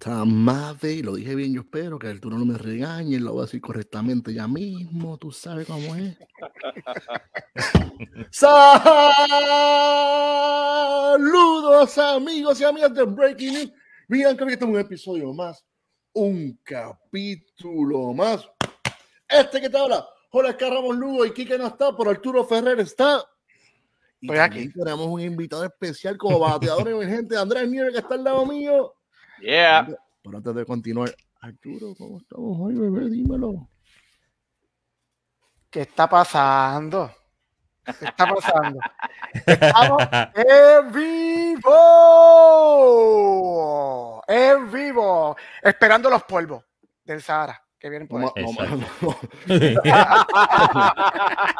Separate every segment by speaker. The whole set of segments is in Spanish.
Speaker 1: sea, más de, lo dije bien, yo espero que Arturo no me regañe, lo voy a decir correctamente ya mismo, tú sabes cómo es. Saludos amigos y amigas de Breaking News. Miren, creo que este es un episodio más, un capítulo más. Este que te habla, Jorge Carramos Lugo y Kike no está, pero Arturo Ferrer está. Y
Speaker 2: Estoy
Speaker 1: aquí tenemos un invitado especial como bateador emergente, Andrés Nieves, que está al lado mío.
Speaker 2: Yeah.
Speaker 1: Pero antes de continuar, Arturo, ¿cómo estamos hoy, bebé? Dímelo.
Speaker 2: ¿Qué está pasando? ¿Qué está pasando? Estamos en vivo. En vivo. Esperando los polvos del Sahara que vienen por ahí.
Speaker 1: Vamos a- vamos a-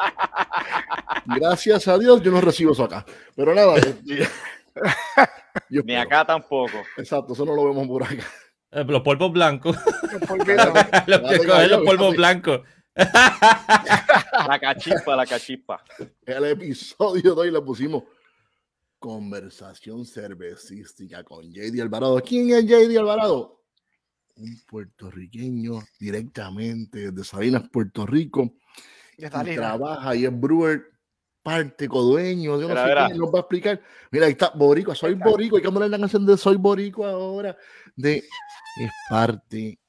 Speaker 3: Exacto.
Speaker 1: Gracias a Dios, yo no recibo eso acá. Pero nada, este, yo
Speaker 4: Ni
Speaker 1: espero.
Speaker 4: acá tampoco.
Speaker 1: Exacto, eso no lo vemos por acá.
Speaker 3: Eh, los polvos blancos.
Speaker 2: Los polvitos.
Speaker 3: los que
Speaker 1: venga,
Speaker 3: cogen los
Speaker 1: yo,
Speaker 3: polvos
Speaker 1: fíjate.
Speaker 3: blancos.
Speaker 4: La cachispa, la cachispa.
Speaker 1: El episodio de hoy le pusimos conversación cervecística con JD Alvarado. ¿Quién es JD Alvarado? Un puertorriqueño directamente de Salinas, Puerto Rico.
Speaker 2: Ya está
Speaker 1: y
Speaker 2: listo.
Speaker 1: trabaja y es brewer, parte codueño, yo no
Speaker 4: Verá,
Speaker 1: sé
Speaker 4: verá.
Speaker 1: quién nos va a explicar. Mira, ahí está, Boricua, soy
Speaker 2: Ahí está.
Speaker 1: Boricua, hay que poner la canción de Soy Boricua ahora, de es parte,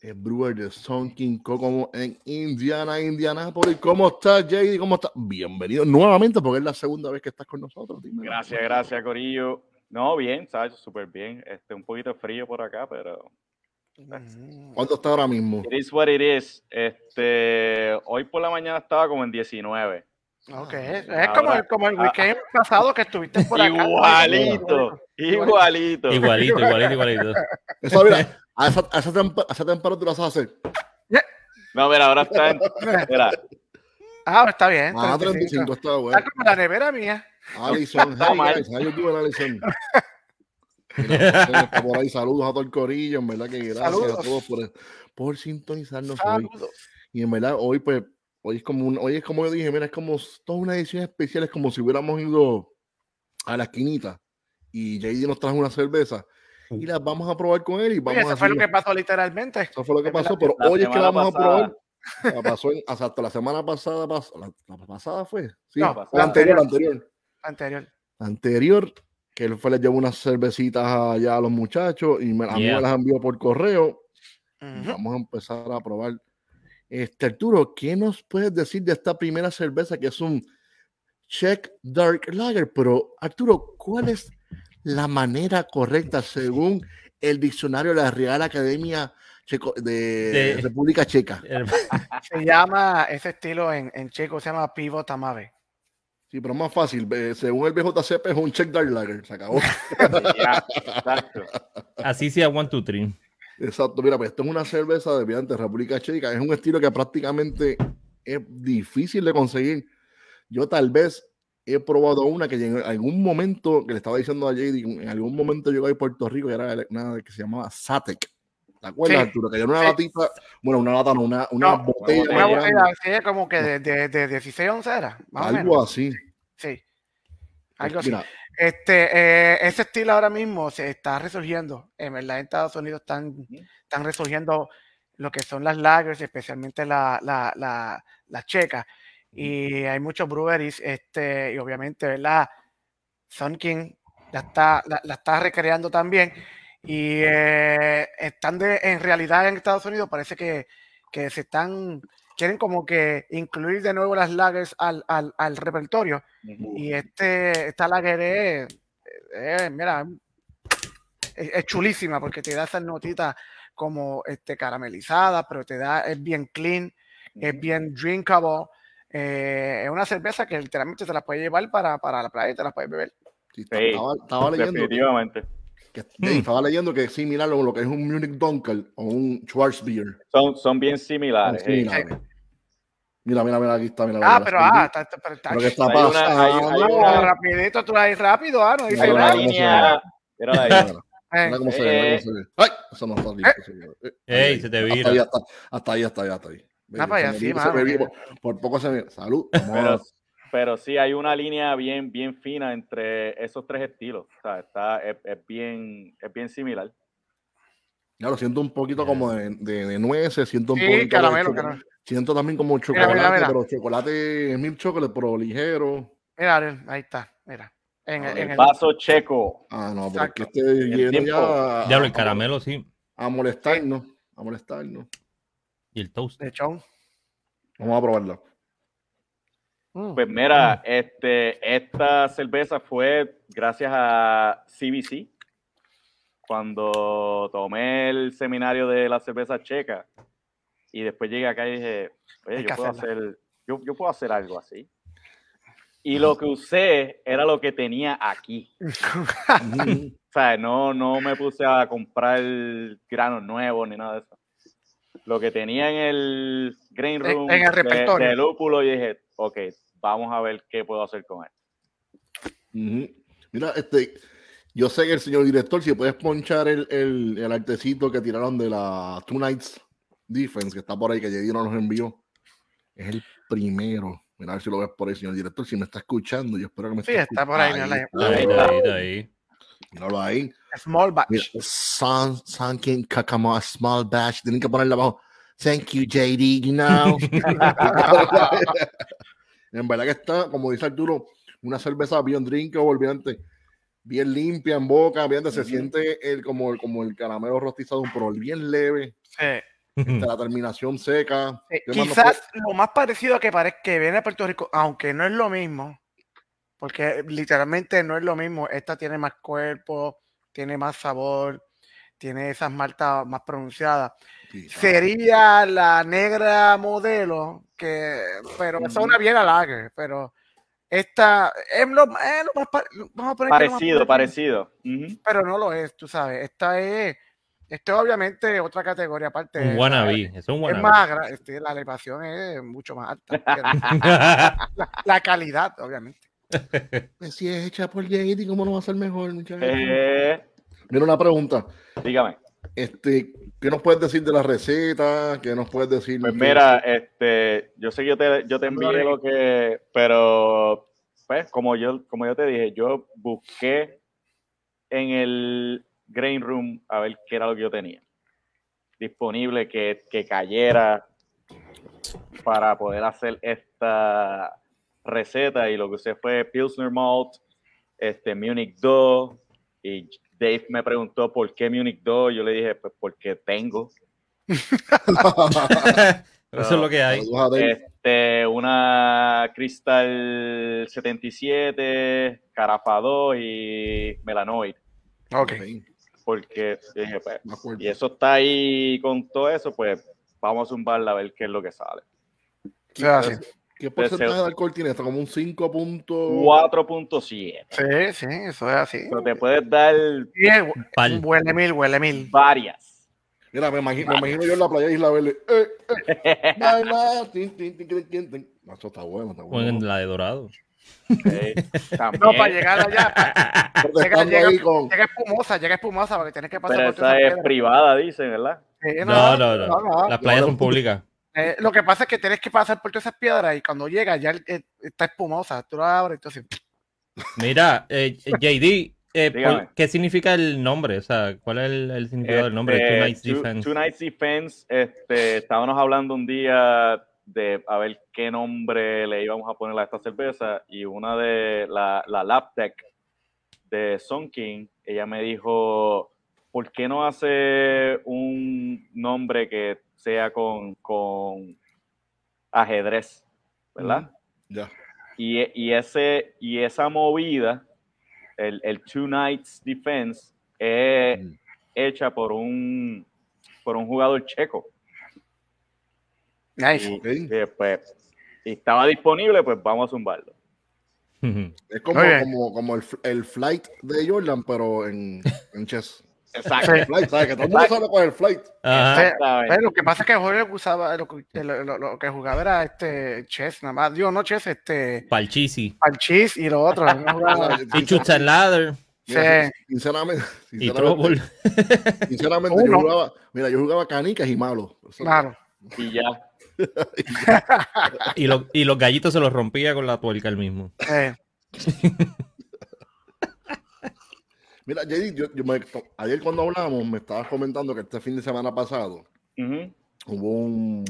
Speaker 1: es brewer de Son King Kokomo en Indiana, Indianapolis. ¿Cómo estás, JD? ¿Cómo estás? Bienvenido nuevamente, porque es la segunda vez que estás con nosotros. dímelo.
Speaker 4: Gracias, gracias, Corillo. No, bien, ¿sabes? Súper bien. Este, un poquito frío por acá, pero.
Speaker 2: Mm.
Speaker 1: ¿Cuánto está ahora mismo?
Speaker 4: It is what it is. Este, hoy por la mañana estaba como en 19.
Speaker 2: Ok, es como el, como el
Speaker 4: Ah.
Speaker 2: weekend pasado que estuviste por acá.
Speaker 4: Igualito, igualito.
Speaker 3: Igualito, igualito, igualito.
Speaker 1: Eso, mira, a esa, a esa tempa- a esa temperatura tú la vas a hacer.
Speaker 4: No, mira, ahora está en. Mira,
Speaker 2: Ah, está bien.
Speaker 1: Ah,
Speaker 2: 35.
Speaker 1: 35 está bueno.
Speaker 2: Está como la nevera mía.
Speaker 1: Alison,
Speaker 4: Está
Speaker 1: hey,
Speaker 4: mal.
Speaker 1: guys, how you doing, Alison? Mira, Alison está por ahí, saludos a todo el corillo, en verdad que gracias a
Speaker 2: Saludos.
Speaker 1: todos por, por sintonizarnos hoy.
Speaker 2: Saludos.
Speaker 1: Y en verdad, hoy pues, hoy es como un, hoy es como yo dije, mira, es como s- toda una edición especial, es como si hubiéramos ido a la esquinita y JD nos trajo una cerveza y las vamos a probar con él y
Speaker 2: Oye,
Speaker 1: vamos a
Speaker 2: eso fue lo
Speaker 1: decirle-
Speaker 2: que pasó literalmente.
Speaker 1: eso fue lo que
Speaker 2: es verdad.
Speaker 1: pasó, pero
Speaker 4: La
Speaker 1: hoy es que
Speaker 4: semana
Speaker 1: vamos a
Speaker 4: pasada.
Speaker 1: probar. La pasó en- hasta la semana pasada, pas- la, la pasada fue. Sí,
Speaker 2: No,
Speaker 1: la
Speaker 4: la
Speaker 1: anterior, la anterior
Speaker 2: Anterior.
Speaker 1: anterior, que él fue, les llevó unas cervecitas allá a los muchachos y me, a mí me
Speaker 3: Yeah.
Speaker 1: las envió por correo.
Speaker 2: Ujú.
Speaker 1: Vamos a empezar a probar. Este, Arturo, ¿qué nos puedes decir de esta primera cerveza que es un Czech Dark Lager? Pero, Arturo, ¿cuál es la manera correcta según el diccionario de la Real Academia Checo- de,
Speaker 3: De-
Speaker 1: República Checa?
Speaker 3: El-
Speaker 2: Se llama ese estilo en, en checo, se llama pivo tamabe.
Speaker 1: Sí, pero más fácil. eh, Según el BJCP es un Czech Dark Lager. Se acabó.
Speaker 4: Ya, exacto.
Speaker 3: Así sea, one, two, three.
Speaker 1: Exacto, mira, pues esto es una cerveza de Viante, República Checa. Es un estilo que prácticamente es difícil de conseguir. Yo tal vez he probado una que en algún momento, que le estaba diciendo a JD, en algún momento llegó ahí a Puerto Rico y era una que se llamaba Satek. ¿Te acuerdas,
Speaker 2: Sí,
Speaker 1: Arturo? Que era una
Speaker 2: sí.
Speaker 1: latita, bueno, una lata, no, una, una
Speaker 2: No,
Speaker 1: botella.
Speaker 4: una
Speaker 2: Una
Speaker 1: grande,
Speaker 2: botella así es como que de, de, de 16 onzas era, más o
Speaker 1: algo
Speaker 2: menos.
Speaker 1: así.
Speaker 2: Sí. Algo así.
Speaker 1: Mira,
Speaker 2: Este, eh, ese estilo ahora mismo se está resurgiendo. En verdad, en Estados Unidos están, están resurgiendo lo que son las lagers, especialmente la, la, la, las checas. Y hay muchos breweries, este, y obviamente, ¿verdad? Sun King la está, la, la está recreando también. Y eh, están de, en realidad en Estados Unidos parece que, que se están, quieren como que incluir de nuevo las lagers al, al, al repertorio. Y este, esta lager es, eh, mira, es, es chulísima porque te da esas notitas como este, caramelizadas, pero te da, es bien clean, es bien drinkable. eh, es una cerveza que literalmente te la puedes llevar para, para la playa y te la puedes beber.
Speaker 1: sí, estaba,
Speaker 4: Sí,
Speaker 1: estaba- estaba leyendo que,
Speaker 4: Definitivamente.
Speaker 1: que- estaba leyendo que es similar a lo que es un Munich Dunkel o un Schwarzbier.
Speaker 4: Son, son bien
Speaker 1: Ah,
Speaker 4: similares.
Speaker 1: sí,
Speaker 4: eh.
Speaker 1: mira, mira. Mira, mira, mira, aquí está. Mira,
Speaker 2: ah,
Speaker 1: mira,
Speaker 2: pero
Speaker 1: mira.
Speaker 2: ah, está, está- pero está
Speaker 1: Lo que
Speaker 2: ch-
Speaker 1: está
Speaker 4: Hay una- hay- hay
Speaker 1: pasando.
Speaker 2: Ah,
Speaker 4: una-
Speaker 2: rapidito, tú la ahí rápido, ah, no dice
Speaker 4: Hay
Speaker 1: Mira,
Speaker 4: una
Speaker 1: mira,
Speaker 2: nada.
Speaker 4: línea. Mírala ahí.
Speaker 1: Mira,
Speaker 2: Eh,
Speaker 1: mira cómo se ve, mira cómo se ve. ¡Ay! Eso no está listo. se ve. Eh, ahí,
Speaker 3: Ey,
Speaker 1: ahí.
Speaker 3: se te
Speaker 1: Hasta ahí,
Speaker 3: vira.
Speaker 1: hasta, hasta ahí, hasta ahí, hasta ahí. Ve,
Speaker 2: Ah, vaya,
Speaker 1: se me
Speaker 2: sí,
Speaker 1: vio, se
Speaker 2: mano,
Speaker 1: me vio,
Speaker 2: mira.
Speaker 1: por, por poco se me. Salud. Vamos a-
Speaker 4: Pero, pero sí, hay una línea bien, bien fina entre esos tres estilos. O sea, está, es, es bien, es bien similar.
Speaker 1: Ya lo siento un poquito
Speaker 4: eh.
Speaker 3: Yeah.
Speaker 1: como de, de- de nueces, siento un poquito.
Speaker 2: Sí,
Speaker 1: de este.
Speaker 2: caramelo,
Speaker 1: chocolate.
Speaker 2: caramelo.
Speaker 1: Siento también como
Speaker 2: mira,
Speaker 1: chocolate,
Speaker 2: mira.
Speaker 1: pero chocolate, mil chocolate, pero ligero.
Speaker 2: Mira, Ariel, ahí está, mira. En, el- en
Speaker 4: El
Speaker 2: el,
Speaker 4: vaso checo.
Speaker 1: Ah, no, pero es que
Speaker 2: Exacto.
Speaker 1: este viene
Speaker 4: tiempo.
Speaker 1: ya. a-
Speaker 3: Diablo, el
Speaker 1: a-
Speaker 3: caramelo, sí.
Speaker 1: A molestarnos. A molestarnos.
Speaker 3: Y el toast.
Speaker 2: lechón.
Speaker 1: Vamos a probarla.
Speaker 2: Mm.
Speaker 4: Pues mira, este, esta cerveza fue gracias a CBC. Cuando tomé el seminario de la cerveza checa y después llegué acá y dije,
Speaker 2: Hay
Speaker 4: oye,
Speaker 2: que
Speaker 4: yo puedo,
Speaker 2: hacerla.
Speaker 4: hacer, yo, yo puedo hacer algo así. Y lo que usé era lo que tenía aquí.
Speaker 1: Mm.
Speaker 4: O sea, no, no me puse a comprar granos nuevos ni nada de eso. Lo que tenía en el green
Speaker 2: En-
Speaker 4: room
Speaker 2: en el
Speaker 4: de-
Speaker 2: repertorio.
Speaker 4: De, lúpulo, yo dije, ok, vamos a ver qué puedo hacer con él.
Speaker 1: Ujú. Mira, este, yo sé que el señor director, si puedes ponchar el, el, el artecito que tiraron de la Two Nights Defense, que está por ahí, que Jedi no nos envió, es el primero. Mira, a ver si lo ves por ahí, señor director, si me está escuchando, yo espero que me
Speaker 2: Sí,
Speaker 1: esté
Speaker 2: está por ahí,
Speaker 1: escuchando.
Speaker 2: mira,
Speaker 3: Ahí,
Speaker 1: Ahí está.
Speaker 3: ahí, ahí.
Speaker 1: Míralo ahí.
Speaker 2: Small batch.
Speaker 1: Mira, Sun, Sunken Kakamo, a small batch. Tienen que ponerle abajo. Thank you, JD, you know. en verdad que está, como dice Arturo, una cerveza bien drink o Bien limpia en boca, bien se
Speaker 4: Ujú.
Speaker 1: siente el, como, el, como el caramelo rostizado, pero bien leve,
Speaker 2: Sí.
Speaker 3: Hmm.
Speaker 1: de la terminación seca.
Speaker 2: Eh,
Speaker 1: ¿Qué más nos
Speaker 2: quizás lo más parecido a que parezca que viene a Puerto Rico, aunque no es lo mismo, porque literalmente no es lo mismo. Esta tiene más cuerpo, tiene más sabor, tiene esas maltas más pronunciadas.
Speaker 1: puede-
Speaker 2: Sería la negra modelo, que, pero esa es una bien lager, pero esta es lo, es lo más pa- vamos a poner que es lo más
Speaker 4: Parecido, parecido. Ujú.
Speaker 2: pero no lo es, tú sabes. Esta es, esto es obviamente otra categoría aparte.
Speaker 3: Un wannabe. Eso es un
Speaker 2: Es
Speaker 3: wannabe.
Speaker 2: más, gra- este, la elevación es mucho más alta. ¿entiendes? la calidad, obviamente.
Speaker 1: Pues Si es hecha por JD, ¿cómo no va a ser mejor, muchachos?
Speaker 4: Eh,
Speaker 1: Mira una pregunta.
Speaker 4: dígame.
Speaker 1: Este, ¿Qué nos puedes decir de la receta? ¿Qué nos puedes decir?
Speaker 4: Pues
Speaker 1: de-
Speaker 4: mira, este, yo sé que yo te, yo te envié lo que, pero pues como yo, como yo te dije, yo busqué en el green room a ver qué era lo que yo tenía disponible que, que cayera para poder hacer esta receta y lo que usé fue Pilsner Malt, este Munich 2 y Dave me preguntó por qué Munich 2, yo le dije pues porque tengo
Speaker 3: Eso es lo que hay.
Speaker 1: Saludos a Dave.
Speaker 4: Este, una Crystal 77, Carafa 2 y Melanoid.
Speaker 2: Ok.
Speaker 1: Ok,
Speaker 4: Porque yo dije, pues,
Speaker 1: me acuerdo.
Speaker 4: y eso está ahí con todo eso, pues vamos a zumbarla a ver qué es lo que sale.
Speaker 2: O sea, sí.
Speaker 1: ¿Qué porcentaje
Speaker 4: deseo.
Speaker 1: de alcohol tiene esto? Como un 5 punto...
Speaker 4: 4.7.
Speaker 2: sí, sí, eso es así.
Speaker 4: Pero te puedes dar
Speaker 2: Sí, es-
Speaker 3: Pal.
Speaker 2: huele mil, huele mil.
Speaker 4: varias.
Speaker 1: Mira, me imagino, me imagino yo en la playa de Isla Verde. Eh, eh, bye, bye, tin, tin, tin, tin, tin, tin. No, Eso está bueno, está
Speaker 3: Pon
Speaker 1: bueno.
Speaker 3: la de dorado.
Speaker 4: eh,
Speaker 2: No, para
Speaker 4: también,
Speaker 2: llegar allá,
Speaker 1: Protestando
Speaker 2: llega-
Speaker 1: ahí con...
Speaker 2: llega espumosa, llega espumosa, porque tienes que pasar
Speaker 4: pero
Speaker 2: por toda
Speaker 4: esa es
Speaker 2: piedra.
Speaker 4: privada, dicen, ¿verdad?
Speaker 2: Sí,
Speaker 3: No, no, no.
Speaker 2: no.
Speaker 3: Las playas son públicas.
Speaker 2: Eh, lo que pasa es que tienes que pasar por todas esas piedras y cuando llega ya el- el- está espumosa, tú la abres, entonces
Speaker 3: Mira, eh, JD, eh,
Speaker 4: Dígame.
Speaker 3: ¿por- ¿qué significa el nombre? O sea, ¿cuál es el, el significado del nombre?
Speaker 4: Este,
Speaker 3: Two Nights
Speaker 4: Two-
Speaker 3: Defense.
Speaker 4: Two Nights Defense, este, estábamos hablando un día de a ver qué nombre le íbamos a poner a esta cerveza y una de la, la Laptec de Sun King, ella me dijo, ¿por qué no hace un nombre que sea con, con ajedrez? ¿Verdad?
Speaker 1: Ya.
Speaker 4: Y, y ese, y esa movida, el, el Two Nights Defense, es
Speaker 1: Mm.
Speaker 4: hecha por un, por un jugador checo.
Speaker 2: nice.
Speaker 4: Y,
Speaker 1: Ok.
Speaker 4: y, pues, y estaba disponible, pues vamos a zumbarlo.
Speaker 1: Es como,
Speaker 2: Muy bien.
Speaker 1: como, como el, fl- el flight de Jordan, pero en, en chess.
Speaker 4: Exacto.
Speaker 2: Sí.
Speaker 1: Flight, ¿sabes? Que todo el mundo sabe cuál es el flight.
Speaker 3: Ajá.
Speaker 4: Este-
Speaker 2: Pero lo que pasa es que Jorge usaba, lo, que- lo- lo- lo que jugaba era este chess, nada más. Digo, no chess, este
Speaker 3: Palchisi.
Speaker 2: parchís y lo otro. no jugaba.
Speaker 3: Y Chucha Ladder.
Speaker 1: Mira,
Speaker 2: Sí.
Speaker 1: Sinceramente,
Speaker 3: Y
Speaker 1: sinceramente,
Speaker 3: Trouble.
Speaker 1: sinceramente yo
Speaker 2: Uno.
Speaker 1: jugaba, mira, yo jugaba canicas y malo. Eso-
Speaker 2: Claro.
Speaker 4: Y ya.
Speaker 3: Y, lo- y los gallitos se los rompía con la tuerca el mismo.
Speaker 2: eh,
Speaker 1: Mira, JD, yo, yo me- ayer cuando hablamos me estabas comentando que este fin de semana pasado
Speaker 4: Ujú.
Speaker 1: hubo un,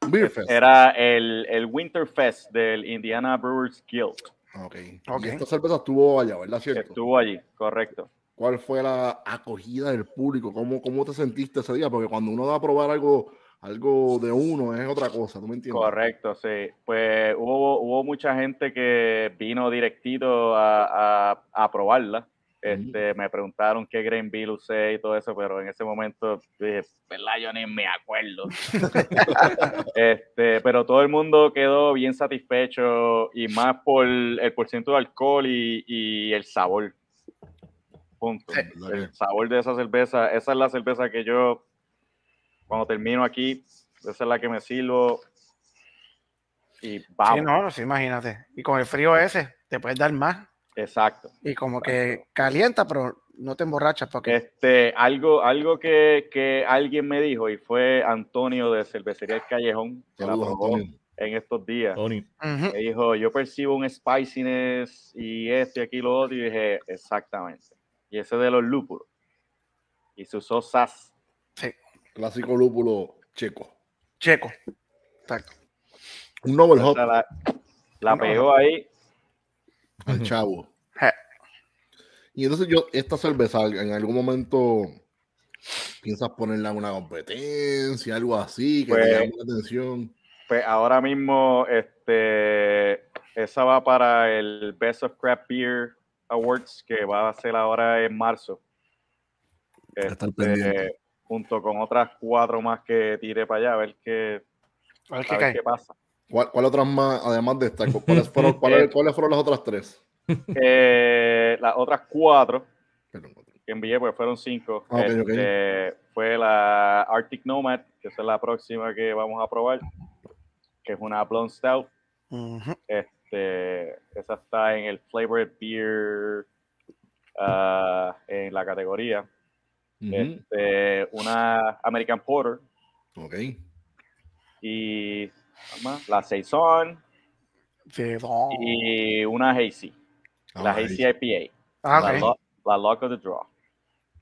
Speaker 1: un Beer Fest.
Speaker 4: Era el, el Winterfest del Indiana Brewers Guild.
Speaker 1: Ah, Ok.
Speaker 2: Ok.
Speaker 1: Y esta cerveza estuvo allá, ¿verdad?
Speaker 4: que
Speaker 1: ¿Cierto?
Speaker 4: Estuvo allí, correcto.
Speaker 1: ¿Cuál fue la acogida del público? ¿Cómo, ¿Cómo te sentiste ese día? Porque cuando uno va a probar algo, algo de uno es otra cosa, ¿tú me entiendes?
Speaker 4: Correcto, sí. Pues hubo, hubo mucha gente que vino directito a, a- a probarla. Este, Me preguntaron qué Green Bill usé y todo eso, pero en ese momento dije, ¿verdad? Yo ni me acuerdo. este, pero todo el mundo quedó bien satisfecho y más por el porcentaje de alcohol y, y el sabor.
Speaker 1: Eh,
Speaker 4: Punto.
Speaker 2: Sí.
Speaker 1: ¿Verdad
Speaker 4: El sabor de esa cerveza, esa es la cerveza que yo, cuando termino aquí, esa es la que me sirvo. Y vamos,
Speaker 2: Sí, no, no, sí, imagínate. Y con el frío ese, te puedes dar más.
Speaker 4: exacto.
Speaker 2: Y como que calienta, pero no te emborrachas porque
Speaker 4: Este, algo algo que, que alguien me dijo y fue Antonio de Cervecería El Callejón,
Speaker 1: que?
Speaker 4: que la
Speaker 1: Saludos,
Speaker 4: probó
Speaker 1: Antonio.
Speaker 4: en estos días.
Speaker 3: Tony.
Speaker 2: Ujú.
Speaker 4: Me dijo, yo percibo un spiciness y este, aquí, lo otro. Y dije, exactamente. Y ese de los lúpulos. Y se usó SAS.
Speaker 1: Clásico lúpulo checo.
Speaker 2: checo. Exacto.
Speaker 1: Un Nobel
Speaker 4: O
Speaker 1: Hop
Speaker 4: sea, la, la
Speaker 2: No.
Speaker 4: pegó ahí.
Speaker 1: al chavo.
Speaker 2: Je.
Speaker 1: Y entonces yo, esta cerveza, en algún momento piensas ponerla en una competencia, algo así, que te
Speaker 4: Pues-
Speaker 1: llame la atención.
Speaker 4: Pues ahora mismo, este, esa va para el Best of Craft Beer Awards, que va a ser ahora en marzo.
Speaker 1: que estar
Speaker 4: Este,
Speaker 1: pendiente.
Speaker 4: junto con otras cuatro más que tire para allá, a ver qué,
Speaker 2: A ver
Speaker 4: a
Speaker 2: qué
Speaker 4: ver
Speaker 2: cae.
Speaker 4: qué pasa.
Speaker 1: ¿Cuál, cuál otras más, además de esta? cu- ¿Cuáles fueron,
Speaker 2: Eh.
Speaker 1: cuáles- cuáles fueron las otras tres?
Speaker 4: Eh, las otras cuatro
Speaker 1: Perdón.
Speaker 4: que envié, pues fueron cinco.
Speaker 1: Ah, ok, ok.
Speaker 4: Este, Fue la Arctic Nomad, que esa es la próxima que vamos a probar, que es una Blonde Stout.
Speaker 2: Ujú.
Speaker 4: Este, esa está en el Flavored Beer ah, en la categoría.
Speaker 2: Eh.
Speaker 1: Ujú,
Speaker 4: Este, una American Porter
Speaker 1: Ok.
Speaker 4: y ¿cuál más? la Saison
Speaker 2: Sí, no.
Speaker 4: y una Hazy, la
Speaker 1: Ah,
Speaker 4: Hazy
Speaker 1: ahí.
Speaker 4: IPA,
Speaker 2: Ah,
Speaker 4: la,
Speaker 2: ok.
Speaker 4: Lo- la Lock of the Draw.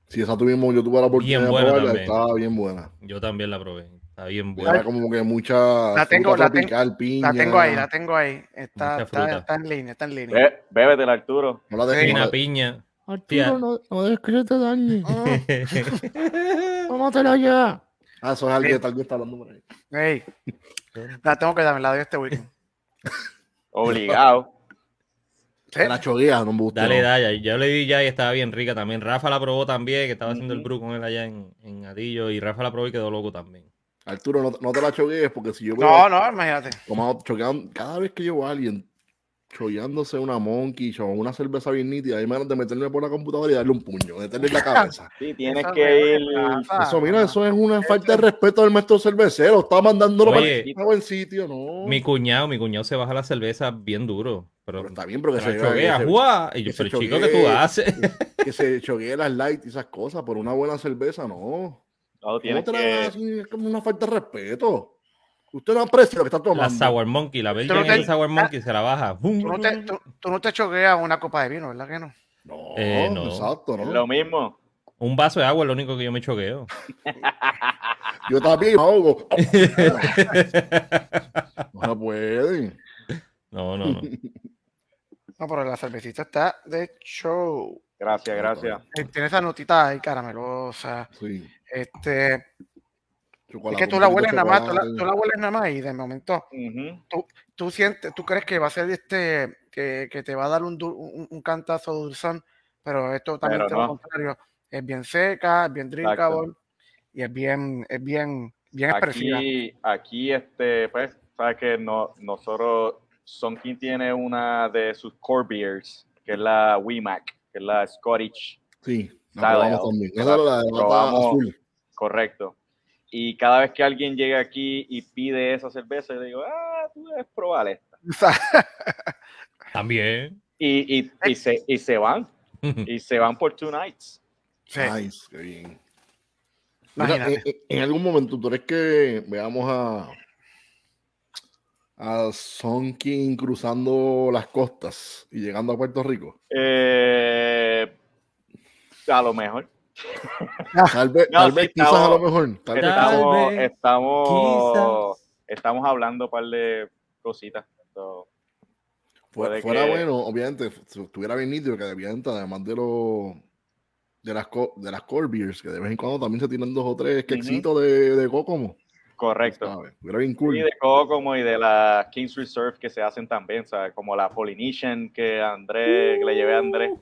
Speaker 1: Sí, esa tuvimos, yo tuve la oportunidad
Speaker 3: Bien
Speaker 1: de
Speaker 3: buena
Speaker 1: probarla,
Speaker 3: también.
Speaker 1: estaba bien buena.
Speaker 3: Yo también la probé. Está bien buena.
Speaker 1: Era como que mucha
Speaker 2: La tengo,
Speaker 1: fruta
Speaker 2: la tengo-
Speaker 1: tropical, piña.
Speaker 2: La tengo ahí, la tengo ahí. Está,
Speaker 3: Mucha
Speaker 2: está,
Speaker 3: fruta.
Speaker 2: está en línea, está en línea.
Speaker 4: Bé- Bébetela, Arturo.
Speaker 1: No la
Speaker 2: Sí,
Speaker 1: dejes, no
Speaker 3: Una
Speaker 1: la-
Speaker 3: piña.
Speaker 5: Arturo, no, no dejes que yo te dañe.
Speaker 2: Mm,
Speaker 5: Tómatela ya.
Speaker 1: Ah, eso es alguien, tal vez está hablando por ahí.
Speaker 2: ey, la tengo que darme, la doy este weekend.
Speaker 4: Obligado.
Speaker 2: Sí,
Speaker 1: La choguea, no me gusta.
Speaker 3: Dale,
Speaker 1: no.
Speaker 3: dale. Yo le di ya y estaba bien rica también. Rafa la probó también, que estaba haciendo el
Speaker 4: Ujú.
Speaker 3: brew con él allá en, en Atillo. Y Rafa la probó y quedó loco también.
Speaker 1: Arturo, no, no te la choguees porque si yo veo
Speaker 2: No, no, imagínate.
Speaker 1: como choquean- cada vez que yo veo a alguien choleándose una monkey o una cerveza bien nítida, hay manos de meterme por la computadora y darle un puño, meterle en la cabeza.
Speaker 4: Sí, tienes
Speaker 2: Esa
Speaker 4: que
Speaker 2: huevona
Speaker 4: ir.
Speaker 2: Rafa,
Speaker 1: eso, mira, Ah, eso es una falta de respeto del maestro cervecero. Está mandándolo
Speaker 3: Oye,
Speaker 1: para el buen sitio, no.
Speaker 3: Mi cuñado, mi cuñado se baja la cerveza bien duro. Pero,
Speaker 1: Pero está bien, pero que
Speaker 3: se
Speaker 1: se,
Speaker 3: choquea,
Speaker 1: que se-
Speaker 3: ¡guau! Y yo,
Speaker 1: que se
Speaker 3: pero chico, ¿qué tú
Speaker 1: choquee.
Speaker 3: haces?
Speaker 1: que se choquee las light y esas cosas por una buena cerveza, no.
Speaker 4: No,
Speaker 1: ¿Cómo
Speaker 4: tienes
Speaker 1: te la das
Speaker 4: que.
Speaker 1: así? Es como una falta de respeto. Usted no aprecia lo que está
Speaker 3: La
Speaker 1: tomando.
Speaker 3: Sour Monkey, la Belgian
Speaker 2: no te-
Speaker 3: Ale Sour Monkey se la baja. ¡Bum!
Speaker 2: Tú no, te, tú, tú no te choqueas una copa de vino, ¿verdad que no?
Speaker 1: No,
Speaker 3: Eh, no.
Speaker 1: exacto,
Speaker 4: Es
Speaker 1: ¿no?
Speaker 4: lo mismo.
Speaker 3: Un vaso de agua es lo único que yo me choqueo.
Speaker 1: Yo también me ahogo. no se puede.
Speaker 3: No, no, no.
Speaker 2: No, pero la cervecita está de show.
Speaker 4: Gracias, gracias.
Speaker 2: Eh, Tiene esa notita ahí caramelosa.
Speaker 1: Sí.
Speaker 2: Este, es
Speaker 1: Chocolate,
Speaker 2: que tú
Speaker 1: un
Speaker 2: la
Speaker 1: poquito
Speaker 2: hueles
Speaker 1: de
Speaker 2: nada más, tú la,
Speaker 1: chocolate.
Speaker 2: tú la hueles nada más y de momento
Speaker 4: Ujú.
Speaker 2: tú sientes, tú crees que va a ser este, que, que te va a dar un, dul- un, un cantazo dulzón, pero esto también
Speaker 4: Pero
Speaker 2: es todo lo
Speaker 4: no.
Speaker 2: contrario. Es bien seca, es bien
Speaker 4: Exacto.
Speaker 2: drinkable y es bien, es bien, bien expresiva.
Speaker 4: aquí, aquí este, pues, sabes que no, nosotros, Sonkin tiene una de sus core beers, que es la WIMAC, que es la Scottish,
Speaker 1: Sí, la
Speaker 4: Dale,
Speaker 1: probamos
Speaker 4: dale.
Speaker 1: también. Esa es la de lata
Speaker 4: Probamos.
Speaker 1: azul.
Speaker 4: correcto. Y cada vez que alguien llega aquí y pide esa cerveza, yo digo, ah, tú debes probar esta.
Speaker 2: O sea,
Speaker 3: También.
Speaker 4: Y, y, y, se, y se van, y se van por two nights.
Speaker 2: sí, Eh,
Speaker 1: Nice, qué bien. Mira,
Speaker 2: imagínate.
Speaker 1: en, en- en algún momento, ¿tú crees que veamos a a Son King cruzando las costas y llegando a Puerto Rico?
Speaker 4: Eh, A lo mejor.
Speaker 2: Ah.
Speaker 1: Tal vez,
Speaker 4: No,
Speaker 1: tal
Speaker 4: sí,
Speaker 1: vez quizás
Speaker 4: estamos-
Speaker 1: a lo mejor. Tal vez
Speaker 3: Tal
Speaker 4: Estamos,
Speaker 3: vez,
Speaker 4: estamos, estamos hablando un par de cositas. So,
Speaker 1: Fue-
Speaker 4: Puede
Speaker 1: fuera
Speaker 4: que-
Speaker 1: bueno, obviamente, si estuviera bien nítido que obviamente, además de los de las, co- de las core beers, que de vez en cuando también se tiran dos o tres quexitos de, de Kokomo.
Speaker 4: correcto.
Speaker 1: ¿sabes? Estuviera bien
Speaker 4: Y
Speaker 1: cool.
Speaker 4: de Kokomo y de la Kings Reserve que se hacen también, ¿sabes? Como la Polynesian que André, que le llevé a André.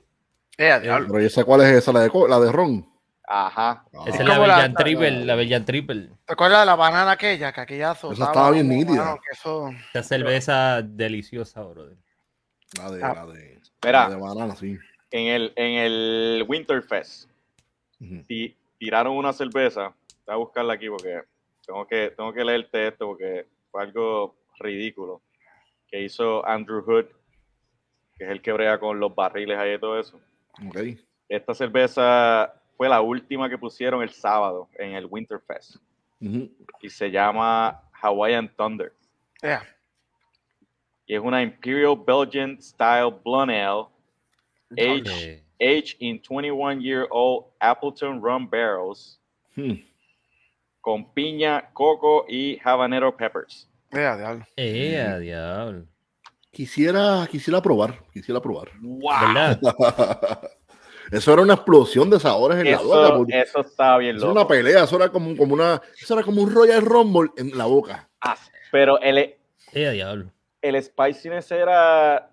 Speaker 2: Eh, diablo.
Speaker 1: Pero ¿y esa cuál es esa? La de, co- la de Ron.
Speaker 4: Ajá.
Speaker 1: Ah,
Speaker 3: Esa
Speaker 2: Es
Speaker 3: es la
Speaker 2: como la-
Speaker 3: Belgian Triple, la Belgian Triple.
Speaker 2: ¿Te acuerdas de la banana aquella? Que aquella soltaba
Speaker 1: estaba bien
Speaker 2: como,
Speaker 1: nítida.
Speaker 2: mano, que eso-
Speaker 3: Esta cerveza deliciosa, brother.
Speaker 1: la de,
Speaker 2: Ah.
Speaker 1: la de, la de
Speaker 4: Mira,
Speaker 1: banana, sí.
Speaker 4: en el, en el Winterfest
Speaker 1: Ujú.
Speaker 4: ti- tiraron una cerveza. Voy a buscarla aquí porque tengo que, tengo que leerte esto porque fue algo ridículo que hizo Andrew Hood, que es el que brega con los barriles ahí y todo eso.
Speaker 1: Ok.
Speaker 4: Esta cerveza fue la última que pusieron el sábado en el Winterfest
Speaker 1: Ujú.
Speaker 4: y se llama Hawaiian Thunder.
Speaker 2: Yeah.
Speaker 4: Y es una Imperial Belgian Style Blonde Ale aged,
Speaker 3: Eh,
Speaker 4: aged in 21-year-old Appleton Rum Barrels
Speaker 1: Hmm.
Speaker 4: con piña, coco y habanero peppers.
Speaker 2: Yeah, diablo.
Speaker 3: eh,
Speaker 4: Mm.
Speaker 3: a diablo.
Speaker 1: Quisiera, quisiera probar, quisiera probar.
Speaker 3: ¿Verdad?
Speaker 4: Ah.
Speaker 1: eso era una explosión de sabores en la boca.
Speaker 4: Eso,
Speaker 1: porque
Speaker 4: eso está bien
Speaker 1: eso era una
Speaker 4: loco.
Speaker 1: pelea, eso era como, como una, eso era como un Royal Rumble en la boca.
Speaker 4: Ah, Pero el,
Speaker 3: Eh, a diablo.
Speaker 4: el spiciness era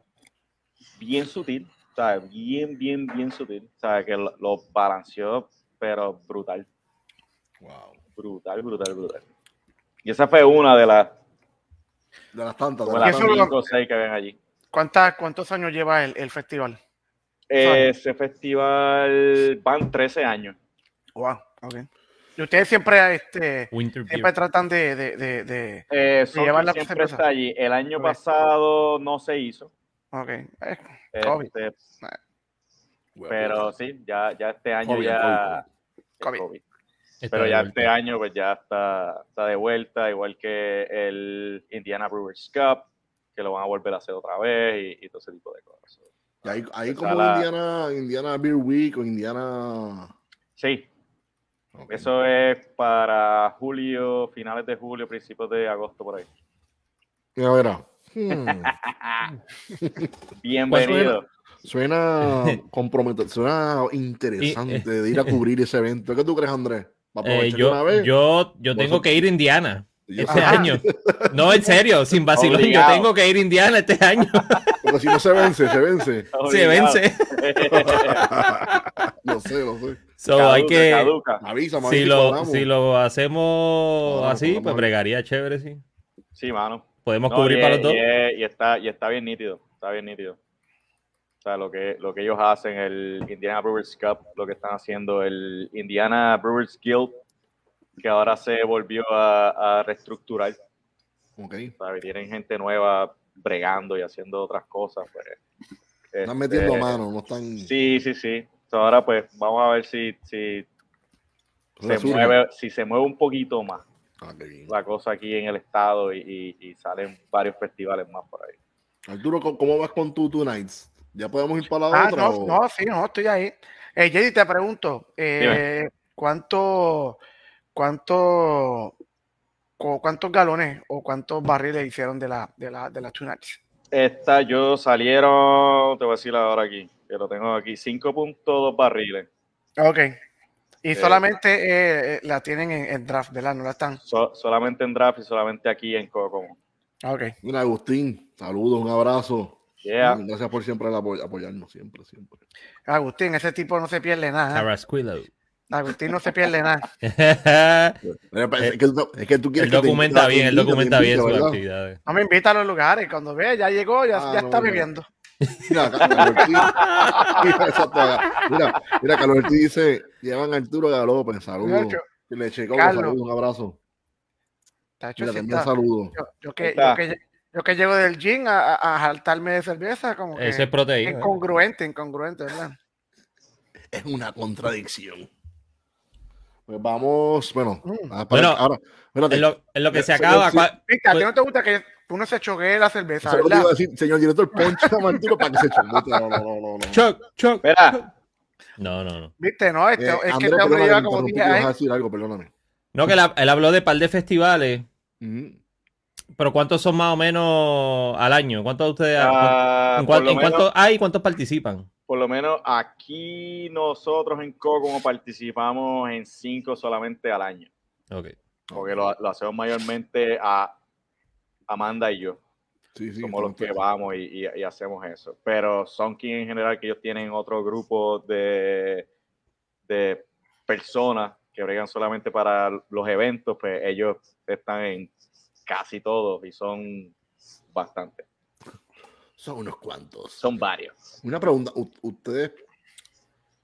Speaker 4: bien sutil, o sea, bien, bien, bien sutil, o sea, que lo, lo balanceó, pero brutal,
Speaker 1: Wow.
Speaker 4: brutal, brutal, brutal. Y esa fue una de las,
Speaker 1: De las tantas. de
Speaker 4: de
Speaker 1: las
Speaker 4: las
Speaker 2: Eso lo-
Speaker 1: tantas.
Speaker 4: cinco o seis que ven allí.
Speaker 2: ¿Cuántas- ¿Cuántos años lleva el, el festival?
Speaker 4: Ese festival van 13 años.
Speaker 2: Wow, ok. Y ustedes siempre, este,
Speaker 3: Winter
Speaker 2: siempre
Speaker 3: Beer.
Speaker 2: tratan de, de, de, de-
Speaker 4: Eh, Soki
Speaker 2: llevan la
Speaker 4: siempre
Speaker 2: cerveza.
Speaker 4: está allí. El año
Speaker 2: Ok.
Speaker 4: pasado no se hizo,
Speaker 2: ok. Eh, COVID.
Speaker 4: este,
Speaker 1: Bueno,
Speaker 4: pero sí, ya, ya este año
Speaker 1: COVID,
Speaker 4: ya...
Speaker 2: COVID.
Speaker 4: COVID.
Speaker 3: Está Eh,
Speaker 4: Pero
Speaker 3: de
Speaker 4: ya
Speaker 3: vuelta.
Speaker 4: este año pues ya está, está de vuelta, igual que el Indiana Brewers Cup, que lo van a volver a hacer otra vez y, y todo ese tipo de cosas.
Speaker 1: Y Ahí, ahí
Speaker 4: Está
Speaker 1: como
Speaker 4: la-
Speaker 1: Indiana, Indiana Beer Week o Indiana.
Speaker 4: Sí,
Speaker 1: Ok.
Speaker 4: eso es para julio, finales de julio, principios de agosto por ahí.
Speaker 1: Mira, mira. Hmm.
Speaker 4: Bienvenido.
Speaker 1: Suena comprometedor, suena interesante de ir a cubrir ese evento. ¿Qué tú crees, Andrés? ¿Va a
Speaker 3: Eh,
Speaker 1: aprovechar una
Speaker 3: yo,
Speaker 1: vez?
Speaker 3: yo, yo tengo
Speaker 1: Vosotros-
Speaker 3: que ir a Indiana
Speaker 1: Yo
Speaker 3: este
Speaker 1: sé,
Speaker 2: Ajá.
Speaker 3: año. No, en serio, sin vacilón.
Speaker 4: Obligado.
Speaker 3: Yo tengo que ir a Indiana este año.
Speaker 1: Porque si no se vence, se vence.
Speaker 3: Se
Speaker 4: Obligado.
Speaker 3: vence.
Speaker 1: Lo sé, lo sé.
Speaker 3: So,
Speaker 4: Caduca,
Speaker 3: hay que.
Speaker 4: caduca.
Speaker 1: Avísame.
Speaker 3: Si
Speaker 1: ahí
Speaker 3: lo,
Speaker 1: cuadramos.
Speaker 3: si lo hacemos
Speaker 1: Cuadramos,
Speaker 3: así, pues
Speaker 1: cuadramos.
Speaker 3: bregaría chévere, sí.
Speaker 4: Sí, mano.
Speaker 3: Podemos
Speaker 4: No,
Speaker 3: cubrir
Speaker 4: y
Speaker 3: para
Speaker 4: es-
Speaker 3: los dos.
Speaker 4: Y, es- y está, y está bien nítido, está bien nítido. O sea, lo que, lo que ellos hacen, el Indiana Brewers Cup, lo que están haciendo, el Indiana Brewers Guild, que ahora se volvió a, a reestructurar.
Speaker 1: Ok.
Speaker 4: ¿sabes? Tienen gente nueva bregando y haciendo otras cosas. Pues,
Speaker 1: Están
Speaker 4: Este,
Speaker 1: metiendo mano, no están.
Speaker 4: Sí, sí, sí. So, ahora pues vamos a ver si, si, se
Speaker 1: resurgen.
Speaker 4: mueve, si se mueve un poquito más
Speaker 1: Ah, qué bien.
Speaker 4: la cosa aquí en el estado y, y- y salen varios festivales más por ahí.
Speaker 1: Arturo, ¿cómo- ¿cómo vas con tu Two Nights? ¿Ya podemos ir para la
Speaker 2: Ah,
Speaker 1: otra?
Speaker 2: no,
Speaker 1: o-
Speaker 2: no, sí, no, estoy ahí. Eh, Jedi, te pregunto, eh, ¿cuánto, cuánto, cu- ¿cuántos galones o cuántos barriles hicieron de la, de la, de las Two Nights?
Speaker 4: Esta yo salieron, te voy a decir ahora aquí, que lo tengo aquí, 5.2 barriles.
Speaker 2: Ok. Y
Speaker 4: Eh,
Speaker 2: solamente eh, eh, la tienen en, en draft, ¿verdad? No la están.
Speaker 4: So- solamente en draft y solamente aquí en Cocomo.
Speaker 2: Ok.
Speaker 1: Mira, Agustín, saludos, un abrazo.
Speaker 4: Yeah.
Speaker 1: Gracias por siempre el apoy- apoyarnos, siempre, siempre.
Speaker 2: Agustín, ese tipo no se pierde nada. ¿eh?
Speaker 3: Carrasquillo.
Speaker 2: Agustín no se pierde nada.
Speaker 3: Eh,
Speaker 1: Mira, pa- Es que, tú- es que tú
Speaker 3: Él
Speaker 1: quieres que te
Speaker 3: documenta
Speaker 1: invite,
Speaker 3: bien, él
Speaker 1: te invite,
Speaker 3: documenta bien sus
Speaker 1: ¿verdad?
Speaker 3: actividades.
Speaker 2: No me invita a los lugares. Cuando ve, ya llegó, ya,
Speaker 1: Ah,
Speaker 2: ya
Speaker 1: no,
Speaker 2: está
Speaker 1: mira.
Speaker 2: viviendo.
Speaker 1: Mira, acá, Carlos Ortiz. Mira, exacto, acá. mira, mira, Carlos Ortiz dice, llevan a Arturo Galópez, saludos.
Speaker 2: Tacho,
Speaker 1: Y le checó,
Speaker 2: Carlos.
Speaker 1: saludos, un abrazo.
Speaker 2: tacho,
Speaker 1: Mira,
Speaker 2: sí
Speaker 1: también
Speaker 2: está.
Speaker 1: saludos.
Speaker 2: yo, yo que, yo,
Speaker 4: Está.
Speaker 2: que, yo que llego del gym a, a, a jaltarme de cerveza, como que
Speaker 3: Eso es proteína.
Speaker 2: incongruente, incongruente, ¿verdad?
Speaker 1: Es una contradicción. Pues vamos, bueno,
Speaker 2: Mm.
Speaker 1: ah, para-
Speaker 3: Bueno,
Speaker 1: ahora, espérate.
Speaker 3: En lo, en lo que
Speaker 1: Yo-
Speaker 3: se
Speaker 1: yo-
Speaker 3: acaba,
Speaker 1: sí.
Speaker 3: ¿cuál-
Speaker 2: Viste, a ti
Speaker 3: Pues-
Speaker 2: no te gusta que uno se choquee la cerveza,
Speaker 1: Eso es lo que
Speaker 2: ¿verdad?
Speaker 1: iba a decir, señor director, poncha a Arturo para que se chumbe. No, no, no, no, no.
Speaker 3: Choc, choc.
Speaker 4: Mira,
Speaker 3: No, no, no.
Speaker 2: Viste, no, este,
Speaker 1: Eh,
Speaker 2: es que
Speaker 1: Andrés,
Speaker 2: este hombre
Speaker 1: perdóname,
Speaker 2: lleva
Speaker 1: te
Speaker 2: como
Speaker 1: interrumpí,
Speaker 2: 10
Speaker 1: que ibas a
Speaker 2: años.
Speaker 1: decir algo, perdóname.
Speaker 3: No, que la- él habló de par de festivales,
Speaker 1: Ujú.
Speaker 3: pero ¿cuántos son más o menos al año? ¿Cuántos de ustedes?
Speaker 4: Ah,
Speaker 3: pues,
Speaker 4: por,
Speaker 3: ¿En, cuán-
Speaker 4: lo
Speaker 3: en
Speaker 4: menos,
Speaker 3: cuántos hay y cuántos participan?
Speaker 4: por lo menos aquí nosotros en Cocomo participamos en cinco solamente al año,
Speaker 3: Ok.
Speaker 4: porque lo, lo hacemos mayormente a Amanda y yo.
Speaker 1: Sí, sí,
Speaker 4: somos los que
Speaker 1: entonces-
Speaker 4: vamos y, y- y hacemos eso. Pero son quienes en general que ellos tienen otro grupo de, de personas que bregan solamente para los eventos, pues ellos están en casi todos y son bastantes,
Speaker 1: Son unos cuantos.
Speaker 4: son varios.
Speaker 1: Una pregunta, ¿u- ¿ustedes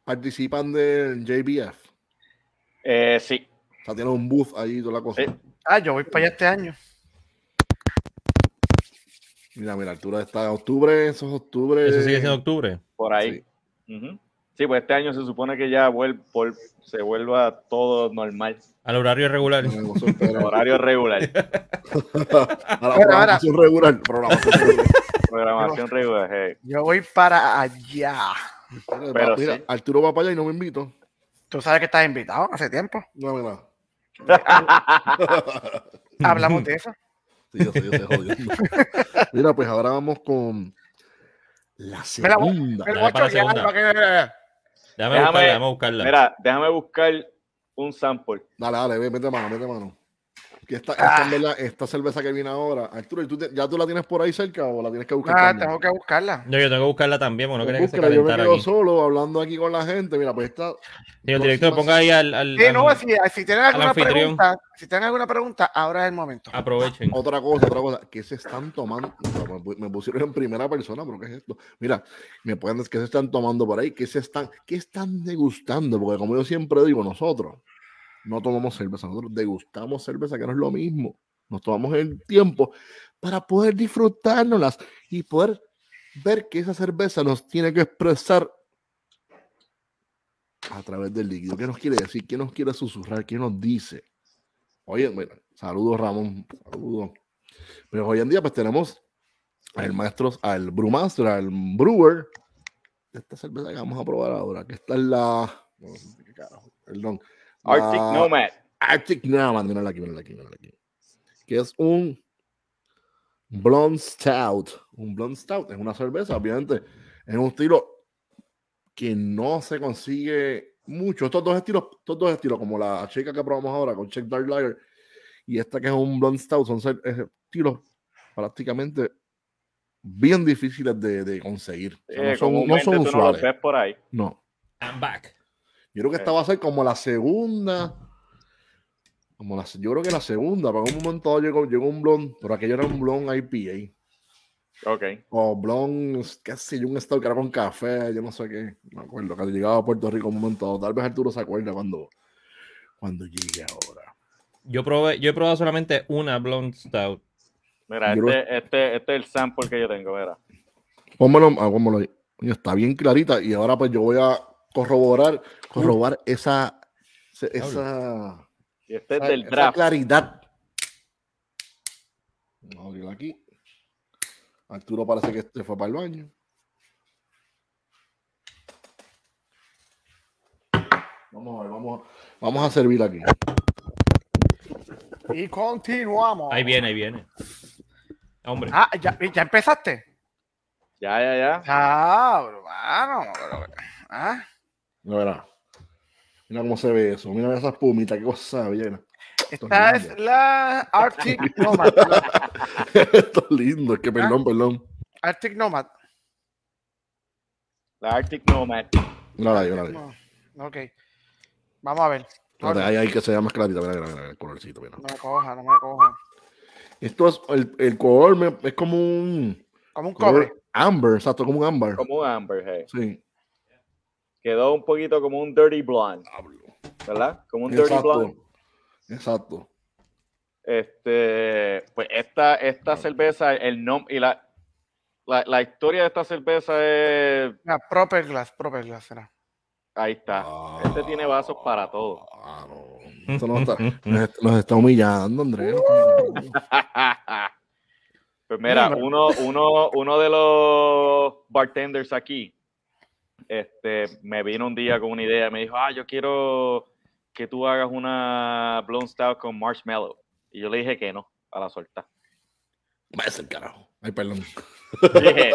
Speaker 1: participan del JBF?
Speaker 4: Eh, sí, eh,
Speaker 1: O sea, tienen un booth ahí y toda la cosa.
Speaker 4: Sí.
Speaker 2: Ah, yo voy para allá este año.
Speaker 1: Mira, mira, Arturo está en octubre, eso es octubre.
Speaker 3: Eso sigue siendo octubre.
Speaker 4: por ahí. Ujú. Sí, pues este año se supone que ya vuel- vol- se vuelva todo normal,
Speaker 3: Al horario regular.
Speaker 1: Bueno, eso espera.
Speaker 4: horario regular,
Speaker 1: A la programación regular. programación regular.
Speaker 4: programación regular. eh.
Speaker 2: Yo voy para allá.
Speaker 1: Mira,
Speaker 4: Pero
Speaker 1: mira,
Speaker 4: sí.
Speaker 1: Arturo va para allá y no me invito.
Speaker 2: Tú sabes que estás invitado hace tiempo.
Speaker 1: No, mira.
Speaker 2: Hablamos de eso.
Speaker 1: Sí, yo sé, yo sé, jodiendo. Mira, pues ahora vamos con la
Speaker 2: Me la voy-
Speaker 1: segunda.
Speaker 2: Pero
Speaker 3: Dale
Speaker 2: voy a
Speaker 3: para la
Speaker 2: choquear,
Speaker 3: segunda.
Speaker 2: para que-
Speaker 3: Déjame,
Speaker 4: Déjame-
Speaker 3: buscarla, déjame buscarla.
Speaker 4: Mira, déjame buscar un sample.
Speaker 1: Dale, dale, ve, mete mano, mete mano. Que esta,
Speaker 2: Ah.
Speaker 1: esta, en verdad, esta cerveza que viene ahora, Arturo, ¿y tú te- ¿ya tú la tienes por ahí cerca o la tienes que buscar?
Speaker 2: Ah,
Speaker 1: también?
Speaker 2: tengo que buscarla.
Speaker 3: No, yo tengo que buscarla también, porque no quería que se
Speaker 1: Búscala, yo me
Speaker 3: calentara
Speaker 1: quedo
Speaker 3: aquí.
Speaker 1: solo hablando aquí con la gente. Mira, pues esta.
Speaker 3: Sí, el director, ponga ahí al. al-
Speaker 2: Sí, no,
Speaker 3: al-
Speaker 2: si, si tienen alguna
Speaker 3: anfitrión. Ah,
Speaker 2: pregunta, si tienen alguna pregunta, ahora es el momento.
Speaker 3: Aprovechen.
Speaker 1: Otra cosa, otra cosa. ¿Qué se están tomando? Me pu- Me pusieron en primera persona, pero ¿qué es esto? Mira, me pueden decir qué se están tomando por ahí, qué se están, qué están degustando, porque como yo siempre digo, nosotros no tomamos cerveza, nosotros degustamos cerveza, que no es lo mismo. Nos tomamos el tiempo para poder disfrutárnoslas y poder ver que esa cerveza nos tiene que expresar a través del líquido. ¿Qué nos quiere decir? ¿Qué nos quiere susurrar? ¿Qué nos dice? Oye, mira, saludos Ramón, saludos. Pero hoy en día pues tenemos al maestro, al brewmaster, al brewer de esta cerveza que vamos a probar ahora, que esta es la... no sé qué carajo, Perdón.
Speaker 4: Arctic
Speaker 1: La-
Speaker 4: Nomad.
Speaker 1: Arctic Nomad, mírala aquí, mírala aquí, mírala aquí. Que es un Blonde Stout. Un Blonde Stout es una cerveza, obviamente. Es un estilo que no se consigue mucho. Estos dos estilos, estos dos estilos, como la chica que probamos ahora con Check Dark Lager y esta que es un Blonde Stout, son cer- eh, estilos prácticamente bien difíciles de, de conseguir. O sea,
Speaker 4: Eh,
Speaker 1: no, son, no
Speaker 4: comúnmente
Speaker 1: son
Speaker 4: tú no los
Speaker 1: usuales.
Speaker 4: ves por ahí.
Speaker 1: No.
Speaker 3: I'm back.
Speaker 1: Yo creo que esta
Speaker 4: Eh.
Speaker 1: va a ser como la segunda. Como la, se- yo creo que la segunda, pero en un momento dado llegó, llegó un blond, pero aquello era un blond IPA.
Speaker 4: Ok.
Speaker 1: O blond, qué sé yo, un stout que era con café, yo no sé qué. Me acuerdo, cuando llegaba a Puerto Rico en un momento dado. Tal vez Arturo se acuerda cuando, cuando llegue ahora.
Speaker 3: Yo, probé, yo he probado solamente una Blonde Stout.
Speaker 4: Mira,
Speaker 1: Yo lo-
Speaker 4: este, este, este es el sample que yo tengo, mira.
Speaker 1: Pónmelo, ah, pónmelo ahí. Coño, está bien clarita. Y ahora pues yo voy a corroborar, corroborar esa, esa, esa
Speaker 4: Y este es
Speaker 1: Esa-
Speaker 4: del
Speaker 1: esa
Speaker 4: draft.
Speaker 1: claridad. Vamos a abrirla aquí. Arturo parece que se fue para el baño. Vamos a ver, vamos a, vamos a servir aquí.
Speaker 2: Y continuamos.
Speaker 3: pues. Ahí viene, ahí viene. Hombre.
Speaker 2: Ah, ya, ya empezaste.
Speaker 4: Ya, ya, ya.
Speaker 2: Ah, hermano. pero- ah.
Speaker 1: Mira, verá. Mira cómo se ve eso. Mira esa espumita, qué cosa bien.
Speaker 2: Esta
Speaker 1: lindo.
Speaker 2: es la Arctic Nomad.
Speaker 1: Esto es lindo, es que perdón, perdón.
Speaker 2: Arctic Nomad.
Speaker 4: La Arctic Nomad.
Speaker 1: Mira ahí, mira ahí.
Speaker 2: No, ok. Vamos a ver. No,
Speaker 1: Espérate, ahí, ahí que se vea más clarita. Mira, mira, mira, mira, el colorcito. Mira.
Speaker 2: no me coja, no me coja.
Speaker 1: Esto es, el, el color me- es como un
Speaker 2: Como un cobre.
Speaker 1: color amber, exacto, como un ámbar.
Speaker 4: Como un Amber, hey.
Speaker 1: Sí.
Speaker 4: Quedó un poquito como un Dirty Blonde, ¿verdad? Como un Dirty Blonde.
Speaker 1: Exacto. Exacto.
Speaker 4: Este, pues esta, esta cerveza, el nombre y la, la, la historia de esta cerveza es.
Speaker 2: Mira, proper glass, proper glass. será.
Speaker 4: Ahí está. Este tiene vasos para todo.
Speaker 1: Ah, no. Esto no está, nos, est- nos está humillando, Andrés. nos está humillando.
Speaker 4: Pues mira,
Speaker 2: Mira.
Speaker 4: uno, uno, uno de los bartenders aquí este, me vino un día con una idea, me dijo, ah, yo quiero que tú hagas una blonde stout con marshmallow. Y yo le dije que no, a la suelta.
Speaker 1: Váyase al carajo. Ay, perdón.
Speaker 4: Dije, Eh,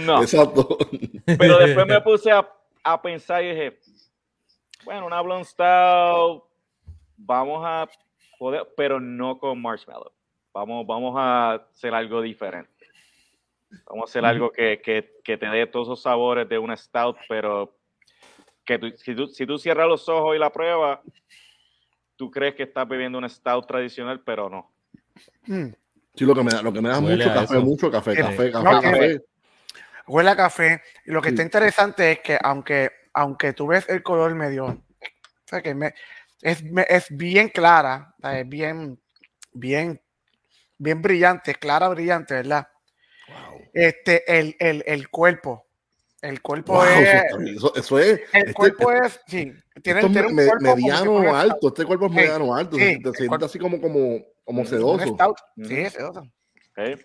Speaker 4: no.
Speaker 1: Exacto.
Speaker 4: Pero después me puse a, a pensar y dije, bueno, una blonde stout, vamos a poder, pero no con marshmallow. Vamos, vamos a hacer algo diferente. Vamos a hacer algo que, que, que te dé todos esos sabores de una stout, pero que tú- si, tú, si tú cierras los ojos y la pruebas, tú crees que estás bebiendo una stout tradicional, pero no.
Speaker 2: Mm.
Speaker 1: Sí, lo que me da, lo que me da es
Speaker 3: Huele
Speaker 1: mucho
Speaker 3: a
Speaker 1: café,
Speaker 3: eso.
Speaker 1: mucho café,
Speaker 2: Sí.
Speaker 1: café, café,
Speaker 2: No, eh,
Speaker 1: café.
Speaker 2: Huele a café. Y lo que
Speaker 1: Sí.
Speaker 2: está interesante es que aunque, aunque tú ves el color medio, o sea, que me- es, me- es bien clara, o sea, es bien, bien, bien brillante, clara, brillante, ¿verdad?
Speaker 1: Wow.
Speaker 2: Este, el, el, el cuerpo. El cuerpo
Speaker 1: Wow, eso,
Speaker 2: es.
Speaker 1: está bien. Eso- eso es.
Speaker 2: pues, El
Speaker 1: este-
Speaker 2: cuerpo es. Sí, tiene,
Speaker 1: esto es
Speaker 2: tiene un
Speaker 1: me-
Speaker 2: cuerpo como si
Speaker 1: mediano
Speaker 2: fuera una
Speaker 1: alto, este cuerpo es
Speaker 2: Sí,
Speaker 1: mediano alto,
Speaker 2: sí,
Speaker 1: se-
Speaker 2: el
Speaker 1: se siente
Speaker 2: cuerpo-
Speaker 1: así como, como, como
Speaker 4: Mm,
Speaker 2: stout,
Speaker 1: sedoso.
Speaker 2: una stout.
Speaker 1: Mm.
Speaker 4: Ujú.
Speaker 2: Sí, es sedoso.
Speaker 4: ¿ok?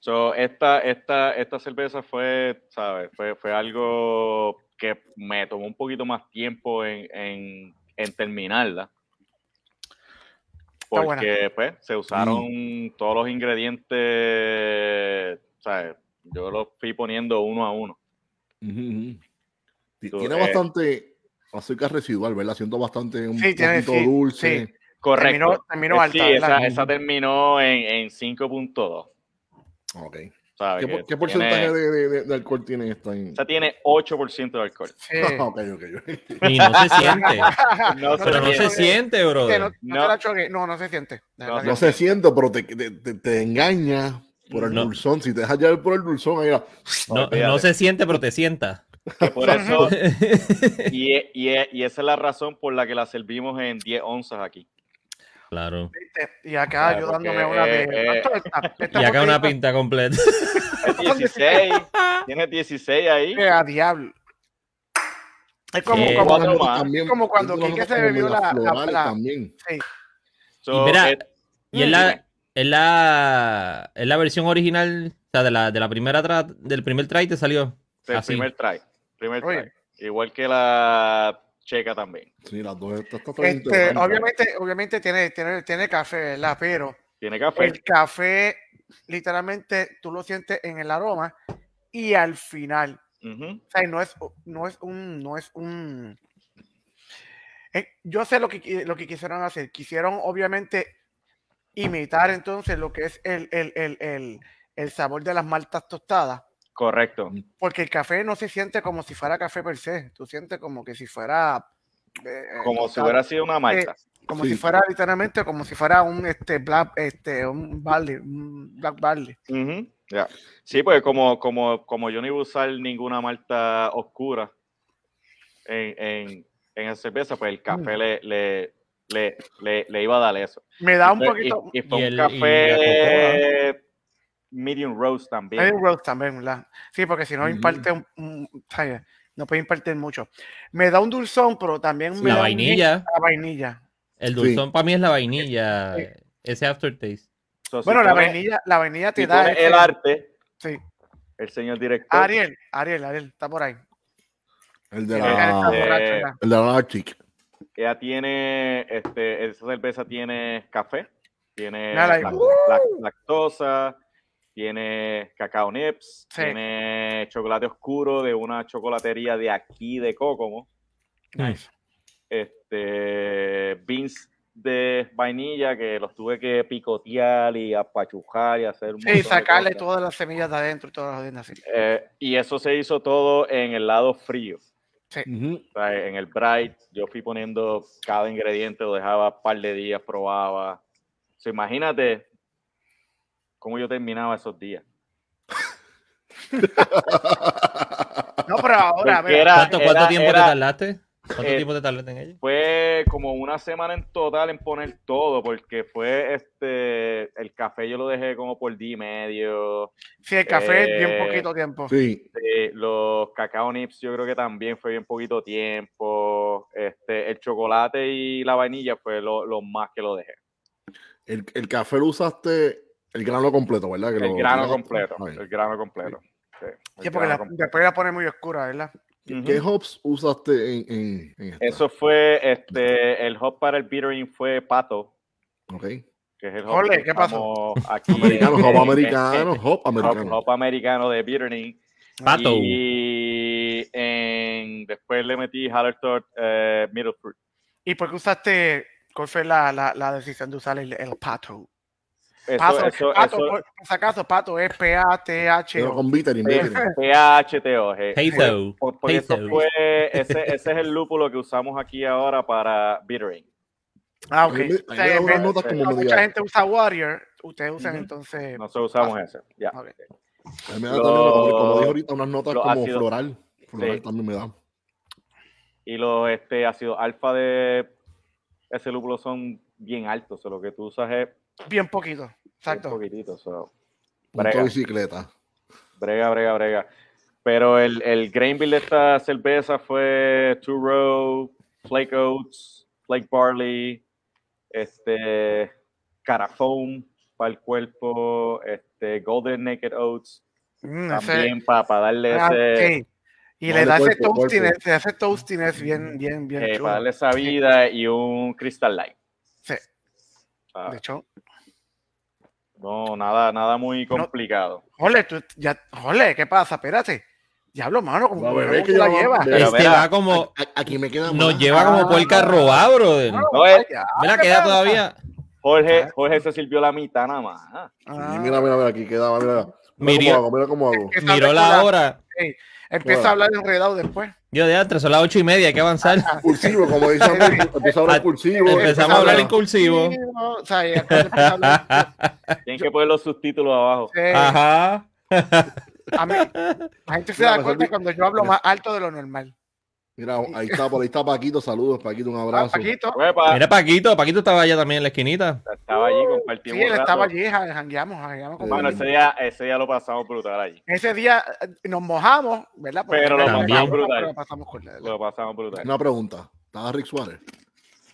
Speaker 4: So, esta, esta, esta cerveza fue, ¿sabes? Fue, fue algo que me tomó un poquito más tiempo en, en, en terminarla.
Speaker 2: Está buena. Mm.
Speaker 4: Porque pues, se usaron todos los ingredientes, ¿sabes? Yo los fui poniendo uno a uno.
Speaker 1: Ujú, ujú. Ti-
Speaker 4: Tú,
Speaker 1: Tiene
Speaker 4: eh,
Speaker 1: bastante azúcar residual, ¿verdad? Siento bastante un
Speaker 2: Sí, tiene-
Speaker 1: poquito
Speaker 2: sí,
Speaker 1: dulce.
Speaker 2: sí.
Speaker 4: Correcto.
Speaker 2: Terminó, terminó
Speaker 4: Eh,
Speaker 2: alta.
Speaker 4: sí,
Speaker 2: ¿verdad?
Speaker 4: esa, esa terminó en, en 5.2.
Speaker 1: Ok.
Speaker 4: ¿sabes?
Speaker 1: ¿Qué,
Speaker 4: Ah, Que
Speaker 1: por- qué
Speaker 4: tiene-
Speaker 1: porcentaje de, de- de- de alcohol tiene esta? En...
Speaker 4: Esa tiene 8% de alcohol.
Speaker 2: Sí.
Speaker 1: ok, ok.
Speaker 3: Y no se siente.
Speaker 2: Ah,
Speaker 4: No se
Speaker 3: pero no se
Speaker 4: Oye,
Speaker 3: siente, bro.
Speaker 2: Que no, no
Speaker 4: No.
Speaker 2: te la choque. No, no se siente. de
Speaker 4: No,
Speaker 2: verdad
Speaker 1: No
Speaker 2: que
Speaker 1: se siente, pero te, te, te- te engaña por el
Speaker 3: No.
Speaker 1: dulzón. Si te dejas llevar por el dulzón, ahí va.
Speaker 3: No, no se siente, pero te sienta.
Speaker 4: Que por eso, y, e- y e- y esa es la razón por la que la servimos en 10 onzas aquí.
Speaker 3: Claro.
Speaker 2: Y acá yo
Speaker 4: Claro,
Speaker 2: dándome
Speaker 4: porque,
Speaker 2: una de.
Speaker 4: eh,
Speaker 2: ¿Cuánto está? Esta
Speaker 3: Y acá una
Speaker 2: botellita,
Speaker 3: pinta completa.
Speaker 4: Es 16, tienes 16 ahí.
Speaker 2: eh, a diablo. Es como,
Speaker 3: Eh,
Speaker 2: como,
Speaker 4: cuatro más.
Speaker 1: También-
Speaker 2: como cuando
Speaker 1: siento las
Speaker 2: Quique
Speaker 1: notas
Speaker 2: se
Speaker 1: como
Speaker 2: bebió
Speaker 1: medio
Speaker 2: la- la-
Speaker 1: florales
Speaker 2: la-
Speaker 1: también.
Speaker 4: So,
Speaker 3: mira,
Speaker 4: es-
Speaker 3: Y es
Speaker 4: Mm,
Speaker 3: la,
Speaker 4: dime.
Speaker 3: es la, es la versión original, o sea, de la, de la primera tra- del primer try te salió.
Speaker 4: del
Speaker 3: así.
Speaker 4: primer try. Primer
Speaker 2: Oye.
Speaker 4: try. Igual que la checa también.
Speaker 1: Sí, las dos. Esta está bien
Speaker 2: este,
Speaker 1: interesante.
Speaker 2: obviamente, obviamente tiene, tiene, tiene café, ¿verdad? Pero
Speaker 4: Tiene café.
Speaker 2: el café, literalmente, tú lo sientes en el aroma y al final.
Speaker 4: Ujú.
Speaker 2: O sea, no es, no es un, no es un. Eh, Yo sé lo que, qui- lo que quisieron hacer. Quisieron, obviamente, imitar entonces lo que es el, el- el- el- el sabor de las maltas tostadas.
Speaker 4: Correcto.
Speaker 2: Porque el café no se siente como si fuera café per se. Tú sientes como que si fuera. eh,
Speaker 4: Como si
Speaker 2: tostado,
Speaker 4: hubiera sido una malta.
Speaker 2: como
Speaker 1: Sí.
Speaker 2: si fuera literalmente como si fuera un este black este un barley un black barley
Speaker 4: Ujú, ya. Sí, pues como, como, como yo no iba a usar ninguna malta oscura en, en, en esa cerveza, pues el café
Speaker 2: Mm.
Speaker 4: le, le, le, le, le iba a dar eso.
Speaker 2: me da un
Speaker 4: Y-
Speaker 2: poquito
Speaker 4: Y, y fue
Speaker 3: Y
Speaker 4: un
Speaker 3: el- y la
Speaker 4: café medium roast también.
Speaker 2: Hay un roast también, ¿verdad? Sí, porque si no
Speaker 1: Ujú.
Speaker 2: imparte, un- un- ¿sabes? no puede impartir mucho. Me da un dulzón, pero también
Speaker 1: Sí.
Speaker 2: me
Speaker 3: La
Speaker 2: da un hint
Speaker 3: vainilla,
Speaker 2: a la vainilla.
Speaker 3: el
Speaker 1: Sí.
Speaker 3: dulzón para mí es la vainilla,
Speaker 2: Sí.
Speaker 3: ese aftertaste.
Speaker 4: So, si
Speaker 2: Bueno, la
Speaker 4: pones-
Speaker 2: vainilla, la vainilla te
Speaker 4: si
Speaker 2: da.
Speaker 4: pones el
Speaker 2: ese-
Speaker 4: arte,
Speaker 2: sí.
Speaker 4: el señor director.
Speaker 2: Ariel, Ariel, Ariel, está por ahí.
Speaker 1: El de
Speaker 2: Ariel está
Speaker 1: la,
Speaker 4: Eh,
Speaker 2: borracho ya.
Speaker 1: el de la chic.
Speaker 4: Ella tiene, este, esa cerveza tiene café, tiene
Speaker 2: Mira, like,
Speaker 4: lac- lac- lactosa, tiene cacao nips,
Speaker 2: Sí.
Speaker 4: tiene chocolate oscuro de una chocolatería de aquí de Kokomo,
Speaker 2: Nice.
Speaker 4: este, beans de vainilla que los tuve que picotear y apachujar y hacer un
Speaker 2: Sí,
Speaker 4: montón de
Speaker 2: sacarle
Speaker 4: cosas.
Speaker 2: todas las semillas de adentro y todas las jodiendas así.
Speaker 4: Eh, y eso se hizo todo en el lado frío.
Speaker 1: Ujú.
Speaker 4: O sea, en el Bright, yo fui poniendo cada ingrediente, lo dejaba un par de días, probaba. O sea, imagínate cómo yo terminaba esos días.
Speaker 2: No, pero ahora,
Speaker 4: Porque
Speaker 2: mira,
Speaker 4: era-
Speaker 3: ¿Cuánto, cuánto
Speaker 4: era-
Speaker 3: tiempo
Speaker 4: era-
Speaker 3: te tardaste? ¿Cuánto
Speaker 4: eh,
Speaker 3: tiempo te tardaste en ella?
Speaker 4: Fue como una semana en total en poner todo, porque fue este, el café yo lo dejé como por día y medio,
Speaker 2: sí, el café, bien
Speaker 4: eh,
Speaker 2: poquito tiempo.
Speaker 1: Sí.
Speaker 4: eh, los cacao nips yo creo que también fue bien poquito tiempo, este, el chocolate y la vainilla fue lo, lo más que lo dejé.
Speaker 1: El, el café lo usaste el grano completo, ¿verdad? Que
Speaker 4: El
Speaker 1: lo
Speaker 4: grano
Speaker 1: tiraste.
Speaker 4: completo,
Speaker 1: Ay.
Speaker 4: el grano completo.
Speaker 2: Sí, porque la- después la pone muy oscura, ¿verdad?
Speaker 4: Ujú.
Speaker 1: ¿Qué hops usaste en, en, en esta?
Speaker 4: Eso fue, este, el hop para el beatering fue Pato,
Speaker 1: Ok.
Speaker 4: que es el hop
Speaker 2: Ole,
Speaker 4: que
Speaker 2: ¿qué pasó?
Speaker 4: usamos aquí.
Speaker 1: Americano,
Speaker 4: en-
Speaker 1: hop
Speaker 4: en-
Speaker 1: americano, hop
Speaker 4: en-
Speaker 1: americano.
Speaker 4: hop- hop americano de beatering.
Speaker 3: Pato.
Speaker 4: Y en- después le metí Hallertort eh, Middle Fruit.
Speaker 2: ¿Y por qué usaste, cuál fue la, la, la decisión de usar el, el pato?
Speaker 4: Eso,
Speaker 2: Pato,
Speaker 4: eso,
Speaker 2: pato,
Speaker 4: eso-
Speaker 2: por, por si acaso, pato es P-A-T-H.
Speaker 1: Pero con bittering, bittering.
Speaker 4: PHTO. eh.
Speaker 3: Hazel.
Speaker 4: Por- porque eso
Speaker 3: Hazel.
Speaker 4: fue, ese, ese es el lúpulo que usamos aquí ahora para bittering.
Speaker 2: Ah,
Speaker 1: A
Speaker 2: ok.
Speaker 1: mí me-
Speaker 2: O
Speaker 1: a mí me
Speaker 2: sea,
Speaker 1: da
Speaker 2: en
Speaker 1: unas
Speaker 2: vez-
Speaker 1: notas como
Speaker 2: como mucha
Speaker 1: media-
Speaker 2: gente usa Warrior, ustedes usan
Speaker 4: Ujú.
Speaker 2: entonces.
Speaker 4: Nosotros usamos
Speaker 2: Ah.
Speaker 4: ese. ya.
Speaker 2: ok.
Speaker 1: a mí me da también, como, como dije ahorita, unas notas
Speaker 4: los
Speaker 1: como
Speaker 4: ácidos.
Speaker 1: floral. Floral
Speaker 4: Sí.
Speaker 1: también me da.
Speaker 4: Y los este, ácidos alfa de ese lúpulo son bien altos. o sea, lo que tú usas es
Speaker 2: Bien poquito.
Speaker 4: un
Speaker 2: Exacto.
Speaker 4: poquitito. so,
Speaker 1: Punto
Speaker 4: Brega.
Speaker 1: bicicleta.
Speaker 4: brega, brega, brega. Pero el, el grain bill de esta cerveza fue Two Row, Flake Oats, Flake Barley, este, Carafoam para el cuerpo, este, Golden Naked Oats.
Speaker 2: Mm, ese-
Speaker 4: También para darle
Speaker 2: ah,
Speaker 4: ese.
Speaker 2: sí. Y
Speaker 1: No,
Speaker 2: le
Speaker 1: de
Speaker 2: da ese
Speaker 1: cuerpo, cuerpo.
Speaker 2: toastiness, le da ese toastiness bien, bien, bien
Speaker 4: eh,
Speaker 2: chulo.
Speaker 4: para darle esa vida y un Crystal Light.
Speaker 2: Sí.
Speaker 4: Ah,
Speaker 2: De hecho,
Speaker 4: no, nada, nada muy
Speaker 2: No.
Speaker 4: complicado.
Speaker 2: jole, tú ya, jole, ¿qué pasa? Espérate. Diablo, mano, como
Speaker 1: Va,
Speaker 2: como
Speaker 1: bebé,
Speaker 2: tú
Speaker 1: que
Speaker 2: la
Speaker 1: ya va,
Speaker 2: llevas.
Speaker 1: bebé. Pero
Speaker 3: este
Speaker 4: mira,
Speaker 3: va como.
Speaker 1: A- Aquí me queda
Speaker 3: Nos
Speaker 1: más.
Speaker 3: lleva como
Speaker 2: Ah,
Speaker 3: puerca robada, brother.
Speaker 2: No,
Speaker 4: No, eh,
Speaker 2: vaya.
Speaker 3: Mira,
Speaker 2: Ah, ¿qué
Speaker 3: queda
Speaker 2: pasa?
Speaker 3: todavía.
Speaker 4: Jorge, Jorge se sirvió la mitad nada más. Ah,
Speaker 1: Sí,
Speaker 2: Ah,
Speaker 1: mira, mira, mira, aquí quedaba, mira. Mira
Speaker 3: Mirió-
Speaker 1: cómo hago, mira cómo hago.
Speaker 2: que sabe
Speaker 3: Miró
Speaker 2: que
Speaker 3: la hora.
Speaker 2: Empieza a hablar enredado después.
Speaker 3: Dios de antes, son las ocho y media, hay que avanzar.
Speaker 2: Ah,
Speaker 1: Cursivo, como dice Andrés, empezó a hablar cursivo.
Speaker 3: Empezamos a hablar en
Speaker 1: Mira,
Speaker 3: cursivo.
Speaker 2: Sí, no, o sea, ya cuando empieza a hablar,
Speaker 4: Tienen que poner los subtítulos abajo.
Speaker 2: eh,
Speaker 3: Ajá.
Speaker 2: a mí- la gente se
Speaker 1: Mira,
Speaker 2: da
Speaker 1: me
Speaker 2: cuenta
Speaker 1: sentí-
Speaker 2: cuando yo hablo más alto de lo normal.
Speaker 1: Mira, ahí está, por ahí está Paquito, saludos, Paquito, un
Speaker 2: Ah,
Speaker 1: abrazo.
Speaker 2: Paquito,
Speaker 4: Uepa,
Speaker 3: Mira, Paquito, Paquito estaba allá también en la esquinita.
Speaker 4: estaba allí,
Speaker 2: Oh, sí,
Speaker 4: compartimos. un
Speaker 2: él
Speaker 4: rato.
Speaker 2: estaba allí, ja- jangueamos, jangueamos con
Speaker 4: Bueno,
Speaker 2: él.
Speaker 4: ese día, ese día lo pasamos brutal allí.
Speaker 2: Ese día eh, nos mojamos, ¿verdad? Porque
Speaker 4: Pero
Speaker 3: lo
Speaker 2: la-
Speaker 3: pasamos
Speaker 2: la-
Speaker 4: brutal.
Speaker 2: la pasamos con la-
Speaker 4: Lo pasamos brutal.
Speaker 1: Una pregunta. ¿Estaba Rick Suárez?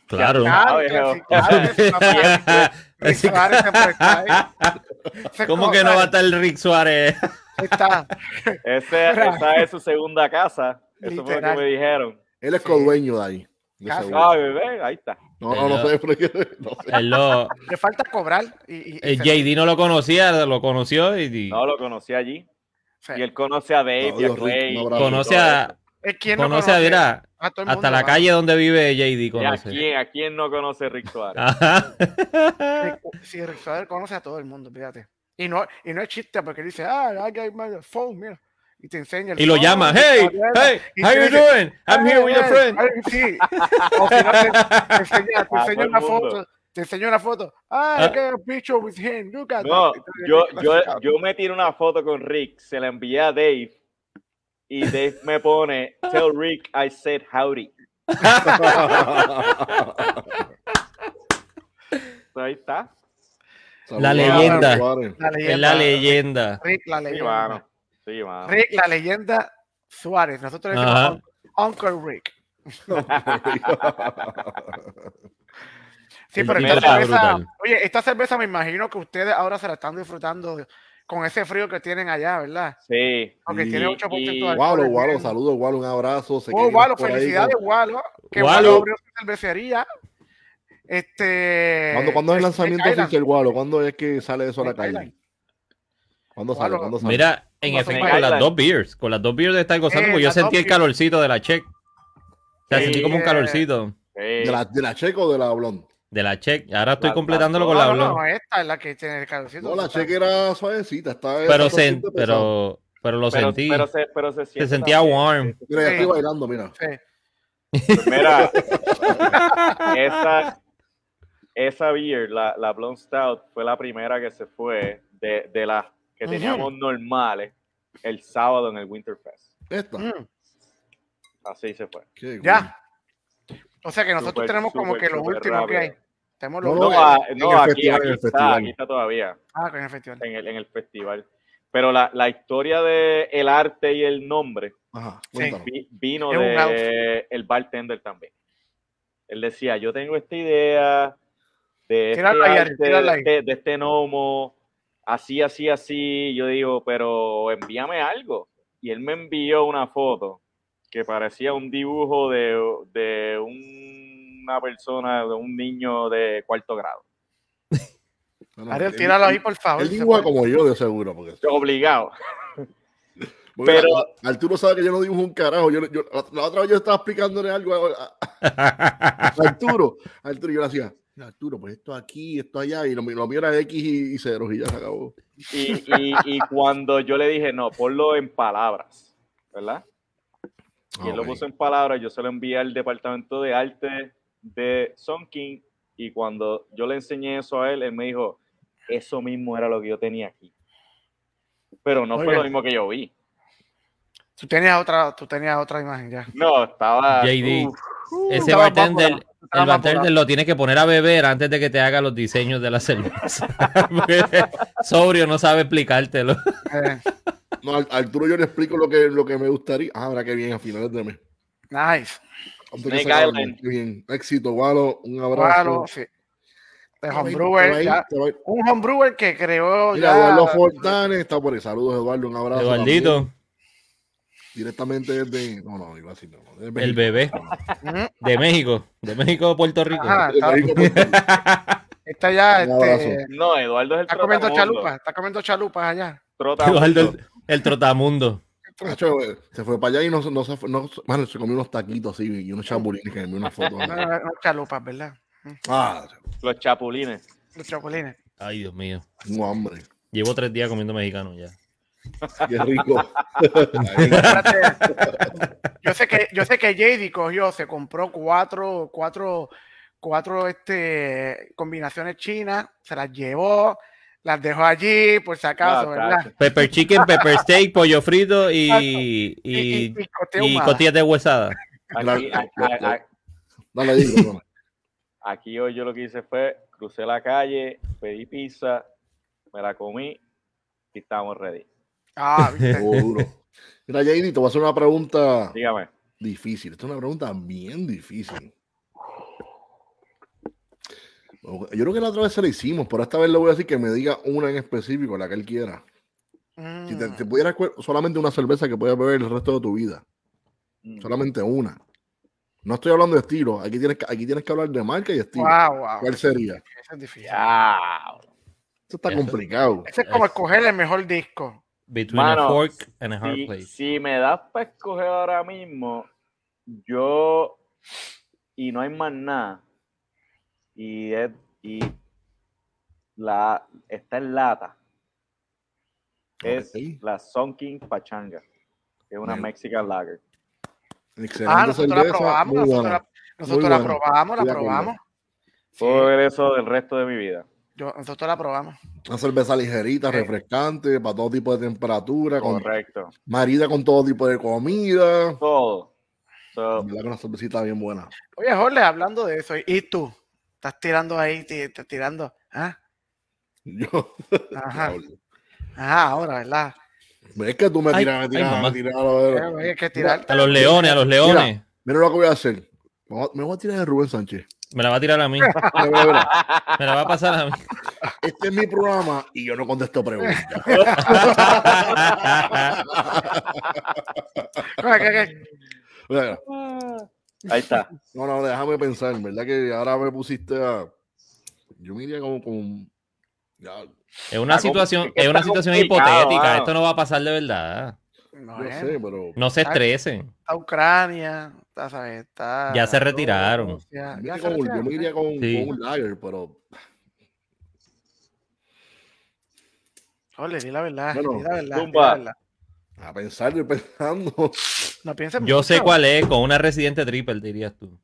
Speaker 3: Claro.
Speaker 2: Claro que
Speaker 4: Claro,
Speaker 2: sí, claro que sí, papi. Rick
Speaker 3: ah, Así que-
Speaker 2: Suárez siempre está ahí. Ese
Speaker 3: ¿Cómo que
Speaker 2: cosa-
Speaker 3: no va a estar Rick Suárez?
Speaker 2: Está,
Speaker 4: Ese,
Speaker 2: Mira.
Speaker 4: esa es su segunda casa. Eso fue lo
Speaker 2: Literal.
Speaker 4: que me dijeron.
Speaker 1: Él es
Speaker 2: Sí.
Speaker 1: co-dueño de ahí. de
Speaker 2: Casi.
Speaker 1: seguro.
Speaker 4: Ay, bebé, ahí está.
Speaker 1: No,
Speaker 3: eh,
Speaker 1: no, no sé, pero yo- no sé.
Speaker 3: Él lo-
Speaker 2: le falta cobrar. Y, y- y se-
Speaker 3: eh, JD no lo conocía, lo conoció y, y
Speaker 4: No, lo conocí allí.
Speaker 2: se-
Speaker 4: Y él conoce a Dave
Speaker 1: No,
Speaker 4: y a
Speaker 1: Dios, Rick,
Speaker 4: Clay.
Speaker 1: no, bravo.
Speaker 3: conoce a,
Speaker 2: Eh, ¿quién no
Speaker 3: conoce a, mira,
Speaker 2: A todo el
Speaker 3: hasta
Speaker 2: mundo,
Speaker 3: la
Speaker 2: mano.
Speaker 3: calle donde vive JD
Speaker 4: ¿Y a
Speaker 3: conoce.
Speaker 4: quién, a quién no conoce Rick
Speaker 2: Ah.
Speaker 4: Suárez?
Speaker 3: Ajá.
Speaker 2: Rick- Sí, Rick Suárez conoce a todo el mundo, fíjate. Y no, y no es chiste porque dice, ah, I got my phone, mira. Y te enseña el
Speaker 3: Y lo
Speaker 2: phone,
Speaker 3: llama,
Speaker 2: y
Speaker 3: hey,
Speaker 2: te habla,
Speaker 3: hey,
Speaker 2: y
Speaker 3: how
Speaker 2: te
Speaker 3: you
Speaker 2: dice,
Speaker 3: doing? I'm here with a
Speaker 2: "Hey,
Speaker 3: friend.
Speaker 2: hey, sí. O si no, te, te enseña, te
Speaker 4: A
Speaker 2: enseña
Speaker 4: todo el
Speaker 2: una
Speaker 4: Ah, mundo.
Speaker 2: foto. Te enseña una foto. Ah, I got a picture with him. Look at
Speaker 4: No,
Speaker 2: that. pues, Y te-
Speaker 4: yo,
Speaker 2: te-
Speaker 4: yo, yo me tiré una foto con Rick, se la envié a Dave y Dave me pone, tell Rick I said howdy. So, Pues ahí está.
Speaker 1: Saludos a
Speaker 3: leyenda.
Speaker 1: Rick Suárez.
Speaker 2: La
Speaker 3: Es
Speaker 2: leyenda.
Speaker 3: la leyenda.
Speaker 2: Rick, la
Speaker 4: Sí,
Speaker 2: leyenda.
Speaker 4: mano. Sí, mano.
Speaker 2: Rick, la leyenda Suárez. Nosotros le
Speaker 3: Ajá.
Speaker 2: decimos Unc- Uncle Rick. Sí,
Speaker 3: El
Speaker 2: pero
Speaker 3: tipo
Speaker 2: esta
Speaker 3: está
Speaker 2: cerveza,
Speaker 3: brutal.
Speaker 2: oye, esta cerveza me imagino que ustedes ahora se la están disfrutando con ese frío que tienen allá, ¿verdad?
Speaker 4: Sí.
Speaker 2: Aunque
Speaker 1: Y-
Speaker 2: tiene 8% de
Speaker 4: y-
Speaker 2: alcohol.
Speaker 1: Gualo, Gualo,
Speaker 2: bien.
Speaker 1: saludos, Gualo, un abrazo. Sé Este, que
Speaker 2: Oh,
Speaker 1: vienes
Speaker 2: Walo,
Speaker 1: por ahí
Speaker 2: felicidades,
Speaker 1: con-
Speaker 2: Walo. Que
Speaker 3: Walo.
Speaker 2: Walo abrió su cervecería. Este.
Speaker 1: ¿Cuándo, cuándo es el
Speaker 2: en
Speaker 1: lanzamiento
Speaker 2: Island.
Speaker 1: oficial, Gualo? ¿Cuándo es que sale eso a la
Speaker 2: Snake
Speaker 1: calle?
Speaker 2: Island.
Speaker 1: ¿Cuándo sale?
Speaker 2: Gualo,
Speaker 1: ¿Cuándo sale?
Speaker 3: Mira, en
Speaker 2: Vamos a
Speaker 3: efecto,
Speaker 4: Snake
Speaker 3: con las
Speaker 4: Island.
Speaker 3: dos beers, con las dos beers de estar gozando,
Speaker 2: Eh,
Speaker 3: porque yo
Speaker 2: las dos
Speaker 3: sentí el
Speaker 2: beers.
Speaker 3: calorcito de la check. O sea,
Speaker 4: Sí,
Speaker 3: sentí como un
Speaker 2: eh.
Speaker 3: calorcito
Speaker 1: ¿De
Speaker 4: sí.
Speaker 1: la, de la Checa o de la Blond?
Speaker 3: de la check. Ahora estoy
Speaker 4: Las-
Speaker 3: completándolo
Speaker 4: las
Speaker 3: con
Speaker 4: dos.
Speaker 3: la
Speaker 2: No,
Speaker 3: blonde.
Speaker 2: no, esta es la que tiene el calorcito.
Speaker 1: No, la
Speaker 2: Está-
Speaker 1: Checa era suavecita. Está
Speaker 3: pero,
Speaker 1: está
Speaker 3: sen-
Speaker 1: bastante pesado.
Speaker 3: pero, pero lo
Speaker 4: Pero,
Speaker 3: sentí.
Speaker 4: pero se, pero se siente
Speaker 3: sentía
Speaker 4: también.
Speaker 3: warm.
Speaker 4: Sí, sí,
Speaker 1: Mira, ya
Speaker 4: sí.
Speaker 1: estoy bailando, mira.
Speaker 2: Sí.
Speaker 4: Mira, esa, esa beer, la, la Blonde Stout, fue la primera que se fue de, de las que
Speaker 2: Ujú.
Speaker 4: teníamos normales el sábado en el Winterfest.
Speaker 1: Esta.
Speaker 2: Mm,
Speaker 4: Así se fue.
Speaker 1: Qué cool.
Speaker 2: ya. O sea que nosotros
Speaker 4: Súper,
Speaker 2: tenemos como
Speaker 4: súper,
Speaker 2: que los
Speaker 4: súper
Speaker 2: últimos que hay.
Speaker 4: rápido.
Speaker 2: Tenemos los
Speaker 1: No,
Speaker 4: No,
Speaker 1: no,
Speaker 2: últimos.
Speaker 4: a-
Speaker 1: en
Speaker 4: no,
Speaker 1: el
Speaker 4: aquí,
Speaker 1: festival,
Speaker 4: aquí
Speaker 1: en el
Speaker 4: está,
Speaker 1: festival.
Speaker 4: aquí está todavía,
Speaker 2: Ah, con el festival.
Speaker 4: en el, en el festival. Pero la, la historia del el arte y el nombre
Speaker 1: Ajá,
Speaker 2: Sí.
Speaker 1: cuéntanos.
Speaker 4: vi- vino
Speaker 2: Es un
Speaker 4: de el bartender también. Él decía, yo tengo esta idea de este,
Speaker 2: Tírala ahí, Ari,
Speaker 4: arte,
Speaker 2: tírala ahí.
Speaker 4: de, de este gnomo, así, así, así. Yo digo, pero envíame algo. Y él me envió una foto que parecía un dibujo de, de un- una persona, de un niño de cuarto grado.
Speaker 1: Bueno,
Speaker 2: Ariel,
Speaker 1: él-
Speaker 2: tíralo ahí, por favor.
Speaker 1: Él
Speaker 2: si se
Speaker 1: dibuja
Speaker 2: puede.
Speaker 1: como yo, de seguro. Porque,
Speaker 4: Yo obligado.
Speaker 1: porque
Speaker 4: pero-
Speaker 1: la- Arturo sabe que yo no dibujo un carajo. Yo, yo- la, la otra vez yo estaba explicándole algo a, a- a Arturo. Arturo, yo le hacía, "No, Arturo, pues esto aquí, esto allá. Y lo, mi- lo mío era X y, y ceros y ya se acabó.
Speaker 4: Y, y- y cuando yo le dije, no, ponlo en palabras, ¿verdad? Y él lo
Speaker 1: Ah, Ok.
Speaker 4: puso en palabras, yo se lo envié al departamento de arte de Sonkin y cuando yo le enseñé eso a él, él me dijo, eso mismo era lo que yo tenía aquí. Pero no
Speaker 2: Muy
Speaker 4: fue lo
Speaker 2: bien.
Speaker 4: mismo que yo vi.
Speaker 2: Tú tenías otra, tú tenías otra imagen ya.
Speaker 4: No, estaba...
Speaker 3: JD,
Speaker 4: uf,
Speaker 1: Uh,
Speaker 3: Ese
Speaker 2: Estaba
Speaker 3: bartender,
Speaker 2: más
Speaker 3: el
Speaker 2: Estaba
Speaker 3: bartender lo tiene que poner a beber antes de que te haga los diseños de la cerveza. Porque sobrio no sabe explicártelo.
Speaker 2: Eh,
Speaker 1: No, Ar- Arturo, yo le explico lo que, lo que me gustaría. Ah, ahora que bien a finales de mes.
Speaker 2: Eh, nice.
Speaker 1: Antes que se
Speaker 4: Snake
Speaker 1: acabe el
Speaker 4: Island.
Speaker 1: mes. Qué bien. Éxito, Walo. Un abrazo.
Speaker 2: Claro, sí. De
Speaker 1: Te va a ir- te va a
Speaker 2: homebrewer,
Speaker 1: ir-
Speaker 2: ya.
Speaker 1: te va a ir.
Speaker 2: Un homebrewer que creó
Speaker 1: Mira,
Speaker 2: ya-
Speaker 1: Eduardo Fortanes está por ahí. Saludos, Eduardo. Un abrazo. también.
Speaker 3: Eduardito,
Speaker 1: Directamente desde. No, no, iba a decir no. no, desde
Speaker 3: el
Speaker 1: México.
Speaker 3: bebé
Speaker 2: Ujú.
Speaker 3: de México, de México a Puerto Rico.
Speaker 2: Ajá,
Speaker 1: Desde
Speaker 2: está,
Speaker 1: México, Puerto Rico.
Speaker 2: está ya,
Speaker 1: Un abrazo.
Speaker 2: este,
Speaker 4: No, Eduardo es el
Speaker 2: está comiendo
Speaker 4: trotamundo,
Speaker 2: chalupas, está comiendo chalupas allá.
Speaker 4: trotamundo.
Speaker 3: Eduardo, el, el trotamundo.
Speaker 1: Nacho, eh, se fue para allá y no, se- no se fue- no se- mano, se comió unos taquitos así y unos chambulines que me envió una foto.
Speaker 2: No, no, no, chalupas, ¿verdad?
Speaker 1: Ah,
Speaker 4: Los chapulines.
Speaker 2: Los chocolines.
Speaker 3: Ay, Dios mío.
Speaker 1: tengo hambre.
Speaker 3: Llevo tres días comiendo mexicano ya.
Speaker 1: Qué rico.
Speaker 2: Espérate. yo sé que yo sé que JD cogió, se compró cuatro, cuatro, cuatro este, combinaciones chinas, se las llevó, las dejó allí por si acaso,
Speaker 4: Ah,
Speaker 2: ¿verdad?
Speaker 4: tacho.
Speaker 3: Pepper chicken, pepper steak, pollo frito y, y,
Speaker 2: y, coteo
Speaker 3: y
Speaker 2: humada.
Speaker 3: costillas de huesada.
Speaker 4: Aquí, a- a- a-
Speaker 1: Dale, digo, perdona.
Speaker 4: aquí hoy yo lo que hice fue, crucé la calle, pedí pizza, me la comí y estábamos ready.
Speaker 2: Ah, viste.
Speaker 1: Estuvo duro. Mira, Jairi, te voy a hacer una pregunta
Speaker 4: Dígame.
Speaker 1: difícil. Esta es una pregunta bien difícil. Yo creo que la otra vez se la hicimos, pero esta vez le voy a decir que me diga una en específico, la que él quiera. Si te,
Speaker 2: Mm.
Speaker 1: te pudieras cu- solamente una cerveza que puedas beber el resto de tu vida,
Speaker 4: Mm.
Speaker 1: solamente una. No estoy hablando de estilo, aquí tienes, que- aquí tienes que hablar de marca y estilo.
Speaker 2: Wow, wow.
Speaker 1: ¿Cuál sería?
Speaker 2: Eso es difícil.
Speaker 4: Ya.
Speaker 1: Esto está
Speaker 3: Eso.
Speaker 1: complicado.
Speaker 2: Eso es como escoger el mejor disco.
Speaker 3: Between a
Speaker 4: Mano,
Speaker 3: fork and a hard
Speaker 4: Si,
Speaker 3: place.
Speaker 4: si me das para escoger ahora mismo, yo y no hay más nada. Y es- y la está en lata. Es
Speaker 1: Ok.
Speaker 4: la Sonkin Pachanga. Es una
Speaker 1: Bien.
Speaker 4: Mexican Lager.
Speaker 3: eh,
Speaker 1: Excelente
Speaker 2: Ah, nosotros la
Speaker 1: cerveza,
Speaker 2: probamos,
Speaker 1: muy
Speaker 2: nosotros,
Speaker 1: buena.
Speaker 2: la, nosotros
Speaker 1: Muy
Speaker 2: la
Speaker 1: buena.
Speaker 2: probamos, la
Speaker 1: Estoy de acuerdo.
Speaker 2: probamos. Sí,
Speaker 4: Puedo ver eso del resto de mi vida.
Speaker 2: yo- nosotros la probamos.
Speaker 1: Una cerveza ligerita,
Speaker 2: Ok.
Speaker 1: refrescante, para todo tipo de temperatura, con
Speaker 4: Correcto.
Speaker 1: marida con todo tipo de comida. En
Speaker 4: Todo. So,
Speaker 1: verdad que una cervecita bien buena.
Speaker 2: Oye, Jorge, hablando de eso, ¿y tú? Estás tirando ahí, ti- estás tirando. ¿Ah?
Speaker 1: Yo,
Speaker 2: Ajá, ajá, ahora, ¿verdad?
Speaker 1: es que tú me
Speaker 3: Ay,
Speaker 1: tiras, me
Speaker 3: ay,
Speaker 1: tiras, me
Speaker 3: mamá.
Speaker 1: tiras. a ver.
Speaker 2: Pero Hay que tirar.
Speaker 3: A los leones, a los leones.
Speaker 1: Mira lo que voy a hacer. Me voy a- me voy a tirar de Rubén Sánchez.
Speaker 3: Me la va a tirar a mí.
Speaker 1: Mira, mira, mira.
Speaker 3: Me la va a pasar a mí.
Speaker 1: Este es mi programa y yo no contesto preguntas.
Speaker 2: Mira, que- que-
Speaker 1: Mira, mira.
Speaker 4: ahí está.
Speaker 1: No, no, déjame pensar. ¿Verdad que ahora me pusiste a. Yo me iría como con. Ya,
Speaker 3: Es una
Speaker 4: Está
Speaker 3: situación,
Speaker 4: compli-
Speaker 3: es una
Speaker 4: está
Speaker 3: situación
Speaker 4: complicado,
Speaker 3: hipotética.
Speaker 4: mano.
Speaker 3: Esto no va a pasar de verdad.
Speaker 2: No,
Speaker 1: yo
Speaker 2: eh,
Speaker 1: sé, pero.
Speaker 3: No se estresen.
Speaker 2: está Ucrania, está, ¿sabes? Está
Speaker 3: Ya se retiraron.
Speaker 2: Rusia,
Speaker 1: yo,
Speaker 2: Ya
Speaker 1: me
Speaker 2: se
Speaker 1: iría con- yo me iría
Speaker 2: retiraron.
Speaker 1: con,
Speaker 3: Sí.
Speaker 1: con un lager, pero.
Speaker 2: Jorge, di la verdad,
Speaker 1: Bueno,
Speaker 2: di la verdad, di
Speaker 4: tumba.
Speaker 2: la verdad.
Speaker 1: A pensar y pensando.
Speaker 2: No pienses
Speaker 3: Yo sé
Speaker 2: mucho.
Speaker 3: cuál es, con una residente triple, dirías tú.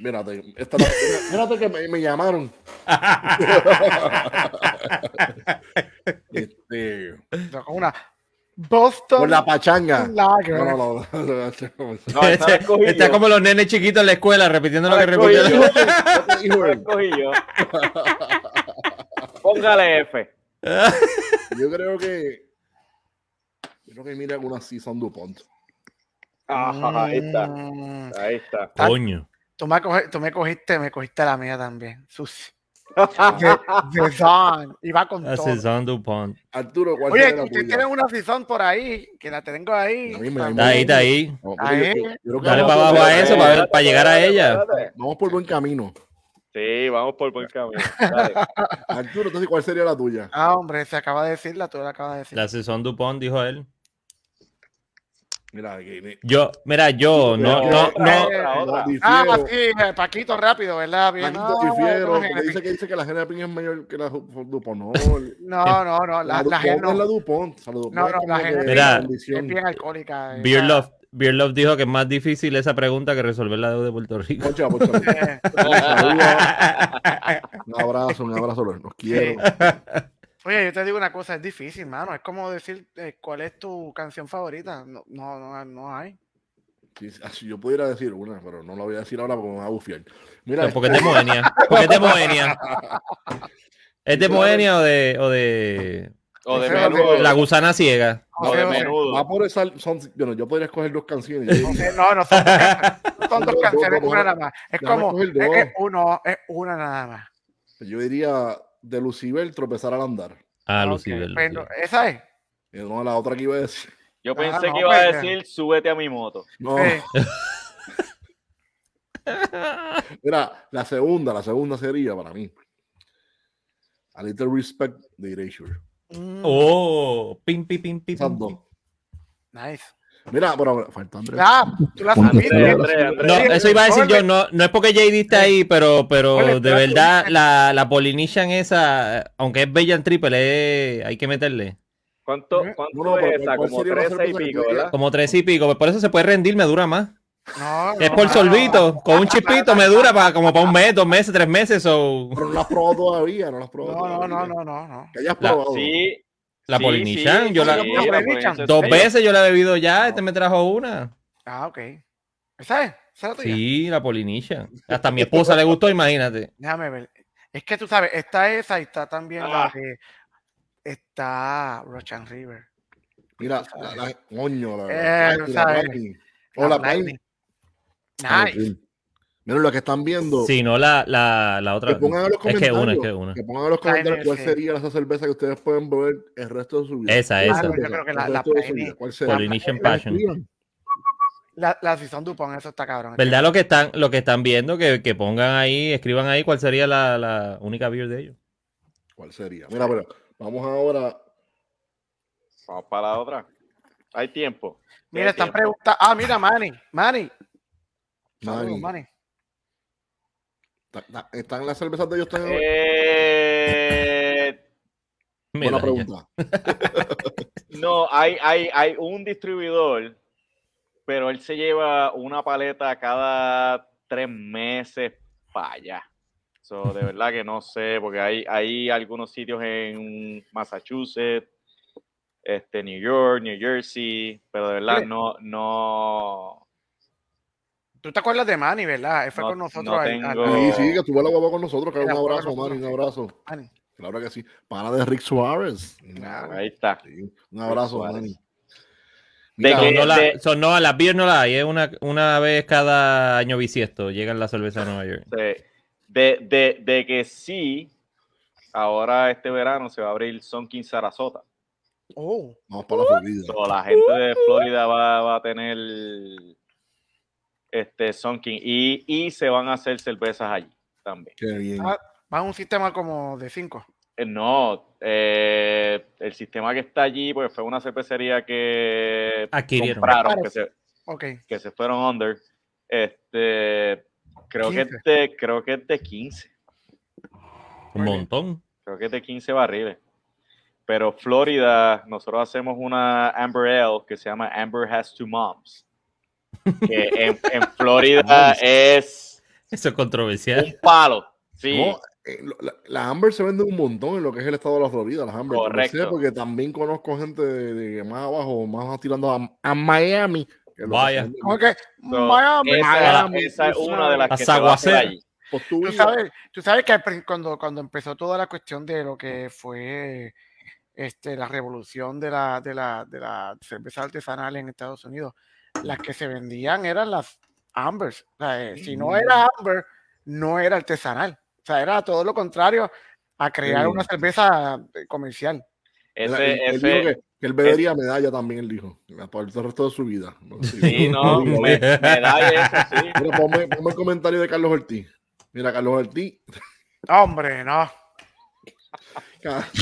Speaker 1: Mírate, esta la- mírate que me, me llamaron. Este,
Speaker 2: No, con una Boston
Speaker 1: con la pachanga.
Speaker 2: Lager.
Speaker 1: No, no, no, no, no, no.
Speaker 4: No, esa la escogí yo.
Speaker 3: Este, Está como los nenes chiquitos en la escuela repitiendo lo
Speaker 4: Ahora
Speaker 3: que repitió.
Speaker 4: escogí yo.
Speaker 1: ¿Qué te dijo
Speaker 4: Ahora
Speaker 1: él?
Speaker 4: escogí yo. Póngale F.
Speaker 1: Yo creo que. Yo creo que mira una season DuPont.
Speaker 4: Ajá, Ah, ahí está.
Speaker 2: Mm,
Speaker 4: Ahí está.
Speaker 3: Coño.
Speaker 2: Tú me, coge- tú me cogiste, me cogiste la mía también. Sucio. de, de Zan, y va con
Speaker 3: La
Speaker 2: todo.
Speaker 3: Saison Dupont.
Speaker 1: Arturo, ¿cuál
Speaker 2: Oye,
Speaker 1: sería la
Speaker 2: ustedes
Speaker 1: tuya?
Speaker 2: tienen una season por ahí, que la tengo ahí. Ah,
Speaker 1: La misma, la
Speaker 3: Está ahí, está ahí.
Speaker 1: No,
Speaker 2: Ahí.
Speaker 1: oye, yo- yo- yo creo que
Speaker 3: Dale
Speaker 1: vamos por-
Speaker 3: para abajo a eso, para, ver- para llegar a ella.
Speaker 1: Vamos por buen camino.
Speaker 4: Sí, vamos por buen camino. Dale.
Speaker 1: Arturo, entonces, ¿cuál sería la tuya?
Speaker 2: Ah, hombre, se acaba de decirla, tú la acabas de decir.
Speaker 3: La Saison Dupont, dijo él.
Speaker 1: Mira, que- que-
Speaker 3: Yo, mira, yo, no, no, no.
Speaker 4: La otra.
Speaker 1: Difiero.
Speaker 2: Ah, sí, eh, Paquito, rápido, ¿verdad? Bien.
Speaker 1: Paquito
Speaker 2: no,
Speaker 1: Difiero,
Speaker 2: no,
Speaker 1: que
Speaker 2: no,
Speaker 1: dice que dice que la Gena Piña es mayor que la Ju- Dupont. No,
Speaker 2: No, no, no, la,
Speaker 1: la,
Speaker 2: la
Speaker 1: Dupont
Speaker 2: gente
Speaker 1: es la
Speaker 2: no,
Speaker 1: Dupont. o sea, la Dupont
Speaker 2: No,
Speaker 1: es
Speaker 2: no,
Speaker 1: como
Speaker 2: la Gena
Speaker 1: que
Speaker 3: Mira.
Speaker 2: es
Speaker 1: condición.
Speaker 2: bien alcohólica. eh,
Speaker 3: Beer
Speaker 2: o sea,
Speaker 3: Love, Beer Love dijo que es más difícil esa pregunta que resolver la deuda de Puerto Rico.
Speaker 1: Pocha, pocha, pocha.
Speaker 2: eh,
Speaker 1: Un abrazo, un abrazo, los los quiero.
Speaker 2: Oye, yo te digo una cosa, es difícil, mano. Es como decir eh, cuál es tu canción favorita. No, no, no, no hay.
Speaker 1: Sí, sí, así yo pudiera decir una, pero no la voy a decir ahora porque me va a bufiar. Mira,
Speaker 3: No, porque es de Moenia. Porque es de Moenia. ¿Es de Moenia o de, o de
Speaker 4: O de
Speaker 2: Ese era
Speaker 4: menudo.
Speaker 3: La Gusana Ciega?
Speaker 4: O de
Speaker 1: va
Speaker 4: menudo.
Speaker 1: por esa. Son, bueno, yo podría escoger dos canciones. Yo-
Speaker 2: Eh, No, no son dos canciones, son dos
Speaker 1: Dos,
Speaker 2: canciones,
Speaker 1: dos,
Speaker 2: una
Speaker 1: dos.
Speaker 2: nada más. Es
Speaker 1: Déjame
Speaker 2: como,
Speaker 1: coger
Speaker 2: es,
Speaker 1: dos.
Speaker 2: es uno, es una nada más.
Speaker 1: Pues Yo, diría de Lucibel tropezar al andar.
Speaker 3: Ah,
Speaker 2: Ok,
Speaker 3: Lucibel.
Speaker 2: pero
Speaker 3: Lucibel.
Speaker 2: Esa es.
Speaker 1: Y no la otra que iba a decir.
Speaker 4: Yo
Speaker 2: Ah,
Speaker 4: pensé
Speaker 2: no,
Speaker 4: que iba a
Speaker 2: pues,
Speaker 4: decir, súbete a mi moto.
Speaker 1: No,
Speaker 2: Eh,
Speaker 1: mira, la segunda, la segunda sería para mí. A Little Respect de Erasure.
Speaker 2: mm,
Speaker 3: Oh, pim, pim, pim, pim.
Speaker 1: Esas
Speaker 3: pim.
Speaker 1: dos.
Speaker 2: nice.
Speaker 1: Mira, pero falta Andrés.
Speaker 2: Ah, tú la
Speaker 5: Ponte
Speaker 2: supiste.
Speaker 4: Andrea, Andrea,
Speaker 3: No,
Speaker 4: Andrea.
Speaker 3: eso iba a decir yo, no, no es porque JD está ahí, pero, pero
Speaker 2: Ponle
Speaker 3: de
Speaker 2: plato.
Speaker 3: verdad la, la Polynesian esa, aunque es bella en triple, eh, hay que meterle.
Speaker 4: ¿Cuánto,
Speaker 1: No,
Speaker 4: cuánto
Speaker 1: no, pero
Speaker 4: es esa?
Speaker 1: ¿cuál
Speaker 4: Como
Speaker 1: sería la
Speaker 4: 13 y
Speaker 1: sorpresa que
Speaker 4: pico,
Speaker 1: tú
Speaker 4: ¿verdad?
Speaker 3: Como tres y pico, por eso se puede rendir, me dura más.
Speaker 2: No,
Speaker 3: Es
Speaker 2: no,
Speaker 3: por
Speaker 2: no.
Speaker 3: sorbito, con un chispito me dura para como para un mes, dos meses, tres meses o
Speaker 1: Pero no las probó todavía, no las probó.
Speaker 2: No, no,
Speaker 1: todavía.
Speaker 2: no, no, no, no.
Speaker 1: Que hayas
Speaker 3: La-
Speaker 1: probado.
Speaker 4: Sí.
Speaker 3: la
Speaker 4: sí,
Speaker 3: Polynesian.
Speaker 4: sí,
Speaker 3: yo la,
Speaker 4: sí,
Speaker 2: la Polynesian.
Speaker 4: Polynesian,
Speaker 3: dos
Speaker 4: sí.
Speaker 3: veces yo la he bebido ya, este me trajo una.
Speaker 2: Ah, ok. ¿Esa es? ¿Esa es la tuya?
Speaker 3: Sí, la Polynesian. Hasta a mi esposa le gustó, imagínate.
Speaker 2: Déjame ver. Es que tú sabes, está esa y está también
Speaker 4: Ah.
Speaker 2: la de. Está Rochan River.
Speaker 1: Mira, la, la- coño, la,
Speaker 2: Eh,
Speaker 1: la-
Speaker 2: tú
Speaker 1: la
Speaker 2: sabes.
Speaker 1: Blackie. O la Blackie.
Speaker 2: Lightning. Nice.
Speaker 1: Miren lo que están viendo.
Speaker 3: Si no, la, la, la
Speaker 1: Que
Speaker 3: otra.
Speaker 1: pongan en los
Speaker 3: Es que
Speaker 1: comentarios.
Speaker 3: una, es que una.
Speaker 1: que pongan en los
Speaker 2: Ay,
Speaker 1: comentarios cuál
Speaker 2: sí.
Speaker 1: sería esa cerveza que ustedes pueden beber el resto de su vida.
Speaker 3: Esa,
Speaker 1: ¿Cuál
Speaker 3: esa.
Speaker 1: cerveza?
Speaker 2: Yo creo que
Speaker 1: El
Speaker 2: la- la
Speaker 1: resto de su
Speaker 2: Pliny.
Speaker 1: vida, ¿Cuál será?
Speaker 3: Polynesian
Speaker 1: La
Speaker 3: Passion.
Speaker 1: escriban.
Speaker 2: La, la Season Dupont, eso está cabrón.
Speaker 3: ¿Verdad lo que están, lo que están viendo? Que, que pongan ahí, escriban ahí cuál sería la, la única beer de ellos.
Speaker 1: ¿Cuál sería? Mira, pero vamos ahora.
Speaker 4: Vamos para la otra. Hay tiempo.
Speaker 2: Mira, están
Speaker 4: preguntando.
Speaker 2: preguntando. Ah, mira, Manny. Manny.
Speaker 1: Manny.
Speaker 2: Saludos, Manny.
Speaker 1: Ta- ta- ¿Están las cervezas de ellos? están ahora?
Speaker 4: Eh,
Speaker 1: Buena
Speaker 3: Medalla.
Speaker 1: pregunta.
Speaker 4: no, hay, hay, hay un distribuidor, pero él se lleva una paleta cada tres meses para allá. So, de verdad que no sé, porque hay, hay algunos sitios en Massachusetts, este, New York, New Jersey, pero de verdad
Speaker 2: Oye.
Speaker 4: no, no.
Speaker 2: Tú te acuerdas de Manny, ¿verdad? Él fue
Speaker 4: No-
Speaker 2: con nosotros.
Speaker 4: no
Speaker 2: al-
Speaker 4: tengo-
Speaker 2: al-
Speaker 1: Sí, sí, que estuvo la guapa con nosotros. Claro,
Speaker 2: Mira,
Speaker 1: un abrazo,
Speaker 2: bueno,
Speaker 1: Manny, un abrazo.
Speaker 2: Manny.
Speaker 1: Claro que sí. Para de Rick Suárez.
Speaker 4: Ahí está.
Speaker 1: Sí, Un abrazo,
Speaker 4: Suárez.
Speaker 1: Manny.
Speaker 4: De
Speaker 1: Mira,
Speaker 3: Son
Speaker 4: que-
Speaker 3: no, la,
Speaker 4: de-
Speaker 3: son no, las beer no las hay, es una, una vez cada año bisiesto llegan las cervezas a Nueva York.
Speaker 4: Sí. De, de, de que sí, ahora este verano se va a abrir Sonkin Sarasota.
Speaker 2: Oh,
Speaker 1: vamos para la Florida.
Speaker 4: So, la gente de Florida va, va a tener este Sonkin y, y se van a hacer cervezas allí también.
Speaker 1: Qué bien.
Speaker 2: Ah, va un sistema como de cinco.
Speaker 4: Eh, No, eh, el sistema que está allí, pues fue una cervecería que
Speaker 3: Adquirieron.
Speaker 4: compraron, que se,
Speaker 2: Ok.
Speaker 4: que se fueron under. Este, creo, que
Speaker 2: 15.
Speaker 4: es de- creo que es de 15.
Speaker 3: Un montón.
Speaker 4: creo que es de 15 barriles. Pero Florida, nosotros hacemos una Amber Ale que se llama Amber Has Two Moms. Que en, en Florida
Speaker 1: Moms.
Speaker 4: es
Speaker 3: Eso es controversial.
Speaker 4: un palo. Sí,
Speaker 1: No, eh, lo- la- las Amber se venden un montón en lo que es el estado de la Florida, las Amber. Lo sé
Speaker 4: Correcto.
Speaker 1: porque también conozco gente de, de más abajo, más tirando a, a Miami. que lo que
Speaker 3: Vaya.
Speaker 1: se vende.
Speaker 2: Ok.
Speaker 4: so,
Speaker 2: Miami.
Speaker 4: esa,
Speaker 1: Miami,
Speaker 4: esa es
Speaker 1: tú
Speaker 4: una de las que
Speaker 3: sabes.
Speaker 4: se va a hacer
Speaker 3: Aguacero.
Speaker 4: allí.
Speaker 1: Pues tú
Speaker 2: Tú
Speaker 1: ibas-
Speaker 2: sabes, tú sabes que al prin- cuando, cuando empezó toda la cuestión de lo que fue este, la revolución de la, de, la, de la cerveza artesanal en Estados Unidos, las que se
Speaker 4: Mm.
Speaker 2: vendían eran las Ambers. O sea, eh, si no era Amber, no era artesanal. sea, era todo lo contrario a crear
Speaker 1: Sí.
Speaker 4: Mm.
Speaker 2: una cerveza eh, comercial.
Speaker 1: Él-
Speaker 4: Ese,
Speaker 1: él, él
Speaker 4: ese,
Speaker 1: dijo que, que él bebería medalla también, él dijo. Por el resto de su vida. No sé.
Speaker 4: sí, no, me, me da eso, sí.
Speaker 1: Mira, ponme, ponme el comentario de Carlos Ortiz. Mira, Carlos Ortiz.
Speaker 2: Hombre, no.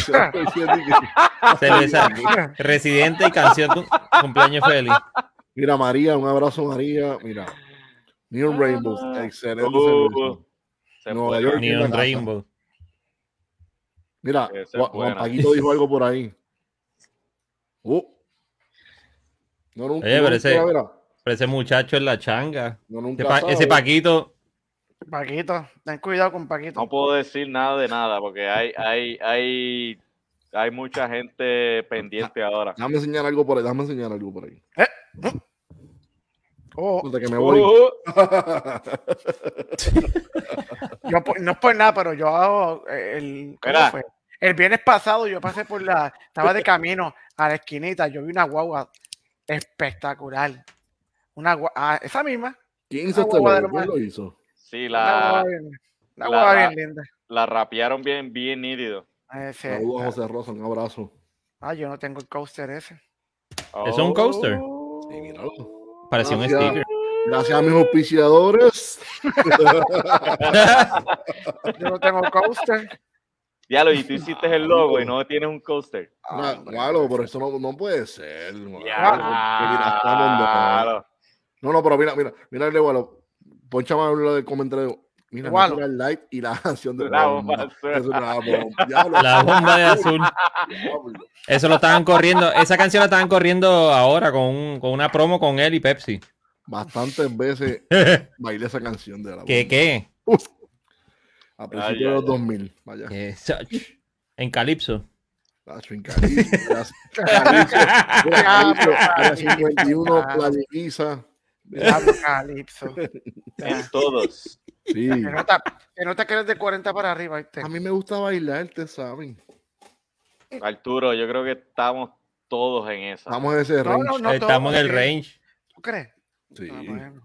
Speaker 3: Cerveza.
Speaker 4: Ah.
Speaker 3: Residente y canción cum- cumpleaños feliz.
Speaker 1: Mira, María, un abrazo, María. Mira. Neon Rainbow, excelente.
Speaker 4: Uh,
Speaker 1: cerveza.
Speaker 4: se
Speaker 1: No,
Speaker 4: fue.
Speaker 1: yo-
Speaker 3: Neon Rainbow.
Speaker 1: Mira,
Speaker 4: Esa es
Speaker 1: Gua- Juan
Speaker 4: buena.
Speaker 1: Paquito dijo algo por ahí. Uh. No, nunca,
Speaker 3: Oye, pero
Speaker 1: nunca,
Speaker 3: ese-
Speaker 1: mira,
Speaker 3: Pero ese muchacho es la changa.
Speaker 1: no,
Speaker 3: Ese,
Speaker 1: nunca
Speaker 3: pa-
Speaker 1: sabe.
Speaker 3: ese Paquito.
Speaker 2: Paquito, ten cuidado con Paquito.
Speaker 4: No puedo decir nada de nada porque hay, hay, hay, hay mucha gente pendiente ahora.
Speaker 1: Déjame enseñar algo por ahí, déjame enseñar algo por ahí.
Speaker 2: Oh,
Speaker 1: Puta, que me voy.
Speaker 4: Uh,
Speaker 2: yo po- no es por nada, pero yo hago eh, el. ¿cómo
Speaker 4: Mira.
Speaker 2: fue? El viernes pasado yo pasé por la. Estaba de camino a la esquinita. Yo vi una guagua espectacular. Una guagua. esa misma.
Speaker 1: ¿Quién hizo
Speaker 2: Ah,
Speaker 1: este
Speaker 2: Guadalupe.
Speaker 1: logo? ¿Quién lo hizo?
Speaker 4: sí,
Speaker 2: una guagua
Speaker 4: la,
Speaker 2: bien, una
Speaker 4: la-
Speaker 2: guagua
Speaker 4: la-
Speaker 2: bien linda. Ah,
Speaker 4: la rapearon bien, bien nítido.
Speaker 2: Ese-
Speaker 1: Saludos a José Rosa, un abrazo.
Speaker 2: ah, yo no tengo el coaster ese.
Speaker 3: Es un coaster.
Speaker 1: Sí, míralo.
Speaker 3: Parecía un
Speaker 1: Gracias.
Speaker 3: sticker.
Speaker 1: Gracias a mis auspiciadores.
Speaker 2: Yo no tengo coaster.
Speaker 4: Diablo, y tú hiciste el logo y no tienes un coaster.
Speaker 2: Ah,
Speaker 1: Mira, Gualo, por eso no, no puede ser. Gualo.
Speaker 2: Pues
Speaker 1: Te tiraste a la onda.
Speaker 4: Diablo.
Speaker 1: No, no, pero mira, mira, mira el de Gualo. Ponchame a hablar del comentario. Mira,
Speaker 2: Gualo.
Speaker 1: Natural Light y la canción de
Speaker 4: La
Speaker 1: bomba.
Speaker 4: bomba azul.
Speaker 1: Es una bomba. Diablo,
Speaker 3: La bomba de azul.
Speaker 1: diablo.
Speaker 3: Eso lo estaban corriendo. Esa canción la estaban corriendo ahora con, un- con una promo con él y Pepsi.
Speaker 1: Bastantes veces bailé esa canción de la bomba.
Speaker 3: ¿Qué, qué?
Speaker 1: A
Speaker 4: Ay,
Speaker 2: Ah,
Speaker 1: principios
Speaker 4: ay,
Speaker 1: de los
Speaker 4: ay.
Speaker 1: 2000. Vaya.
Speaker 3: Eh, ch- En Calypso.
Speaker 1: Tacho, en Caribe, gracias. Caribe, mira, Caribe, área 51,
Speaker 2: Ah.
Speaker 1: Playa Ibiza.
Speaker 2: Diablo, Calypso.
Speaker 4: En todos.
Speaker 1: Sí.
Speaker 2: Se nota, se nota que eres de 40 para arriba, ¿viste?
Speaker 1: A mí me gusta bailar, te saben.
Speaker 4: Arturo, yo creo que estamos todos en esa.
Speaker 1: Estamos en ese
Speaker 2: No,
Speaker 1: range.
Speaker 2: no, no
Speaker 3: Estamos
Speaker 2: todo,
Speaker 3: en el
Speaker 2: ¿crees?
Speaker 3: range.
Speaker 2: ¿Tú crees?
Speaker 1: Sí.
Speaker 2: Ah, bueno,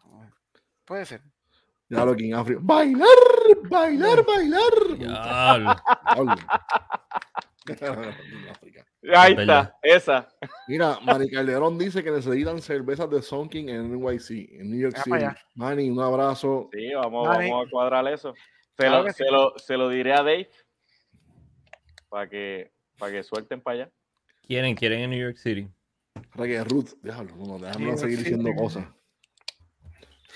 Speaker 2: puede ser.
Speaker 1: Ya lo que en África. Bailar, bailar, bailar.
Speaker 3: Diablo.
Speaker 1: Diablo. En África.
Speaker 4: Ahí
Speaker 3: Es verdad.
Speaker 4: está, esa.
Speaker 1: Mira, Mari Calderón dice que necesitan cervezas de Sun King en NYC, en New York
Speaker 2: Ya
Speaker 1: City.
Speaker 2: para allá.
Speaker 1: Manny, un abrazo.
Speaker 4: Sí, vamos,
Speaker 2: Dale.
Speaker 4: vamos a cuadrar eso. Se,
Speaker 2: Claro
Speaker 4: lo,
Speaker 2: que
Speaker 4: se,
Speaker 2: Ah, pues sí.
Speaker 4: lo, se lo diré a Dave para que, para que suelten para allá.
Speaker 3: Quieren, quieren en New York City.
Speaker 1: Reggae Ruth. Déjalo, no, no, déjame
Speaker 2: Sí,
Speaker 1: seguir
Speaker 2: sí,
Speaker 1: diciendo
Speaker 2: sí.
Speaker 1: cosas.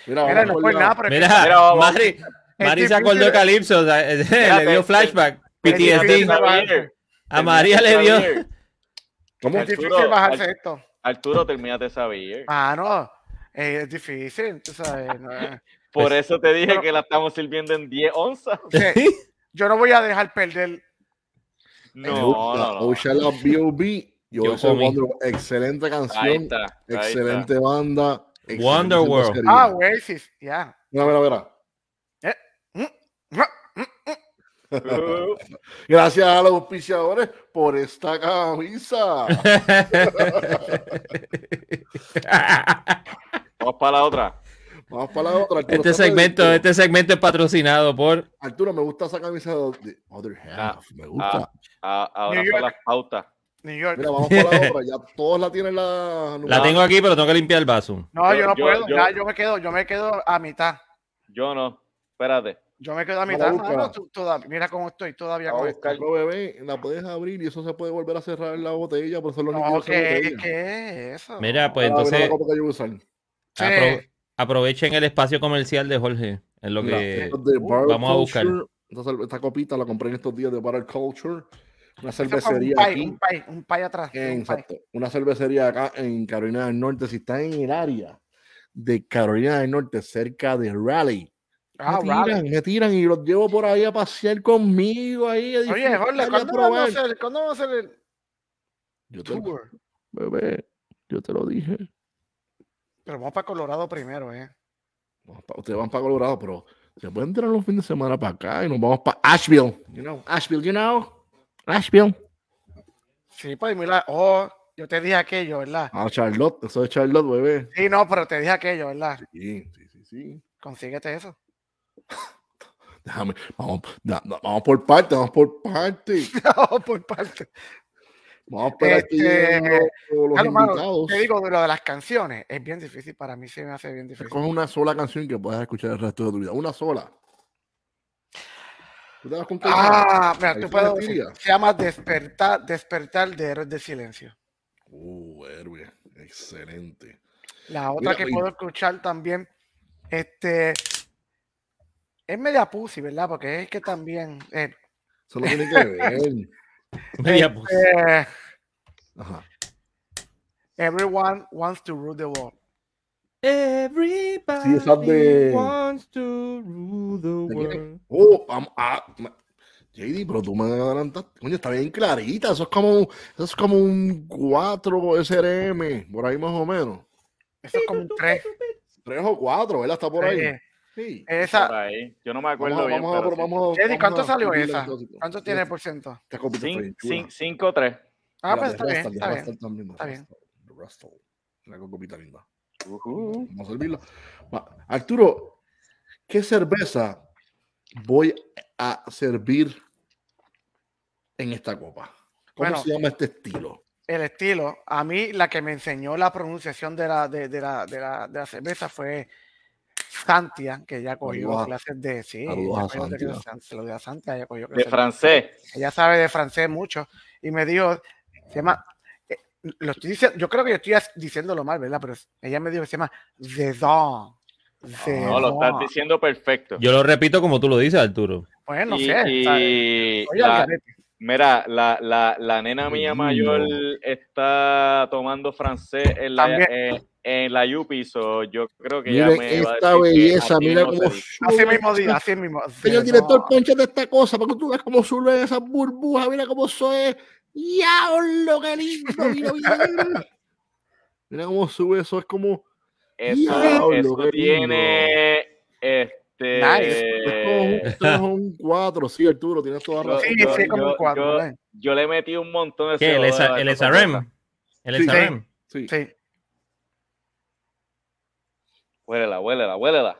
Speaker 1: Mira,
Speaker 2: Mira,
Speaker 1: vamos
Speaker 2: no
Speaker 1: por
Speaker 2: fue
Speaker 1: la-
Speaker 2: nada, pero es que-
Speaker 4: Mira,
Speaker 3: Mira,
Speaker 4: vamos.
Speaker 3: Ah,
Speaker 4: Este
Speaker 3: Mari, Mari se acordó de Calypso. o sea, le dio flashback.
Speaker 2: es difícil
Speaker 3: PTSD.
Speaker 2: bajarse,
Speaker 3: A María le dio.
Speaker 1: ¿Cómo?
Speaker 2: Es difícil bajarse esto.
Speaker 4: Arturo, terminaste esa beer.
Speaker 2: Ah, no. eh, es difícil, tú sabes. no, eh.
Speaker 4: Por
Speaker 3: Pues-
Speaker 4: eso te dije
Speaker 2: Pero-
Speaker 4: que la estamos sirviendo en 10 onzas.
Speaker 2: O sea, yo no voy a dejar perder.
Speaker 4: No,
Speaker 1: Ocean-
Speaker 4: no, no.
Speaker 1: Ocean Love B.O.B. Yo,
Speaker 3: Yo
Speaker 1: soy
Speaker 3: comí.
Speaker 1: Wonder- excelente
Speaker 4: Ahí
Speaker 1: canción,
Speaker 4: está. ahí está.
Speaker 1: excelente banda. excelente
Speaker 3: Wonderworld.
Speaker 1: cervecería.
Speaker 2: Ah, Oasis, ya.
Speaker 1: Mira, mira, mira.
Speaker 4: Uh,
Speaker 1: Gracias a los auspiciadores por esta camisa.
Speaker 4: Vamos para la otra.
Speaker 1: Vamos para la otra. Arturo,
Speaker 3: Este
Speaker 1: ¿estás
Speaker 3: segmento,
Speaker 1: ready?
Speaker 3: este segmento es patrocinado por
Speaker 1: Arturo, me gusta esa camisa de de Other Half.
Speaker 3: Ah,
Speaker 1: me gusta.
Speaker 4: A- ahora
Speaker 2: New
Speaker 4: son
Speaker 2: York.
Speaker 4: las pautas.
Speaker 2: New York.
Speaker 1: Mira, vamos para la otra. Ya todos la tienen la.
Speaker 4: Ah.
Speaker 3: La tengo aquí, pero tengo que limpiar el vaso.
Speaker 2: no,
Speaker 4: yo-
Speaker 2: yo, no
Speaker 4: yo-
Speaker 2: puedo.
Speaker 4: yo-
Speaker 2: ya, yo me quedo, yo me quedo a mitad.
Speaker 4: Yo no. Espérate.
Speaker 2: Yo me quedo a
Speaker 1: No,
Speaker 2: mitad.
Speaker 1: búscala.
Speaker 2: Ah, no, tú- todavía- mira cómo estoy todavía
Speaker 1: Vamos
Speaker 2: con
Speaker 1: a
Speaker 2: esto.
Speaker 1: buscarlo, bebé. La puedes abrir y eso se puede volver a cerrar en la botella. Por eso los
Speaker 2: No,
Speaker 1: líquidos
Speaker 2: ¿qué,
Speaker 1: son botella.
Speaker 2: qué es eso?
Speaker 3: Mira, pues
Speaker 1: Ah, mira la
Speaker 3: entonces
Speaker 1: copa que yo voy a usar.
Speaker 4: pues,
Speaker 2: Sí.
Speaker 4: eh.
Speaker 3: apro- aprovechen el espacio comercial de Jorge. Es lo que. Uh,
Speaker 1: Esto es de Barrel
Speaker 3: vamos a buscar.
Speaker 1: Culture. Esta, cer- esta copita la compré en estos días de Barrel Culture. Una
Speaker 2: Eso fue
Speaker 1: cervecería
Speaker 2: un pay,
Speaker 1: aquí.
Speaker 2: un pay, un pay atrás.
Speaker 1: en-
Speaker 2: un pay.
Speaker 1: exacto, Una cervecería acá en Carolina del Norte. Si está en el área de Carolina del Norte, cerca de Raleigh.
Speaker 2: Ah,
Speaker 1: me tiran,
Speaker 2: vale.
Speaker 1: me tiran y los llevo por ahí a pasear conmigo ahí. a
Speaker 2: Oye,
Speaker 1: disfrutar y
Speaker 2: Jorge,
Speaker 1: a
Speaker 2: ¿cuándo
Speaker 1: probar.
Speaker 2: vamos a hacer, ¿cuándo vamos a hacer el
Speaker 1: Yo te,
Speaker 2: tour?
Speaker 1: bebé, yo te lo dije.
Speaker 2: Pero vamos para Colorado primero, ¿eh?
Speaker 1: Vamos pa- Ustedes van para Colorado, pero se pueden entrar los fines de semana para acá y nos vamos para Asheville. You know, Asheville, you know. Asheville.
Speaker 2: Sí, pues mira, oh, yo te dije aquello, ¿verdad?
Speaker 1: Ah, Charlotte, eso es Charlotte, bebé.
Speaker 2: Sí, no, pero te dije aquello, ¿verdad?
Speaker 1: Sí, sí, sí, sí.
Speaker 2: Consíguete eso.
Speaker 1: Déjame, vamos, da- da- vamos por parte, vamos por parte.
Speaker 2: No, por parte.
Speaker 1: Vamos a esperar que
Speaker 2: Este,
Speaker 1: lleguen los, los
Speaker 2: claro, mano,
Speaker 1: invitados.
Speaker 2: Te digo, lo de las canciones es bien difícil. Para mí se me hace bien difícil.
Speaker 1: Escoge una sola canción que puedas escuchar el resto de tu vida. Una sola. ¿Tú te das cuenta?
Speaker 2: Ah, mira,
Speaker 1: Ahí
Speaker 2: tú
Speaker 1: fue la
Speaker 2: puedes decir,
Speaker 1: tibia.
Speaker 2: Se llama Despertar, Despertar de Héroes de Silencio.
Speaker 1: Uh, héroe. Excelente.
Speaker 2: La otra
Speaker 1: Mira,
Speaker 2: que
Speaker 1: oye.
Speaker 2: puedo escuchar también, este. Es media pussy, ¿verdad? Porque es que también. eh,
Speaker 1: Eso lo tienen que ver.
Speaker 3: Media pus-
Speaker 2: eh,
Speaker 1: Ajá.
Speaker 2: everyone wants to rule the world.
Speaker 1: Sí, esa es de.
Speaker 5: Wants to rule the
Speaker 1: ¿De quién es?
Speaker 5: world.
Speaker 1: Oh, vamos. Ah, ma- JD, pero tú me adelantaste. Coño, está bien clarita. Eso es como, eso es como un 4 SRM, por ahí más o menos.
Speaker 2: Eso es como un tres.
Speaker 1: 3 o 4, ¿verdad? Está por ahí.
Speaker 2: eh,
Speaker 1: Sí.
Speaker 4: por
Speaker 2: esa,
Speaker 4: ahí. Yo no me
Speaker 1: Vamos,
Speaker 4: acuerdo
Speaker 1: a-
Speaker 4: bien.
Speaker 1: vamos a-
Speaker 4: pero
Speaker 1: pero vamos a-
Speaker 2: Eddie,
Speaker 1: vamos
Speaker 2: ¿cuánto
Speaker 1: a
Speaker 2: salió
Speaker 1: escribirla
Speaker 2: esa?
Speaker 1: entonces.
Speaker 2: ¿Cuánto tiene el por ciento?
Speaker 1: Esta copita está bien chula.
Speaker 4: 5-3.
Speaker 2: Ah,
Speaker 1: Mira,
Speaker 2: pues
Speaker 1: de
Speaker 2: está
Speaker 1: Rastal,
Speaker 2: bien,
Speaker 1: de
Speaker 2: está bien.
Speaker 1: Rastal también, de
Speaker 2: está bien.
Speaker 1: Rastal, de Rastal. Una copita linda. Vamos a servirla. Va, Arturo, ¿qué cerveza voy a servir en esta copa? ¿Cómo
Speaker 2: Bueno.
Speaker 1: se llama este estilo?
Speaker 2: El estilo, a mí la que me enseñó la pronunciación de la, de, de la, de la, de la cerveza fue Santia, que ya cogió
Speaker 1: Saludos a-
Speaker 2: clases de. Sí,
Speaker 1: saludos
Speaker 2: ella
Speaker 1: a
Speaker 2: cogió clases- se lo dio a Santia, ella cogió
Speaker 4: De
Speaker 2: clases-
Speaker 4: francés.
Speaker 2: ella sabe de francés mucho. Y me dijo, se llama. eh, Lo estoy diciendo, yo creo que yo estoy as- diciéndolo mal, ¿verdad? Pero ella me dijo que se llama Zedon.
Speaker 4: Ah, No, lo estás
Speaker 2: Zedon.
Speaker 4: diciendo perfecto.
Speaker 3: Yo lo repito como tú lo dices, Arturo.
Speaker 2: Pues no
Speaker 4: Y-
Speaker 2: sé.
Speaker 4: y
Speaker 2: ¿sabes? Oye,
Speaker 4: la-
Speaker 2: al garete.
Speaker 4: mira, la, la, la nena mía
Speaker 1: Mm.
Speaker 4: mayor está tomando francés en la,
Speaker 2: También.
Speaker 4: en, en la Yupi, so yo creo que ya
Speaker 1: Miren
Speaker 4: me va a
Speaker 1: esta
Speaker 4: decir que
Speaker 1: belleza,
Speaker 4: así
Speaker 1: mira
Speaker 4: no se
Speaker 1: cómo.
Speaker 4: dice.
Speaker 2: así mismo, di, así mismo.
Speaker 1: Señor
Speaker 2: Zedon.
Speaker 1: director, ponchate esta cosa para que tú veas cómo suelen esas burbujas, mira cómo sube. ¡Diablo, qué lindo! Mira, mira. mira cómo sube eso, es como.
Speaker 4: Eso,
Speaker 1: Diablo,
Speaker 4: eso
Speaker 1: qué
Speaker 4: tiene este
Speaker 1: Esto es como un 4, sí, Arturo, tienes toda
Speaker 4: Yo-
Speaker 1: razón.
Speaker 2: Eh, Sí, sí, como ¿eh? un
Speaker 4: yo-
Speaker 2: cuadro.
Speaker 4: yo-
Speaker 2: ¿verdad?
Speaker 4: yo le metí un montón de
Speaker 3: ¿Qué? El,
Speaker 4: CO2
Speaker 3: S-
Speaker 4: a
Speaker 3: el
Speaker 4: esa
Speaker 3: SRM.
Speaker 4: cosa.
Speaker 3: El
Speaker 1: Sí.
Speaker 3: SRM.
Speaker 1: Sí.
Speaker 2: Sí.
Speaker 4: Huélela, huélela, huélela.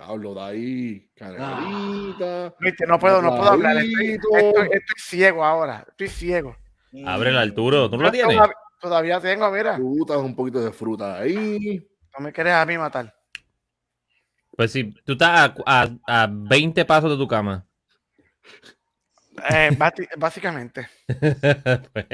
Speaker 1: Hablo de ahí, canelita.
Speaker 2: Viste, no puedo, no puedo hablar. Estoy,
Speaker 1: Clarito.
Speaker 2: estoy- estoy ciego ahora. Estoy ciego.
Speaker 3: Ábrela, Arturo. ¿Tú no
Speaker 2: Yo
Speaker 3: lo tienes?
Speaker 2: Todavía, todavía tengo, mira.
Speaker 1: Frutas, un poquito de fruta ahí.
Speaker 2: No me quieres a mí matar.
Speaker 3: Pues sí, tú estás a, a- a 20 pasos de tu cama.
Speaker 2: Eh, bati- básicamente.
Speaker 3: Pues,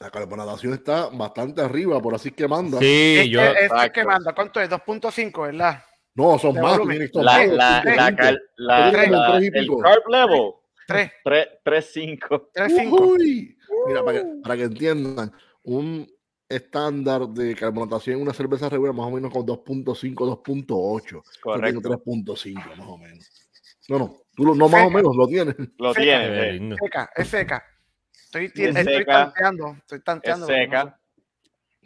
Speaker 1: La carbonatación está bastante arriba, por así que manda.
Speaker 3: sí, yo.
Speaker 2: Este- este es
Speaker 4: Exacto.
Speaker 2: que manda. ¿Cuánto es? 2.5, ¿verdad?
Speaker 1: No, son
Speaker 2: De
Speaker 1: más.
Speaker 2: volumen.
Speaker 1: tienes- son
Speaker 4: La,
Speaker 1: más,
Speaker 4: la,
Speaker 1: son
Speaker 4: la,
Speaker 1: veinte.
Speaker 4: cal- la,
Speaker 1: Tres,
Speaker 4: la-
Speaker 1: tres y
Speaker 4: el
Speaker 1: pico.
Speaker 4: carb level
Speaker 2: 3,
Speaker 4: 3.5.
Speaker 2: 3, 5.
Speaker 1: Uy. Mira, para que, para que entiendan, un estándar de carbonatación en una cerveza regular más o menos con 2.5, 2.8. Yo tengo
Speaker 4: Correcto.
Speaker 1: 3.5 más o menos. No, no, tú lo- no más o
Speaker 2: Seca.
Speaker 1: menos lo tienes.
Speaker 4: Lo
Speaker 2: Seca.
Speaker 3: Qué
Speaker 4: tiene. sí.
Speaker 3: lindo.
Speaker 2: Seca, es seca. Estoy, ti-
Speaker 4: Es
Speaker 2: estoy
Speaker 4: seca.
Speaker 2: tanteando. Estoy
Speaker 4: Es
Speaker 2: tanteando. porque no
Speaker 4: seca.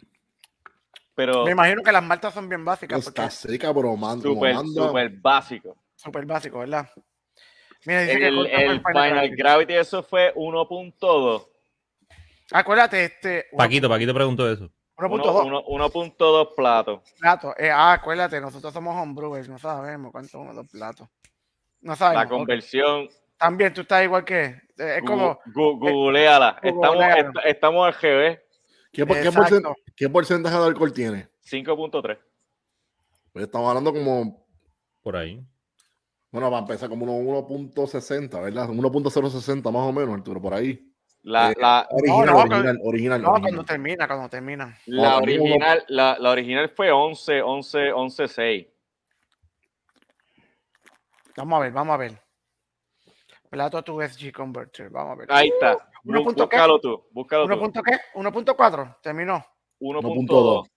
Speaker 2: sé.
Speaker 4: Pero
Speaker 2: Me imagino que las maltas son bien básicas. porque
Speaker 1: Está seca, pero man- como
Speaker 4: súper,
Speaker 1: manda.
Speaker 4: súper básico.
Speaker 2: Súper básico, ¿verdad? Mira, dice que
Speaker 4: El,
Speaker 2: corta por
Speaker 4: el Final Gravity, eso fue 1.2.
Speaker 2: Acuérdate, este. uno-
Speaker 3: Paquito, Paquito preguntó eso.
Speaker 2: 1.2
Speaker 4: uno- uno- 1.2 platos.
Speaker 2: platos. Eh, ah, acuérdate, nosotros somos homebrewers, no sabemos cuánto son los platos. No sabemos.
Speaker 4: La
Speaker 2: ok.
Speaker 4: conversión.
Speaker 2: También tú estás igual que. eh, Es como.
Speaker 4: gu- gu- Googleala.
Speaker 2: eh,
Speaker 4: Estamos,
Speaker 2: googleala.
Speaker 4: est- estamos al GB
Speaker 1: ¿Qué, por- qué
Speaker 2: Exacto.
Speaker 1: porcen- qué porcentaje de alcohol tiene?
Speaker 4: 5.3.
Speaker 1: Pues estamos hablando como,
Speaker 3: Por ahí.
Speaker 1: bueno, va a empezar como uno- 1.60, ¿verdad? 1.060 más o menos, Arturo, por ahí.
Speaker 4: La,
Speaker 1: Eh,
Speaker 4: la,
Speaker 1: Original,
Speaker 2: no,
Speaker 1: original, original,
Speaker 2: No,
Speaker 1: original.
Speaker 2: cuando termina, cuando termina.
Speaker 4: La
Speaker 1: Oh, tenemos uno-
Speaker 4: original, la, la original fue 11, 11, 11, 6.
Speaker 2: Vamos a ver, vamos a ver. Plato to SG Converter, vamos a ver.
Speaker 4: Ahí está.
Speaker 2: Uh, ¿Uno
Speaker 4: Bú-
Speaker 2: punto qué?
Speaker 4: Búscalo tú, búscalo
Speaker 2: ¿Uno
Speaker 4: tú.
Speaker 2: punto qué? ¿1.4? Terminó.
Speaker 4: 1.2.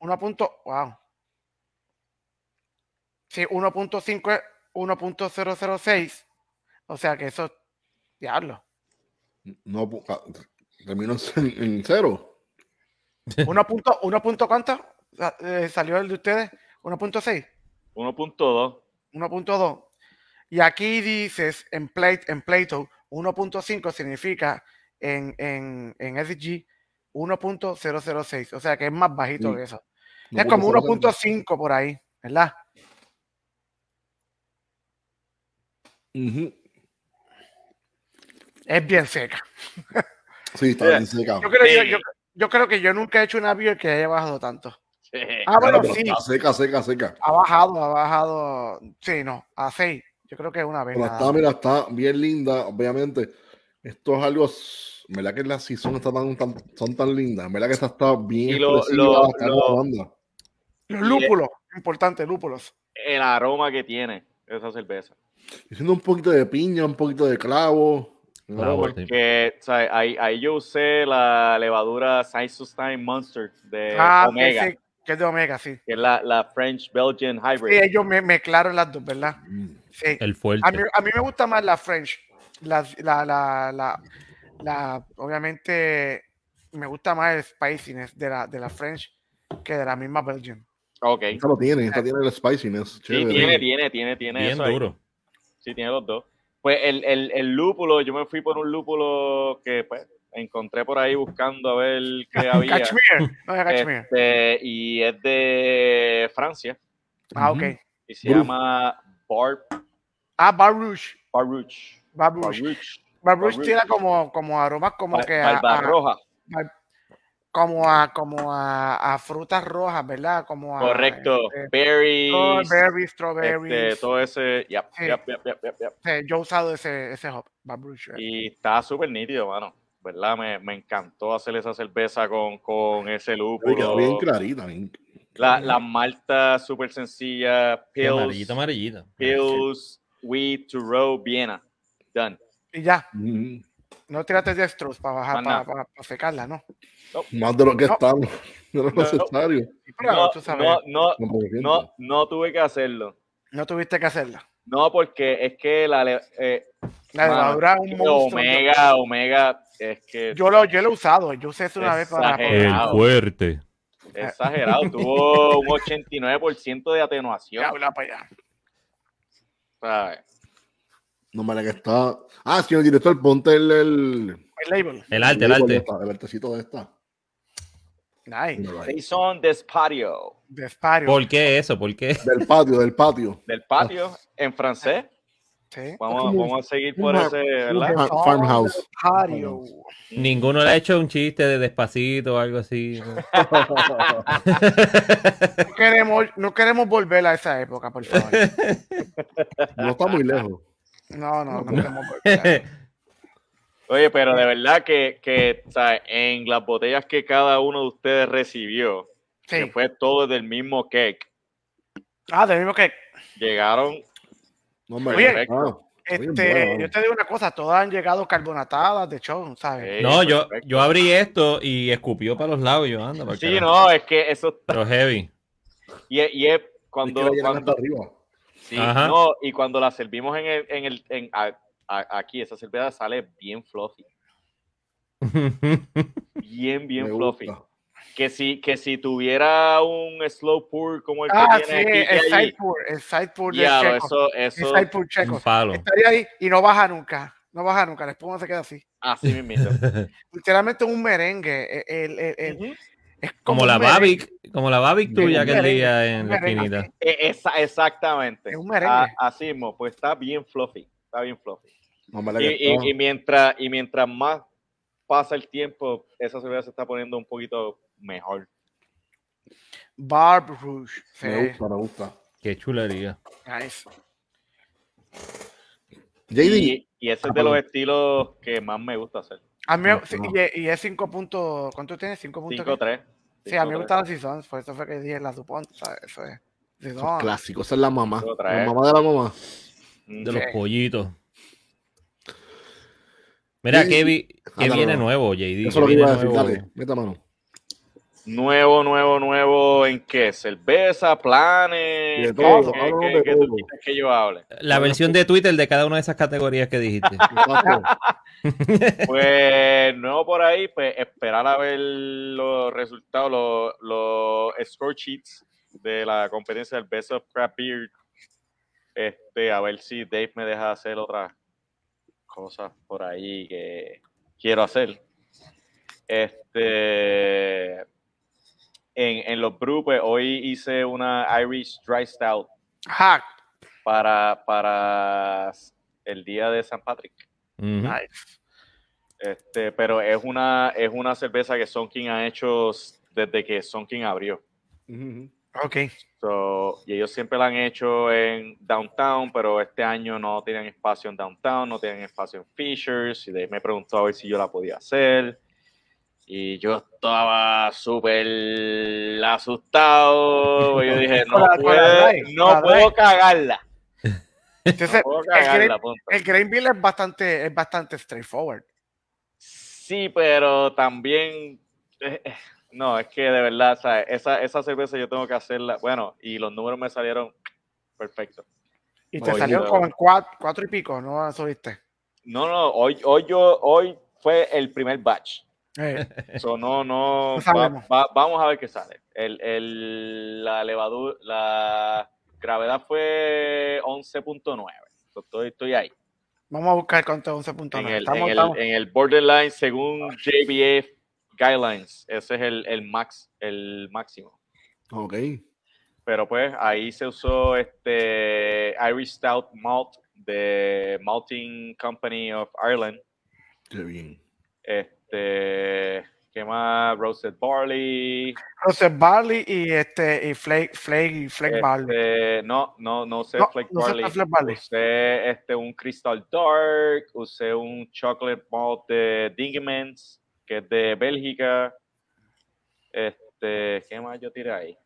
Speaker 2: 1. Punto, wow. Sí, 1.5 es 1.006. O sea que eso. Diablo.
Speaker 1: No, pu- ah, terminó en, en cero.
Speaker 2: 1. punto, 1 punto ¿Cuánto Sa- eh, salió el de ustedes? 1.6.
Speaker 4: 1.2.
Speaker 2: 1.2. Y aquí dices en, Pla- en Plato 1.5 significa en, en, en SG 1.006. O sea que es más bajito
Speaker 1: Sí,
Speaker 2: que eso.
Speaker 1: No,
Speaker 2: es como
Speaker 1: porque
Speaker 2: 1.5 por ahí, ¿verdad?
Speaker 1: Ujú.
Speaker 2: Es bien seca.
Speaker 1: Sí, está
Speaker 4: Mira,
Speaker 1: bien seca.
Speaker 2: Yo creo, yo,
Speaker 4: Sí.
Speaker 2: yo- yo creo que yo nunca he hecho una beer que haya bajado tanto.
Speaker 4: Sí.
Speaker 2: Ah, bueno,
Speaker 1: Pero
Speaker 2: sí,
Speaker 1: Está seca, seca, seca.
Speaker 2: ha bajado, ha bajado. Sí, no, a 6. Yo creo que una vez.
Speaker 1: Pero
Speaker 2: nada
Speaker 1: está, mira, está bien linda, obviamente. Esto es algo, s- ¿verdad? Que las season está tan, tan, son tan lindas, ¿verdad? Que esta está bien.
Speaker 4: Y lo-
Speaker 1: expresiva,
Speaker 4: lo-
Speaker 1: está
Speaker 4: lo-
Speaker 1: como banda.
Speaker 2: más. Los lúpulos, importante, lúpulos.
Speaker 4: El aroma que tiene esa cerveza.
Speaker 1: Haciendo un poquito de piña, un poquito de clavo. ¿no?
Speaker 3: Clavo,
Speaker 1: Porque-
Speaker 3: sí.
Speaker 4: Que, o sea, ahí, ahí yo usé la levadura Time Monster de
Speaker 2: ah, que
Speaker 4: Eh, Omega,
Speaker 2: sí, que es de Omega, sí.
Speaker 4: que es la, la French Belgian
Speaker 2: Sí,
Speaker 4: Hybrid.
Speaker 2: ellos me, mezclaron las dos, ¿verdad?
Speaker 1: Mm.
Speaker 2: Sí.
Speaker 3: El
Speaker 2: A mí,
Speaker 3: fuerte.
Speaker 2: a mí me gusta más la French. La, la, la, la, la- obviamente, me gusta más el spiciness de la, de la French que de la misma Belgian.
Speaker 4: Ok.
Speaker 1: Esta lo tiene, esta tiene el spiciness.
Speaker 4: Sí,
Speaker 1: chévere.
Speaker 4: tiene, tiene, tiene, tiene
Speaker 3: Bien
Speaker 4: eso ahí.
Speaker 3: duro.
Speaker 4: Sí, tiene los dos. Pues el, el, el lúpulo, yo me fui por un lúpulo que pues encontré por ahí buscando a ver qué había.
Speaker 2: Cachemire. No
Speaker 4: Eh,
Speaker 2: es cachemire.
Speaker 4: Este, y es de Francia
Speaker 2: ah, ok.
Speaker 3: Ujú.
Speaker 4: y se
Speaker 1: Uf.
Speaker 4: llama Bar,
Speaker 2: Ah, Baruch.
Speaker 4: Baruch.
Speaker 2: Baruch.
Speaker 4: Baruch.
Speaker 2: Baruch
Speaker 4: Baruch.
Speaker 2: tiene como, como aromas como
Speaker 4: Bar-
Speaker 2: que a, a-
Speaker 4: Barbarroja.
Speaker 2: como a como a, a frutas rojas, ¿verdad? Como a,
Speaker 4: Correcto.
Speaker 2: este,
Speaker 4: Berries.
Speaker 2: strawberry,
Speaker 4: Este,
Speaker 2: strawberries.
Speaker 4: todo ese. Yep,
Speaker 2: Sí.
Speaker 4: yep, yep, yep, yep, yep.
Speaker 2: Eh, yo he usado ese, ese hop, Baruch. eh.
Speaker 4: Y está súper nítido, mano. ¿Verdad? Me, me encantó hacer esa cerveza con, con ese
Speaker 1: Oye, quedó bien
Speaker 4: lúpulo.
Speaker 1: clarita. bien-
Speaker 4: La, la malta súper sencilla. Pills.
Speaker 3: Amarillito, amarillito.
Speaker 4: Pills. Wheat to Row Viena. Done.
Speaker 2: Y ya,
Speaker 1: Mm.
Speaker 2: no tiraste de Strauss para bajar,
Speaker 4: Más
Speaker 2: para,
Speaker 4: nada.
Speaker 2: para, secarla, ¿no?
Speaker 1: Más de lo que
Speaker 2: No.
Speaker 1: estamos. De lo
Speaker 4: No.
Speaker 1: necesario.
Speaker 2: Sí, Pero
Speaker 4: no,
Speaker 2: tú sabes,
Speaker 4: no,
Speaker 2: no,
Speaker 4: no,
Speaker 1: Me arrepiento.
Speaker 4: no, no tuve que hacerlo.
Speaker 2: tuviste que hacerla.
Speaker 4: No, porque es que la le- eh,
Speaker 2: La
Speaker 4: Mano,
Speaker 2: levadura es un
Speaker 4: que
Speaker 2: monstruo.
Speaker 4: Omega, Omega, es que
Speaker 2: Yo, yo lo, yo lo he usado, yo usé eso una vez para...
Speaker 4: Exagerado. El
Speaker 3: fuerte.
Speaker 4: exagerado, tuvo un 89% de atenuación.
Speaker 2: Ya, habla para allá.
Speaker 4: ¿sabes?
Speaker 1: No, mala que está. Ah, señor director, ponte el. El,
Speaker 2: El label.
Speaker 3: El arte, el
Speaker 1: label de
Speaker 3: arte.
Speaker 1: esta, el artecito de esta.
Speaker 2: Nice.
Speaker 1: Míralo ahí.
Speaker 4: They son des patio,
Speaker 2: Despario.
Speaker 3: ¿Por qué eso? ¿Por qué?
Speaker 1: Del patio, del patio.
Speaker 4: del patio, en francés.
Speaker 2: Ah. Sí.
Speaker 4: Vamos,
Speaker 1: Como-
Speaker 4: vamos a seguir
Speaker 1: como-
Speaker 4: por ese, ¿verdad?
Speaker 1: Fa- Farmhouse.
Speaker 2: Despario.
Speaker 3: Ninguno le ha hecho un chiste de despacito o algo así. ¿no?
Speaker 2: No queremos, no queremos volver a esa época, por favor.
Speaker 1: No está muy lejos.
Speaker 2: No, no, no queremos volver.
Speaker 4: Oye, pero de verdad que, que o sea, en las botellas que cada uno de ustedes recibió, que
Speaker 2: Sí.
Speaker 4: fue todo del mismo cake,
Speaker 2: Ah, de mismo que.
Speaker 4: llegaron
Speaker 1: No, hombre,
Speaker 2: Oye,
Speaker 1: ah, está bien
Speaker 2: Este,
Speaker 1: buena.
Speaker 2: yo te digo una cosa, todas han llegado carbonatadas de show, ¿sabes?
Speaker 4: Sí,
Speaker 3: No, yo,
Speaker 4: perfecto.
Speaker 3: yo abrí esto y escupió para los lados. y Yo anda, para el
Speaker 4: Sí,
Speaker 3: carajo.
Speaker 4: no, es que eso
Speaker 3: Pero heavy.
Speaker 4: y es, y es
Speaker 1: Es que
Speaker 4: cuando,
Speaker 1: la llenan
Speaker 4: cuando-
Speaker 1: hasta arriba.
Speaker 4: sí,
Speaker 3: Ajá.
Speaker 4: no, y cuando la servimos en el, en el en, a- a- aquí esa cerveza sale bien fluffy, bien bien
Speaker 1: Me
Speaker 4: fluffy.
Speaker 1: gusta.
Speaker 4: Que si que si tuviera un slow pour como el que
Speaker 2: Ah, sí,
Speaker 4: tiene aquí
Speaker 2: el
Speaker 4: y allí,
Speaker 2: side pour, el side pour de
Speaker 4: diablo,
Speaker 2: Checo.
Speaker 4: eso
Speaker 2: El
Speaker 4: eso
Speaker 2: side pour Checo.
Speaker 3: Un palo.
Speaker 2: Estaría ahí y no baja nunca, no baja nunca, la espuma se queda así.
Speaker 4: así mismito.
Speaker 2: Literalmente un merengue, e, el, el- el-
Speaker 4: Ujú.
Speaker 2: es
Speaker 3: Como la Babic, como la Babic tuya
Speaker 1: Un
Speaker 3: aquel
Speaker 2: merengue,
Speaker 3: día
Speaker 2: un
Speaker 3: en la
Speaker 2: merengue.
Speaker 3: esquinita.
Speaker 4: E- esa- exactamente.
Speaker 2: Es un merengue.
Speaker 4: A- así mismo, pues está bien fluffy, está bien fluffy.
Speaker 1: No, mala
Speaker 4: Y,
Speaker 1: que
Speaker 4: y-
Speaker 1: está.
Speaker 4: y mientras y mientras más pasa el tiempo, esa cerveza se está poniendo un poquito mejor.
Speaker 2: Barb Rouge. Sí,
Speaker 1: Me gusta, me gusta.
Speaker 3: Qué chulería.
Speaker 2: nice.
Speaker 1: JD,
Speaker 4: Y, y ese es de los
Speaker 1: Ah,
Speaker 4: estilos que más me gusta hacer.
Speaker 2: A mí,
Speaker 1: No,
Speaker 2: sí,
Speaker 1: no.
Speaker 2: Y, y es 5 puntos, ¿cuánto tiene? 5 puntos. qué?
Speaker 4: 5-3.
Speaker 2: Sí, a mí me
Speaker 4: 5-3.
Speaker 2: gustaban las Seasons, por eso fue que dije la Dupont, ¿sabes? Eso es. Seasons.
Speaker 1: clásico, esa es la mamá.
Speaker 4: Otra
Speaker 1: La
Speaker 4: vez.
Speaker 1: mamá de la mamá.
Speaker 4: Mm,
Speaker 3: De los
Speaker 2: Sí.
Speaker 3: pollitos. Mira,
Speaker 1: Sí.
Speaker 3: ¿qué, vi- qué
Speaker 1: Ándalo.
Speaker 3: viene nuevo, JD?
Speaker 1: Eso es lo
Speaker 3: ¿Qué
Speaker 1: que iba
Speaker 3: viene
Speaker 1: a decir.
Speaker 3: nuevo?
Speaker 1: Dale, meta mano.
Speaker 4: Nuevo, nuevo, nuevo. ¿En qué? ¿Cerveza?
Speaker 1: De
Speaker 4: ¿Planes? ¿Qué-
Speaker 1: todo,
Speaker 4: qué-
Speaker 1: háblanos
Speaker 4: qué-
Speaker 1: de
Speaker 4: qué tú
Speaker 1: todo.
Speaker 4: quieres que yo hable?
Speaker 3: La versión de Twitter de cada una de esas categorías que dijiste.
Speaker 1: Exacto.
Speaker 4: Pues nuevo por ahí, pues esperar a ver los resultados, los, los score sheets de la competencia del Best of Crap Beer. Este, a ver si Dave me deja hacer otras cosas por ahí que quiero hacer. Este, en, en los grupos, hoy hice una Irish Dry Stout
Speaker 2: Ajá,
Speaker 4: para, para el día de San Patrick.
Speaker 3: Ujú.
Speaker 2: Nice.
Speaker 4: Este, pero es una, es una cerveza que Sonkin ha hecho desde que Sonkin abrió.
Speaker 1: Ujú.
Speaker 2: Ok.
Speaker 4: So, y ellos siempre la han hecho en Downtown, pero este año no tienen espacio en Downtown, no tienen espacio en Fishers. Y de ahí me preguntó a ver si yo la podía hacer. Y yo estaba súper asustado. Y yo dije, no,
Speaker 2: Con la- con
Speaker 4: puedo-
Speaker 2: la Dry, con la
Speaker 4: no puedo
Speaker 2: Dry.
Speaker 4: cagarla.
Speaker 2: Entonces,
Speaker 4: No puedo
Speaker 2: el
Speaker 4: cagarla, pues. punto.
Speaker 2: el Grain Bill es bastante, es bastante straightforward.
Speaker 4: Sí, pero también. eh, eh, No, es que de verdad, o sea, esa, esa cerveza yo tengo que hacerla. Bueno, y los números me salieron perfectos.
Speaker 2: Y te
Speaker 1: Oye,
Speaker 2: salió
Speaker 4: pero-
Speaker 2: con cuatro, cuatro y pico, ¿no? Subiste.
Speaker 4: No, no, hoy, hoy yo, hoy fue el primer batch.
Speaker 2: Eh,
Speaker 4: So, no,
Speaker 2: No
Speaker 4: no. va-
Speaker 2: sabemos.
Speaker 4: va- vamos a ver qué sale. El, el- la levadura, la gravedad fue 11.9. So, Estoy, estoy ahí.
Speaker 2: vamos a buscar con todo
Speaker 4: En
Speaker 2: 11.9.
Speaker 4: el,
Speaker 2: Estamos,
Speaker 4: en,
Speaker 2: estamos- Ah.
Speaker 4: el, en el borderline, según JBF Guidelines, ese es el, el max, el máximo.
Speaker 1: Ok.
Speaker 4: pero pues ahí se usó este Irish Stout Malt de Malting Company of Ireland.
Speaker 1: Qué bien.
Speaker 4: Este, ¿qué más? Roasted Barley.
Speaker 2: Roasted Barley y este y Flake, Flake, Flake Barley.
Speaker 4: este, no, no, no usé
Speaker 2: No,
Speaker 4: Flake
Speaker 2: no usé
Speaker 4: Barley.
Speaker 2: Flake Barley.
Speaker 4: Usé este, un Crystal Dark, usé un Chocolate Malt de Dingemans, que es de Bélgica. Este, ¿qué más yo tiré ahí?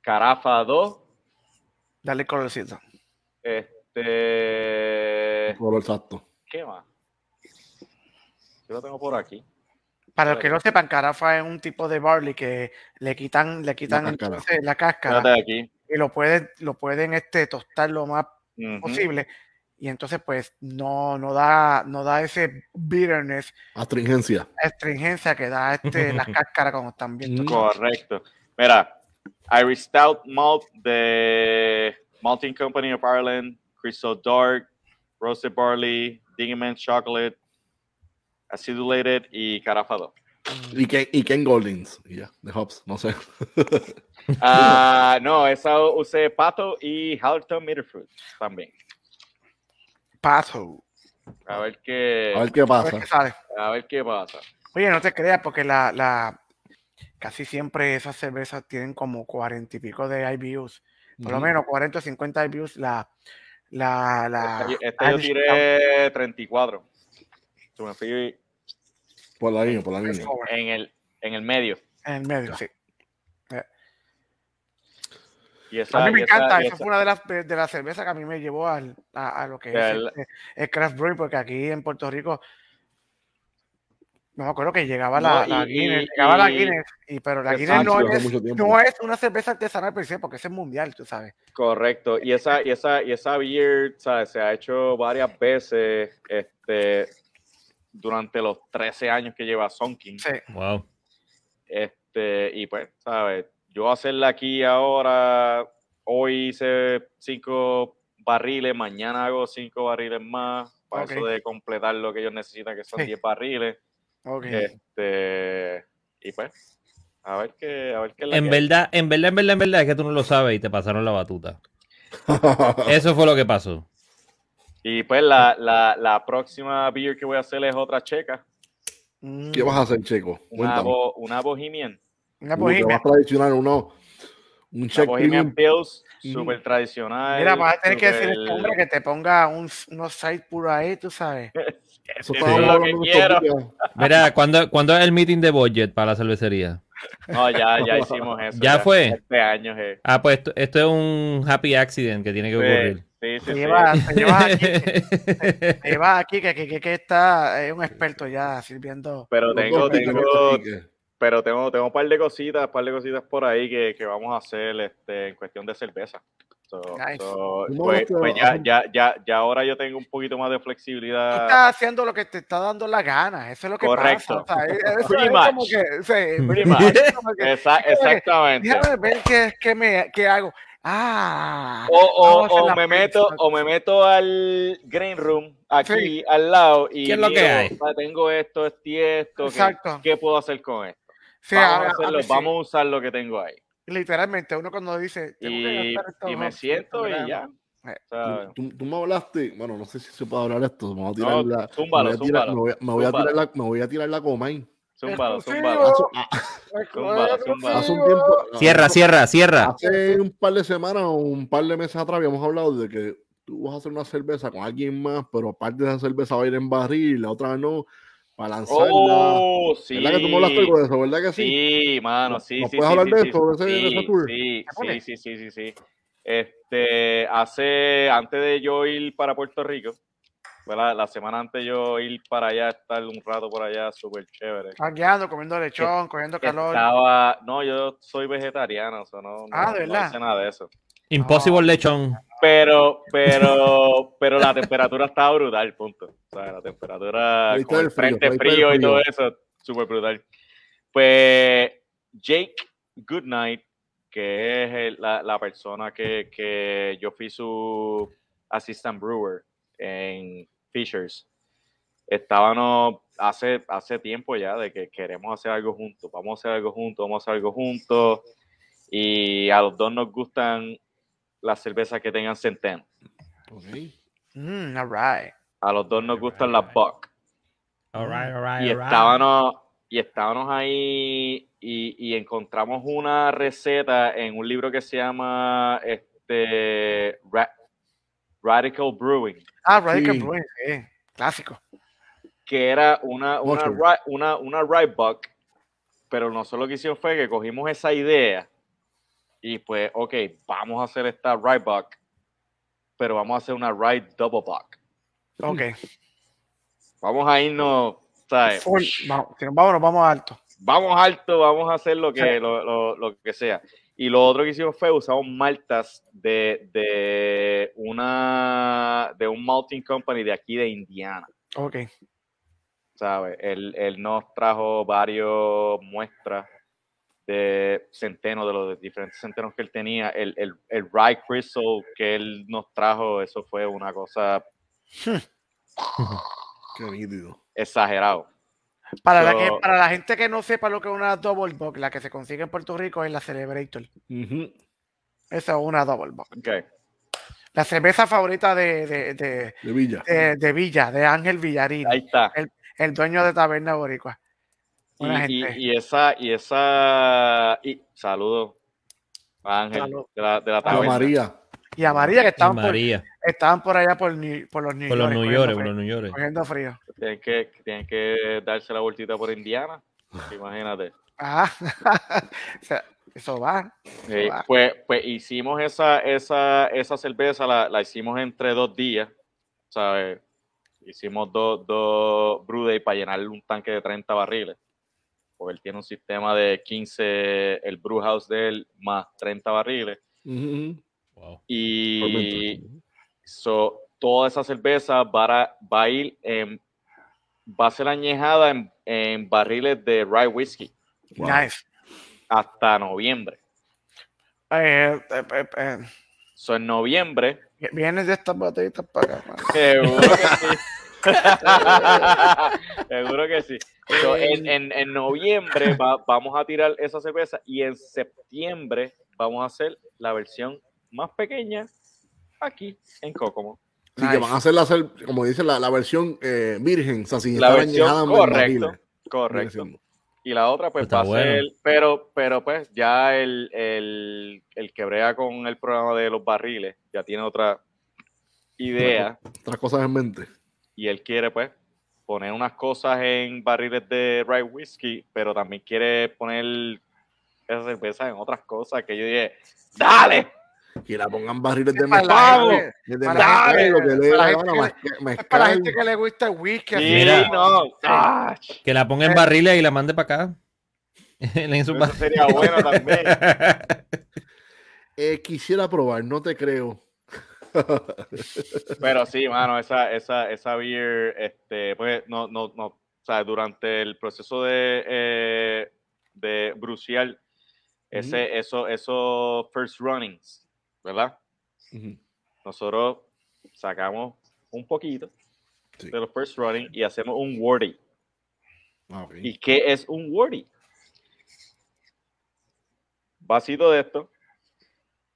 Speaker 4: Carafa 2.
Speaker 2: Dale colorcito.
Speaker 4: Este.
Speaker 1: Color exacto.
Speaker 4: ¿Qué más? Yo lo tengo por aquí.
Speaker 2: Para los que no sepan, carafa es un tipo de barley que le quitan, le quitan
Speaker 1: La cáscara.
Speaker 2: entonces la
Speaker 4: Espérate
Speaker 2: cáscara
Speaker 4: de aquí.
Speaker 2: y lo pueden, lo pueden este, tostar lo más
Speaker 4: Ujú.
Speaker 2: posible. Y entonces, pues, no, no da, no da ese bitterness,
Speaker 1: Astringencia.
Speaker 2: astringencia que da este, las cáscaras cuando están bien
Speaker 1: Mm.
Speaker 2: tostadas.
Speaker 4: Correcto. Mira, Irish Stout Malt de Malting Company of Ireland, Crystal Dark, Roasted Barley, Dingaman Chocolate, Acidulated y Carafado.
Speaker 1: Y Ken, y Ken Goldings. Y ya, de Hobbs, no sé.
Speaker 4: Ah, no, esa usé Pato y Halton Mitterfruit también.
Speaker 2: Paso.
Speaker 4: A ver qué,
Speaker 1: A ver qué
Speaker 2: A ver
Speaker 1: pasa.
Speaker 2: qué sale.
Speaker 4: a ver qué pasa.
Speaker 2: Oye, no te creas, porque la, la casi siempre esas cervezas tienen como cuarenta y pico de IBUs. Por lo
Speaker 1: Ujú.
Speaker 2: menos 40 o 50 IBUs la. La, la
Speaker 4: Esta, esta Este yo
Speaker 2: Irish Stout
Speaker 4: tiré 34. Tú me fui
Speaker 1: Por la línea, por la línea.
Speaker 2: Crossover,
Speaker 4: en el, en el medio.
Speaker 2: en el medio, sí.
Speaker 4: Y esa,
Speaker 2: A mí me
Speaker 4: y esa-
Speaker 2: encanta,
Speaker 4: y
Speaker 2: esa
Speaker 4: esa-
Speaker 2: fue una de las, de de las cervezas que a mí me llevó al, a, a lo que es
Speaker 4: El-
Speaker 2: este, el craft brewing, porque aquí en Puerto Rico no me acuerdo que llegaba la,
Speaker 4: No,
Speaker 2: la
Speaker 4: y-
Speaker 2: Guinness,
Speaker 4: y-
Speaker 2: llegaba la
Speaker 4: y-
Speaker 2: Guinness, y, pero la Guinness
Speaker 4: Exacto,
Speaker 2: no
Speaker 1: hace
Speaker 2: es,
Speaker 1: mucho tiempo.
Speaker 2: no es una cerveza artesanal per se, porque ese es mundial, tú sabes.
Speaker 4: Correcto. Y esa, y esa, y esa beer ¿sabes? se ha hecho varias veces este, durante los 13 años que lleva Sonkin.
Speaker 2: Sí.
Speaker 3: Wow.
Speaker 4: Este, y pues, ¿sabes? Yo hacerla aquí ahora, hoy hice cinco barriles, mañana hago cinco barriles más, para eso
Speaker 2: Ok.
Speaker 4: de completar lo que ellos necesitan, que son
Speaker 2: Sí.
Speaker 4: 10 barriles.
Speaker 2: Ok.
Speaker 4: Eh, Este, y pues, a ver qué, a ver qué es la
Speaker 3: En
Speaker 4: que hay.
Speaker 3: verdad, en verdad, en verdad, en verdad, es que tú no lo sabes y te pasaron la batuta. Eso fue lo que pasó.
Speaker 4: Y pues la, la, la próxima beer que voy a hacer es otra checa,
Speaker 2: Mm,
Speaker 1: ¿Qué vas a hacer, Checo?
Speaker 4: una,
Speaker 1: Cuéntame.
Speaker 4: bo- una Bohemian,
Speaker 1: Uno
Speaker 2: una
Speaker 1: que
Speaker 2: bohemia.
Speaker 1: vas a tradicional, uno. Un
Speaker 4: una
Speaker 1: check
Speaker 4: Bohemian
Speaker 1: premium.
Speaker 4: Pills,
Speaker 1: Mm.
Speaker 4: súper tradicional.
Speaker 2: Mira, vas a tener que decir
Speaker 4: súper-
Speaker 2: este hombre que te ponga un, unos sites por ahí, tú sabes.
Speaker 1: Eso estamos
Speaker 4: Sí,
Speaker 3: sí.
Speaker 1: hablando
Speaker 4: Lo que
Speaker 1: en estos días.
Speaker 3: Mira, ¿cuándo, cuándo es el meeting de budget para la cervecería?
Speaker 4: No, ya, ya hicimos eso.
Speaker 3: ¿Ya fue?
Speaker 4: Este año, eh.
Speaker 3: Ah, pues esto, esto es un happy accident que tiene que ocurrir.
Speaker 4: Sí, sí,
Speaker 2: Te
Speaker 4: sí.
Speaker 2: llevas, te llevas aquí, te llevas aquí que, que, que- que está es un experto ya sirviendo.
Speaker 4: Pero
Speaker 1: Los
Speaker 4: tengo,
Speaker 1: dos tickets, los
Speaker 4: tengo,
Speaker 1: dos tickets.
Speaker 4: pero tengo, tengo un par de cositas, un par de cositas por ahí que, que vamos a hacer este, en cuestión de cerveza. So,
Speaker 2: Nice.
Speaker 4: so,
Speaker 1: No,
Speaker 4: pues,
Speaker 1: pero-
Speaker 4: pues ya, ya, ya, ya ahora yo tengo un poquito más de
Speaker 2: Tú
Speaker 4: flexibilidad.
Speaker 2: estás haciendo lo que te está dando la gana, eso es lo que
Speaker 4: Ah. Correcto.
Speaker 2: pasa. o sea, e- eso
Speaker 4: Pretty
Speaker 2: es como
Speaker 4: much.
Speaker 2: que,
Speaker 1: Mm.
Speaker 2: sí,
Speaker 4: Pretty
Speaker 2: es
Speaker 4: much.
Speaker 2: como que,
Speaker 4: Esa- exactamente.
Speaker 2: déjame ver qué, qué, me, qué hago. Ah,
Speaker 4: O, o-
Speaker 2: vamos a hacer
Speaker 4: o
Speaker 2: la
Speaker 4: me
Speaker 2: pizza.
Speaker 4: meto, o me meto al green room aquí
Speaker 2: Sí.
Speaker 4: al lado y
Speaker 3: ¿Qué es lo que
Speaker 4: miro,
Speaker 3: hay?
Speaker 4: "Ah, tengo esto, esto y esto. ¿qué-
Speaker 2: Exacto.
Speaker 4: ¿Qué, puedo hacer con esto?
Speaker 2: Sí,
Speaker 4: vamos,
Speaker 2: a-
Speaker 4: a
Speaker 2: a
Speaker 4: hacerlo,
Speaker 2: mí sí.
Speaker 4: vamos a usar lo que tengo ahí.
Speaker 2: Literalmente, uno cuando dice, tengo que
Speaker 4: Y,
Speaker 2: gastar estos
Speaker 4: y me
Speaker 2: dos
Speaker 4: siento y
Speaker 2: gramos.
Speaker 4: ya. ¿sabes?
Speaker 1: Tú, tú me hablaste, bueno, no sé si se puede hablar esto, me voy a tirar
Speaker 4: Ah. No,
Speaker 1: la.
Speaker 4: zúmbalo,
Speaker 1: me voy a tirar,
Speaker 4: zúmbalo,
Speaker 1: me voy a- me voy a tirar
Speaker 4: zúmbalo.
Speaker 1: la, me voy a tirar la Comay.
Speaker 4: Zúmbalo,
Speaker 2: Exclusivo.
Speaker 4: zúmbalo.
Speaker 2: Pues, Exclusivo.
Speaker 4: zúmbalo.
Speaker 1: Hace un
Speaker 2: oh,
Speaker 1: tiempo.
Speaker 3: Cierra, cierra,
Speaker 1: Ah,
Speaker 3: cierra.
Speaker 1: Hace un par de semanas o un par de meses atrás habíamos hablado de que tú vas a hacer una cerveza con alguien más, pero parte de esa cerveza va a ir en barril y la otra no, para lanzarla.
Speaker 4: Oh, sí.
Speaker 1: ¿Verdad que tú me hablaste algo de eso? ¿Verdad que sí?
Speaker 4: Sí, mano, sí,
Speaker 1: ¿Nos
Speaker 4: sí.
Speaker 1: puedes
Speaker 4: sí,
Speaker 1: hablar
Speaker 4: sí,
Speaker 1: de
Speaker 4: sí,
Speaker 1: esto, de ese- de
Speaker 4: sí,
Speaker 1: ese tour?
Speaker 4: sí,
Speaker 2: ¿Te pones?
Speaker 4: sí, sí, sí, sí, sí. Este, hace, antes de yo ir para Puerto Rico, ¿verdad? la semana antes yo ir para allá, estar un rato por allá, súper chévere.
Speaker 2: Jangueando, comiendo lechón, cogiendo calor.
Speaker 4: Estaba, no, yo soy vegetariano, o sea, no, no-
Speaker 2: Ah, ¿de
Speaker 4: no
Speaker 2: verdad?
Speaker 4: hice nada de eso.
Speaker 3: Impossible lechón.
Speaker 4: Pero, pero, pero la temperatura estaba brutal, punto. O sea, la temperatura
Speaker 1: Ahí está
Speaker 4: con
Speaker 1: el
Speaker 4: el
Speaker 1: frío,
Speaker 4: frente
Speaker 1: ahí está el
Speaker 4: frío y
Speaker 1: frío.
Speaker 4: todo eso, súper brutal. Pues Jake Goodnight, que es el- la, la persona que, que yo fui su assistant brewer en Fishers, estábamos hace, hace tiempo ya de que queremos hacer algo juntos, vamos a hacer algo juntos, vamos a hacer algo juntos. Y a los dos nos gustan las cervezas que tengan centeno.
Speaker 1: Ok.
Speaker 2: Mm, all right.
Speaker 4: A los dos nos gustan las Buck.
Speaker 3: Alright, alright,
Speaker 4: Y estábamos, y estábamos ahí y, y encontramos una receta en un libro que se llama este, Ra- Radical Brewing,
Speaker 2: Ah, Radical
Speaker 1: Sí.
Speaker 2: Brewing, sí. Clásico.
Speaker 4: que era una, una,
Speaker 1: Mucho.
Speaker 4: ri- una, una rye buck, pero nosotros lo que hicimos fue que cogimos esa idea y pues, ok, vamos a hacer esta rye buck, pero vamos a hacer una rye double buck.
Speaker 2: Ok.
Speaker 4: Vamos a irnos, ¿sabes?
Speaker 2: Full. Vamos, si nos vamos, nos vamos alto.
Speaker 4: vamos alto, vamos a hacer lo que,
Speaker 2: Sí.
Speaker 4: lo, lo- lo que sea. Y lo otro que hicimos fue usamos maltas de, de una de un malting company de aquí de Indiana.
Speaker 2: Ok.
Speaker 4: ¿Sabes? Él, él nos trajo varios muestras de centeno, de los diferentes centenos que él tenía. El, el, el Rye Crystal que él nos trajo, eso fue una cosa
Speaker 1: Qué nítido.
Speaker 4: exagerado.
Speaker 2: Para, la
Speaker 4: So-
Speaker 2: que, para la gente que no sepa lo que es una double box, la que se consigue en Puerto Rico es la Celebrator.
Speaker 1: Ujú.
Speaker 2: Esa es una double box.
Speaker 4: Ok.
Speaker 2: La cerveza favorita de, de, de,
Speaker 1: De Villa.
Speaker 4: Eh,
Speaker 2: de- de Villa, de Ángel Villarín,
Speaker 4: Ahí está.
Speaker 2: el dueño de Taberna Boricua.
Speaker 4: Y,
Speaker 2: Buena
Speaker 4: y-
Speaker 2: gente.
Speaker 4: y esa, y esa, y saludo a Ángel
Speaker 2: Salud.
Speaker 4: de la, de la
Speaker 1: A
Speaker 4: taberna.
Speaker 1: María.
Speaker 2: Y a María, que estaban, por,
Speaker 3: María.
Speaker 2: estaban por allá por, New- por los New
Speaker 3: Por los
Speaker 2: York,
Speaker 3: New
Speaker 2: cogiendo
Speaker 3: York,
Speaker 2: frío,
Speaker 3: por los New York.
Speaker 2: Cogiendo frío.
Speaker 4: Tienen que, tienen que darse la vueltita por Indiana, imagínate.
Speaker 2: Ah, o sea, eso va.
Speaker 4: Sí,
Speaker 2: va.
Speaker 4: pues, pues hicimos esa, esa, esa cerveza, la, la hicimos entre dos días, ¿sabes? Hicimos dos, dos brew day para llenarle un tanque de 30 barriles. Porque él tiene un sistema de 15, el brew house de él, más 30 barriles.
Speaker 1: Ujú.
Speaker 3: Wow.
Speaker 4: Y,
Speaker 1: Tormenta.
Speaker 4: So, toda esa cerveza va a, va a ir en, va a ser añejada en, en barriles de rye whiskey
Speaker 1: Wow.
Speaker 2: Nice.
Speaker 4: hasta noviembre.
Speaker 2: Eh, eh, eh, eh,
Speaker 4: So, en noviembre.
Speaker 2: vi- Vienen de estas botellitas para acá. mano.
Speaker 4: Seguro que sí. Seguro que sí. So, en, en- en noviembre va- vamos a tirar esa cerveza y en septiembre vamos a hacer la versión más pequeña aquí en Kokomo.
Speaker 1: Sí, que
Speaker 2: Nice.
Speaker 1: van a hacer la, cer- como dice la, la versión eh, virgen, o sea, sin
Speaker 4: La
Speaker 1: estar
Speaker 4: versión
Speaker 1: añejada en barriles.
Speaker 4: correcto.
Speaker 1: Viene
Speaker 4: Correcto.
Speaker 1: siendo.
Speaker 4: y la otra pues
Speaker 3: Está
Speaker 4: va a
Speaker 3: bueno.
Speaker 4: ser, pero, pero pues ya el, el, el que brega con el programa de los barriles ya tiene otra idea
Speaker 1: Otras cosas en mente.
Speaker 4: y él quiere pues poner unas cosas en barriles de rye whiskey, pero también quiere poner esa cerveza en otras cosas que yo dije, dale,
Speaker 1: Que la pongan barriles de
Speaker 2: Para la
Speaker 1: mezcal.
Speaker 2: gente-
Speaker 1: Desde
Speaker 2: para la
Speaker 1: mezcal,
Speaker 2: gente-
Speaker 1: lo que le dé
Speaker 2: para
Speaker 1: la
Speaker 2: la gente
Speaker 1: gana, mezca-
Speaker 2: Es para la
Speaker 1: mezcal.
Speaker 2: gente que le gusta el whisky. así,
Speaker 4: sí,
Speaker 3: Mira.
Speaker 4: no, ah, ch-
Speaker 3: Que la ponga en
Speaker 2: Eh.
Speaker 3: barriles y la mande para acá. En su
Speaker 4: eso
Speaker 3: bar-
Speaker 4: sería bueno también.
Speaker 1: Eh, quisiera probar, no te creo.
Speaker 4: Pero sí, mano, esa, esa, esa beer, este, pues, no, no, no, o sea, durante el proceso de, eh, de brucial, ese, eso, esos first runnings, ¿verdad?
Speaker 1: Ujú.
Speaker 4: Nosotros sacamos un poquito
Speaker 1: Sí.
Speaker 4: de los first runnings y hacemos un wordy.
Speaker 1: Ah, ok.
Speaker 4: ¿Y qué es un wordy? Vasito de esto,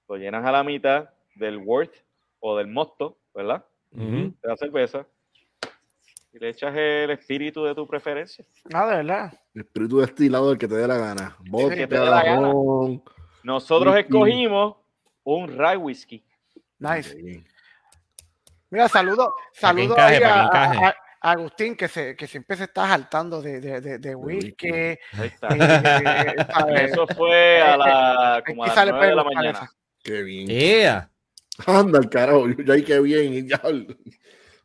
Speaker 4: lo llenas a la mitad del worth o del mosto, ¿verdad?
Speaker 3: Ujú.
Speaker 4: De la cerveza. Y le echas el espíritu de tu preferencia.
Speaker 2: Ah, de verdad.
Speaker 1: El espíritu destilado del que te dé la gana. Vodka,
Speaker 4: que te dé la gana.
Speaker 1: ron.
Speaker 4: Nosotros
Speaker 1: Whisky.
Speaker 4: escogimos un rye whisky.
Speaker 2: Nice.
Speaker 1: Sí.
Speaker 2: Mira, saludo,
Speaker 3: Para que
Speaker 2: saludo
Speaker 3: encaje,
Speaker 2: ahí
Speaker 3: para que
Speaker 2: a, a-
Speaker 3: encaje.
Speaker 2: a- a Agustín, que, se, que siempre se está saltando de, de, de, de whisky.
Speaker 1: whisky.
Speaker 2: eh,
Speaker 4: Ahí está.
Speaker 2: ¿sabes?
Speaker 4: Eso fue
Speaker 2: Eh,
Speaker 4: a la, como a
Speaker 2: Aquí
Speaker 4: las
Speaker 2: sale
Speaker 4: 9 de la
Speaker 2: Pedro
Speaker 4: mañana.
Speaker 2: Cabeza.
Speaker 1: Qué bien.
Speaker 3: ¡Ea!
Speaker 1: Anda, el carajo. yo- Yo ahí qué bien. y ya.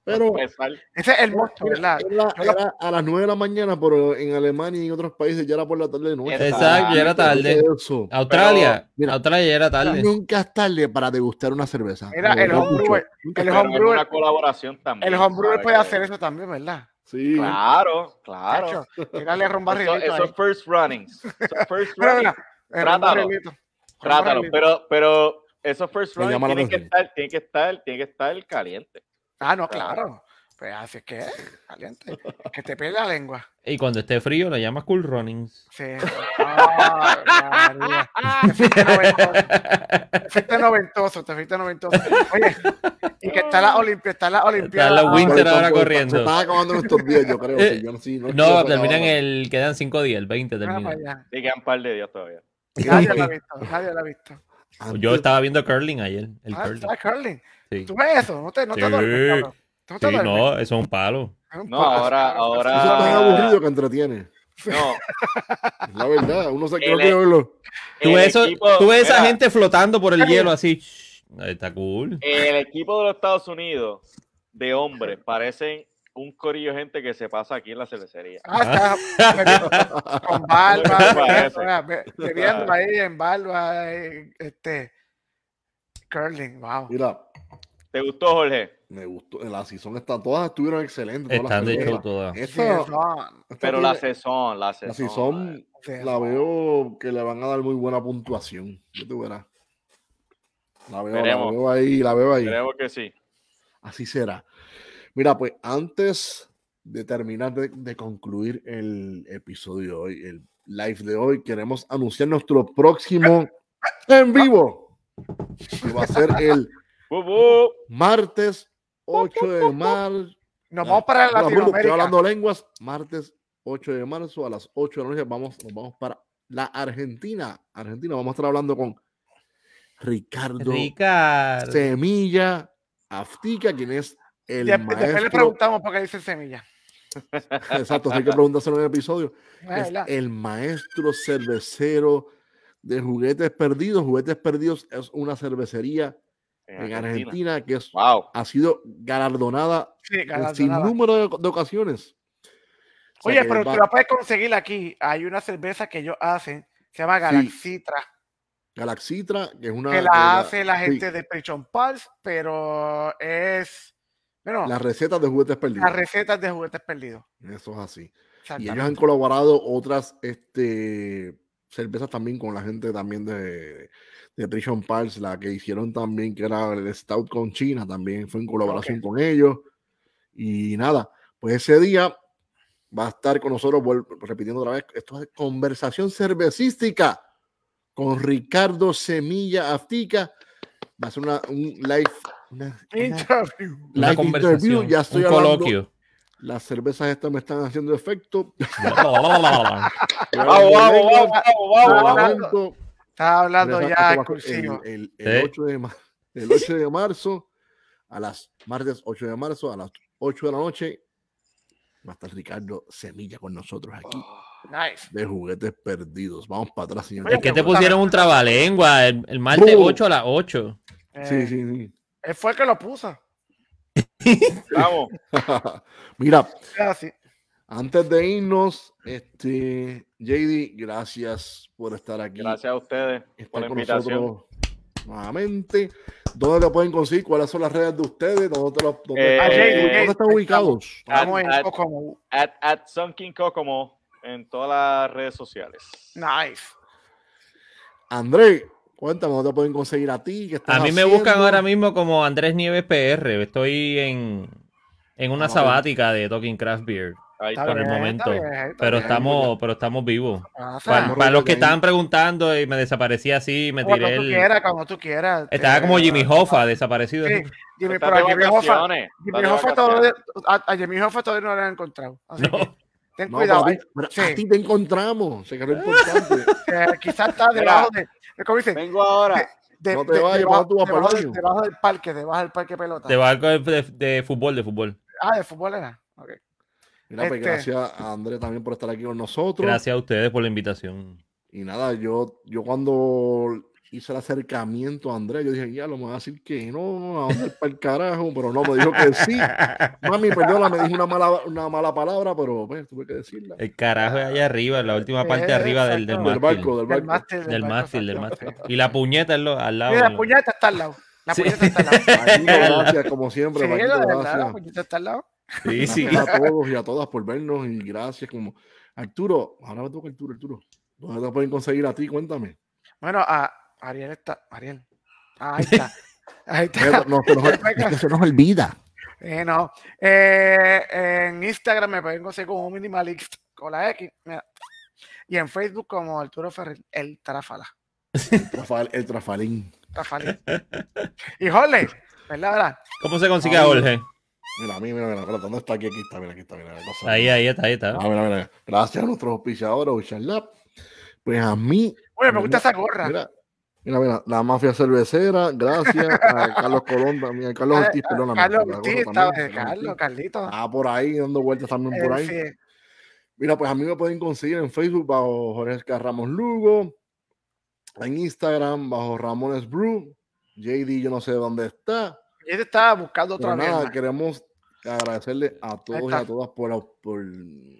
Speaker 1: Pero
Speaker 4: Para empezar.
Speaker 2: Ese es el monstruo,
Speaker 1: era,
Speaker 2: ¿verdad?
Speaker 1: era-
Speaker 2: Ah, Yo la-
Speaker 1: era a las 9 de la mañana, pero en Alemania y en otros países ya era por la tarde de noche.
Speaker 3: Exacto, ya era tarde.
Speaker 1: Eso.
Speaker 3: Australia.
Speaker 1: mira.
Speaker 3: Australia ya era tarde.
Speaker 1: Nunca es tarde para degustar una cerveza.
Speaker 2: Mira,
Speaker 1: De
Speaker 2: el
Speaker 1: verdad,
Speaker 2: homebrewer-
Speaker 1: mucho. Nunca
Speaker 2: el
Speaker 1: es
Speaker 4: Pues, Pero
Speaker 1: tarde.
Speaker 4: es
Speaker 2: homebrewer-
Speaker 4: una colaboración también.
Speaker 2: El homebrewer
Speaker 4: ¿sabes?
Speaker 2: puede
Speaker 4: Que-
Speaker 2: hacer eso también, ¿verdad?
Speaker 1: Sí.
Speaker 4: Claro, claro.
Speaker 2: Chacho, tírale ron
Speaker 4: Eso,
Speaker 2: barrilito
Speaker 4: eso
Speaker 2: ahí.
Speaker 4: es first runnings. Eso es first
Speaker 2: Mira, mira,
Speaker 4: runnings.
Speaker 2: eh, ron
Speaker 4: trátalo,
Speaker 2: barrilito, ron
Speaker 4: Trátalo.
Speaker 2: barrilito.
Speaker 4: Pero, pero esos first
Speaker 1: Me
Speaker 4: runnings
Speaker 1: llama la
Speaker 4: tienen que
Speaker 1: atención.
Speaker 4: estar, tienen que estar, tienen que estar caliente.
Speaker 2: Ah, no, claro. Pues así es que es, caliente. Que te pega la lengua.
Speaker 3: Y cuando esté frío le llamas Cool Runnings.
Speaker 2: Sí. Oh, Ah, María. Te fuiste noventoso. Te fuiste noventoso, te fuiste noventoso. Oye, y que está la Olimpia, está la Olimpia. Ah,
Speaker 3: Está la
Speaker 1: Por-
Speaker 3: Winter
Speaker 1: por-
Speaker 3: ahora
Speaker 1: por-
Speaker 3: corriendo.
Speaker 1: Se estaba acabando nuestros días, yo creo.
Speaker 3: Eh,
Speaker 1: sí, yo no- sí, no-
Speaker 3: No,
Speaker 1: no,
Speaker 3: terminan
Speaker 1: no, no.
Speaker 3: el. Quedan 5 días, el 20
Speaker 2: Ah,
Speaker 3: termina.
Speaker 4: Y quedan un par de días todavía.
Speaker 2: Nadie la ha visto, nadie la ha visto.
Speaker 1: Antes-
Speaker 3: Yo estaba viendo curling ayer. El
Speaker 2: Ah,
Speaker 3: curling.
Speaker 2: está curling.
Speaker 3: Sí.
Speaker 2: ¿Tú ves eso? No te, no te
Speaker 3: Sí.
Speaker 2: duermes, cabrón. Tú no te
Speaker 3: Sí,
Speaker 2: duermes.
Speaker 3: no, eso es un palo.
Speaker 2: Es un
Speaker 4: No,
Speaker 2: palo.
Speaker 4: ahora- ahora-
Speaker 1: Eso es
Speaker 2: Ah.
Speaker 1: tan aburrido que entretiene.
Speaker 4: No,
Speaker 1: Es La verdad, uno se creo
Speaker 4: El-
Speaker 1: que verlo.
Speaker 3: Tú
Speaker 4: el
Speaker 3: ves, eso-
Speaker 4: equipo-
Speaker 3: tú ves esa
Speaker 4: mira,
Speaker 3: gente flotando por el hielo así. Ahí Está cool.
Speaker 4: El equipo de los Estados Unidos de hombres parecen un corillo de gente que se pasa aquí en la cervecería.
Speaker 2: Ah, está con barba,
Speaker 4: Eso parece.
Speaker 2: bebiendo, be- bebiendo ahí en barba, eh, este, curling, wow.
Speaker 1: Mira,
Speaker 4: ¿Te gustó, Jorge?
Speaker 1: me gustó. La season está, todas estuvieron excelentes. todas las
Speaker 3: Están de show
Speaker 1: películas.
Speaker 3: todas.
Speaker 2: Sí,
Speaker 1: Esta-
Speaker 2: no,
Speaker 1: esta
Speaker 4: Pero la
Speaker 1: tiene-
Speaker 4: sesión, la
Speaker 1: la
Speaker 4: sesión.
Speaker 1: season
Speaker 2: sí,
Speaker 1: la veo que le van a dar muy buena puntuación. Yo te verás. La veo, la
Speaker 4: Veremos.
Speaker 1: veo ahí, la veo ahí.
Speaker 4: Creemos que sí.
Speaker 1: Así será. Mira, pues antes de terminar de, de concluir el episodio de hoy, el live de hoy, queremos anunciar nuestro próximo en vivo. Que va a ser el
Speaker 4: Bu, bu.
Speaker 1: martes 8 de marzo.
Speaker 2: Nos vamos para
Speaker 1: No, no, Estoy
Speaker 2: Latinoamérica.
Speaker 1: hablando lenguas. Martes 8 de marzo a las 8 de la noche vamos, nos vamos para la Argentina. Argentina, vamos a estar hablando con Ricardo
Speaker 3: Ricardo.
Speaker 1: Semilla Aftica, quien es el
Speaker 2: Dep- Después le
Speaker 1: maestro.
Speaker 2: preguntamos por qué dice semilla.
Speaker 1: Exacto, hay que preguntárselo en el episodio.
Speaker 2: Es
Speaker 1: Es
Speaker 2: verdad.
Speaker 1: el maestro cervecero de juguetes perdidos. Juguetes perdidos es una cervecería en Argentina que es-
Speaker 4: Wow.
Speaker 1: ha sido galardonada
Speaker 2: Sí,
Speaker 1: en
Speaker 2: galardonada.
Speaker 1: sinnúmero de, de ocasiones. O sea
Speaker 2: Oye,
Speaker 1: que
Speaker 2: pero
Speaker 1: va-
Speaker 2: tú la puedes conseguir aquí. Hay una cerveza que ellos hacen, se llama Galaxitra,
Speaker 1: Galaxitra, que es una.
Speaker 2: que
Speaker 1: que Ah, la-
Speaker 2: la hace la
Speaker 1: sí,
Speaker 2: gente de Prichon Pals, pero es, bueno,
Speaker 1: Las recetas de juguetes perdidos.
Speaker 2: las recetas de juguetes perdidos.
Speaker 1: Eso es así. Y ellos han
Speaker 2: Exactamente.
Speaker 1: colaborado otras este, cervezas también con la gente también de, de Prison Pals, la que hicieron también, que era el Stout con China, también fue en colaboración con ellos. Y nada, pues ese día va a estar con nosotros, vuel- repitiendo otra vez, esto es conversación cervecística con Ricardo Semilla Aftica. Va a ser una, un live, una, una
Speaker 2: Interview.
Speaker 3: Una
Speaker 1: live
Speaker 3: conversación.
Speaker 1: interview. Ya estoy
Speaker 3: un
Speaker 1: hablando.
Speaker 3: coloquio.
Speaker 1: Las cervezas estas me están haciendo efecto.
Speaker 4: Vamos, vamos, vamos,
Speaker 1: Por
Speaker 4: vamos,
Speaker 1: el
Speaker 4: vamos.
Speaker 2: hablando.
Speaker 1: momento,
Speaker 2: Estaba hablando
Speaker 1: Regresa- esto va
Speaker 2: ya
Speaker 1: a ser
Speaker 2: exclusivo.
Speaker 1: El, el- el
Speaker 3: Sí.
Speaker 1: 8 de mar- el 8 de marzo, a las martes 8 de marzo, a las 8 de la noche, va a estar Ricardo Semilla con nosotros aquí,
Speaker 2: Nice.
Speaker 1: de juguetes perdidos. Vamos para atrás, señor.
Speaker 3: Es que te
Speaker 2: Oh. Oye,
Speaker 3: pusieron un trabalengua el, el martes
Speaker 1: Uh.
Speaker 3: 8 a las 8.
Speaker 2: Eh,
Speaker 1: Sí, sí, sí.
Speaker 2: Él fue el que lo puso.
Speaker 4: Vamos.
Speaker 1: Mira,
Speaker 2: Era así.
Speaker 1: antes de irnos, este, JD, gracias por estar aquí.
Speaker 4: Gracias a ustedes por
Speaker 1: Estar
Speaker 4: la
Speaker 1: con
Speaker 4: invitación.
Speaker 1: nosotros nuevamente. ¿Dónde lo pueden conseguir? ¿Cuáles son las redes de ustedes? ¿Dónde, te lo- dónde-
Speaker 4: Eh,
Speaker 1: dónde-
Speaker 4: JD,
Speaker 1: dónde están ubicados?
Speaker 2: Estamos en
Speaker 4: Ah, ah.
Speaker 2: Kokomo.
Speaker 4: At, at Sunking Kokomo en todas las redes sociales.
Speaker 2: Nice.
Speaker 1: André, cuéntanos dónde pueden conseguir a ti. ¿Qué estás
Speaker 3: A mí me
Speaker 1: haciendo?
Speaker 3: buscan ahora mismo como Andrés Nieves PR. Estoy en, en una
Speaker 1: Ah,
Speaker 3: sabática de Talking Craft Beer.
Speaker 4: Ahí
Speaker 2: Está
Speaker 4: está.
Speaker 3: por el momento.
Speaker 2: está bien, está
Speaker 3: Pero
Speaker 2: bien.
Speaker 3: estamos, pero estamos vivos.
Speaker 2: Pasa.
Speaker 3: Para, para los que
Speaker 1: Ah, ahí.
Speaker 3: estaban preguntando y me desaparecí así, me
Speaker 2: Cuando
Speaker 3: tiré
Speaker 2: tú
Speaker 3: el.
Speaker 2: quieras, cuando tú quieras.
Speaker 3: Estaba
Speaker 2: Te-
Speaker 1: Eh,
Speaker 3: como Jimmy Hoffa, desaparecido.
Speaker 2: Sí, Jimmy, pero
Speaker 4: Está
Speaker 2: a
Speaker 4: de
Speaker 2: Jimmy Hoffa,
Speaker 4: vacaciones,
Speaker 2: Jimmy
Speaker 4: está de
Speaker 2: Hoffa
Speaker 4: vacaciones.
Speaker 2: todavía, a, a Jimmy Hoffa todavía no lo han encontrado. Así que
Speaker 3: No,
Speaker 2: ten
Speaker 1: No,
Speaker 2: cuidado. eh,
Speaker 1: papi, pero
Speaker 2: Sí.
Speaker 1: a ti te encontramos. Se quedó importante.
Speaker 2: eh, quizás está debajo de. eh, ¿Cómo dice?
Speaker 4: Vengo ahora.
Speaker 2: De-
Speaker 1: No te
Speaker 2: de-
Speaker 1: vayas,
Speaker 2: debajo,
Speaker 1: vamos tú a
Speaker 2: debajo del-
Speaker 1: Paloyo.
Speaker 2: debajo del parque, debajo del parque pelota.
Speaker 3: de barco de, de- de fútbol, de fútbol.
Speaker 2: Ah, de fútbol era. Ok.
Speaker 1: Mira, pues
Speaker 2: Este-
Speaker 1: gracias a Andrés también por estar aquí con nosotros.
Speaker 3: Gracias a ustedes por la invitación.
Speaker 1: Y nada, yo, yo cuando hice el acercamiento a Andrés, yo dije, ya, lo me va a decir que no, no, a dónde para el carajo, pero no, me dijo que sí. Mami, perdona, me dijo una mala, una mala palabra, pero pues, tuve que decirla.
Speaker 3: El carajo es allá arriba, en la última
Speaker 2: Eh,
Speaker 3: parte arriba del, del
Speaker 2: exacto.
Speaker 1: Del
Speaker 3: mástil.
Speaker 1: barco, del
Speaker 2: Del
Speaker 1: barco.
Speaker 2: mástil.
Speaker 3: Del
Speaker 2: barco,
Speaker 3: mástil, del
Speaker 2: exacto.
Speaker 3: mástil. Y la puñeta en lo- al lado.
Speaker 2: Mira,
Speaker 3: en
Speaker 2: la
Speaker 3: lo-
Speaker 2: puñeta está al lado. La
Speaker 3: Sí.
Speaker 2: puñeta está al lado.
Speaker 1: Paquito,
Speaker 3: Al
Speaker 1: gracias, como siempre,
Speaker 2: Sí,
Speaker 1: Paquito,
Speaker 2: la verdad, pues, la
Speaker 1: gracias.
Speaker 2: puñeta está al lado.
Speaker 3: Sí, sí.
Speaker 1: Gracias a todos y a todas por vernos y gracias como Arturo, ahora me toca Arturo, Arturo. ¿Dónde te pueden conseguir a ti? Cuéntame.
Speaker 2: Bueno, a Ariel está. Ariel. Ah, Ahí está. Ahí está.
Speaker 1: Nos- nos- es que se nos olvida.
Speaker 2: Eh, no. Eh, en Instagram me pueden conseguir como Minimalist con la X. mira. Y en Facebook como Arturo Ferrer, el Trafala.
Speaker 1: Rafael, el Trafalín.
Speaker 2: Trafalín. Y Jorge, ¿verdad? verdad?
Speaker 3: ¿Cómo se consigue
Speaker 1: Ahí.
Speaker 3: a Jorge?
Speaker 1: Mira, mira, mira, mira, espérate, ¿dónde está aquí? Aquí está, mira, aquí está, mira. la cosa.
Speaker 3: Ahí, ahí está, ahí está.
Speaker 1: Ah, mira, mira. Gracias a nuestros auspiciadores, Ocean Lab. Pues a mí,
Speaker 2: Oye, me gusta esa gorra.
Speaker 1: mira, mira, mira, la mafia cervecera, gracias a Carlos Colón también, a Carlos
Speaker 2: Ah,
Speaker 1: Ortiz, perdóname.
Speaker 2: Carlos
Speaker 1: por la
Speaker 2: Ortiz,
Speaker 1: gorra
Speaker 2: estaba,
Speaker 1: también, Carlos
Speaker 2: Carlos,
Speaker 1: Ortiz.
Speaker 2: Carlito.
Speaker 1: Ah, por ahí, dando vueltas también por
Speaker 2: Eh,
Speaker 1: ahí.
Speaker 2: sí.
Speaker 1: Mira, pues a mí me pueden conseguir en Facebook bajo Jorge Oscar Ramos Lugo, en Instagram bajo Ramones Brew, JD yo no sé dónde está,
Speaker 2: Y él estaba buscando
Speaker 1: pero
Speaker 2: otra
Speaker 1: Pues nada,
Speaker 2: vez.
Speaker 1: queremos agradecerle a todos y
Speaker 2: está.
Speaker 1: a todas por, au- por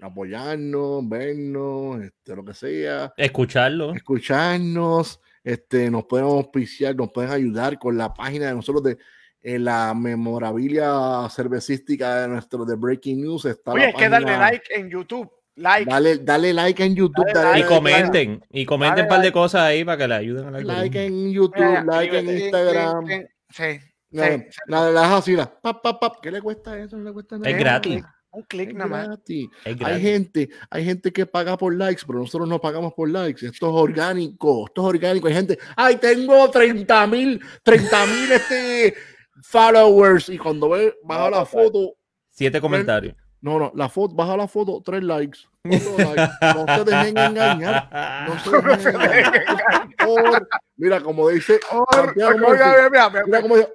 Speaker 1: apoyarnos, vernos, este, lo que sea,
Speaker 3: Escucharlo.
Speaker 1: escucharnos, este, nos pueden auspiciar, nos pueden ayudar con la página de nosotros de eh, la memorabilia cervecística de nuestro de Breaking News. Está
Speaker 2: Oye,
Speaker 1: la
Speaker 2: hay que darle
Speaker 1: página-
Speaker 2: like en YouTube. Like.
Speaker 1: Dale, dale like en YouTube.
Speaker 2: Dale
Speaker 1: dale
Speaker 3: Y
Speaker 1: like,
Speaker 3: comenten. Y comenten
Speaker 2: Dale,
Speaker 3: un par de
Speaker 2: like.
Speaker 3: cosas ahí para que le ayuden a la
Speaker 1: like en YouTube,
Speaker 2: Mira,
Speaker 1: like en
Speaker 4: suscríbete.
Speaker 1: Instagram.
Speaker 2: Sí, sí, sí.
Speaker 1: Nada,
Speaker 2: sí.
Speaker 1: nada, las así, las pap, pap, pap. ¿Qué le cuesta eso? No le cuesta nada.
Speaker 3: Es gratis.
Speaker 2: Un
Speaker 1: Es
Speaker 2: clic nada más.
Speaker 1: gratis.
Speaker 3: Es
Speaker 1: Hay
Speaker 3: gratis.
Speaker 1: gente, hay gente que paga por likes, pero nosotros no pagamos por likes. Esto es orgánico, esto es orgánico. Hay gente, ay, tengo 30 mil, 30 mil este followers. Y cuando ve, baja la foto,
Speaker 3: Siete comentarios.
Speaker 1: no, no, la foto, baja la foto, tres likes. Otro like. No se dejen engañar. No se dejen engañar. Or- mira, como dice,
Speaker 2: Or-
Speaker 1: Santiago
Speaker 2: oiga,
Speaker 1: Murphy.
Speaker 2: oiga, mira, mira,
Speaker 1: mira como dice,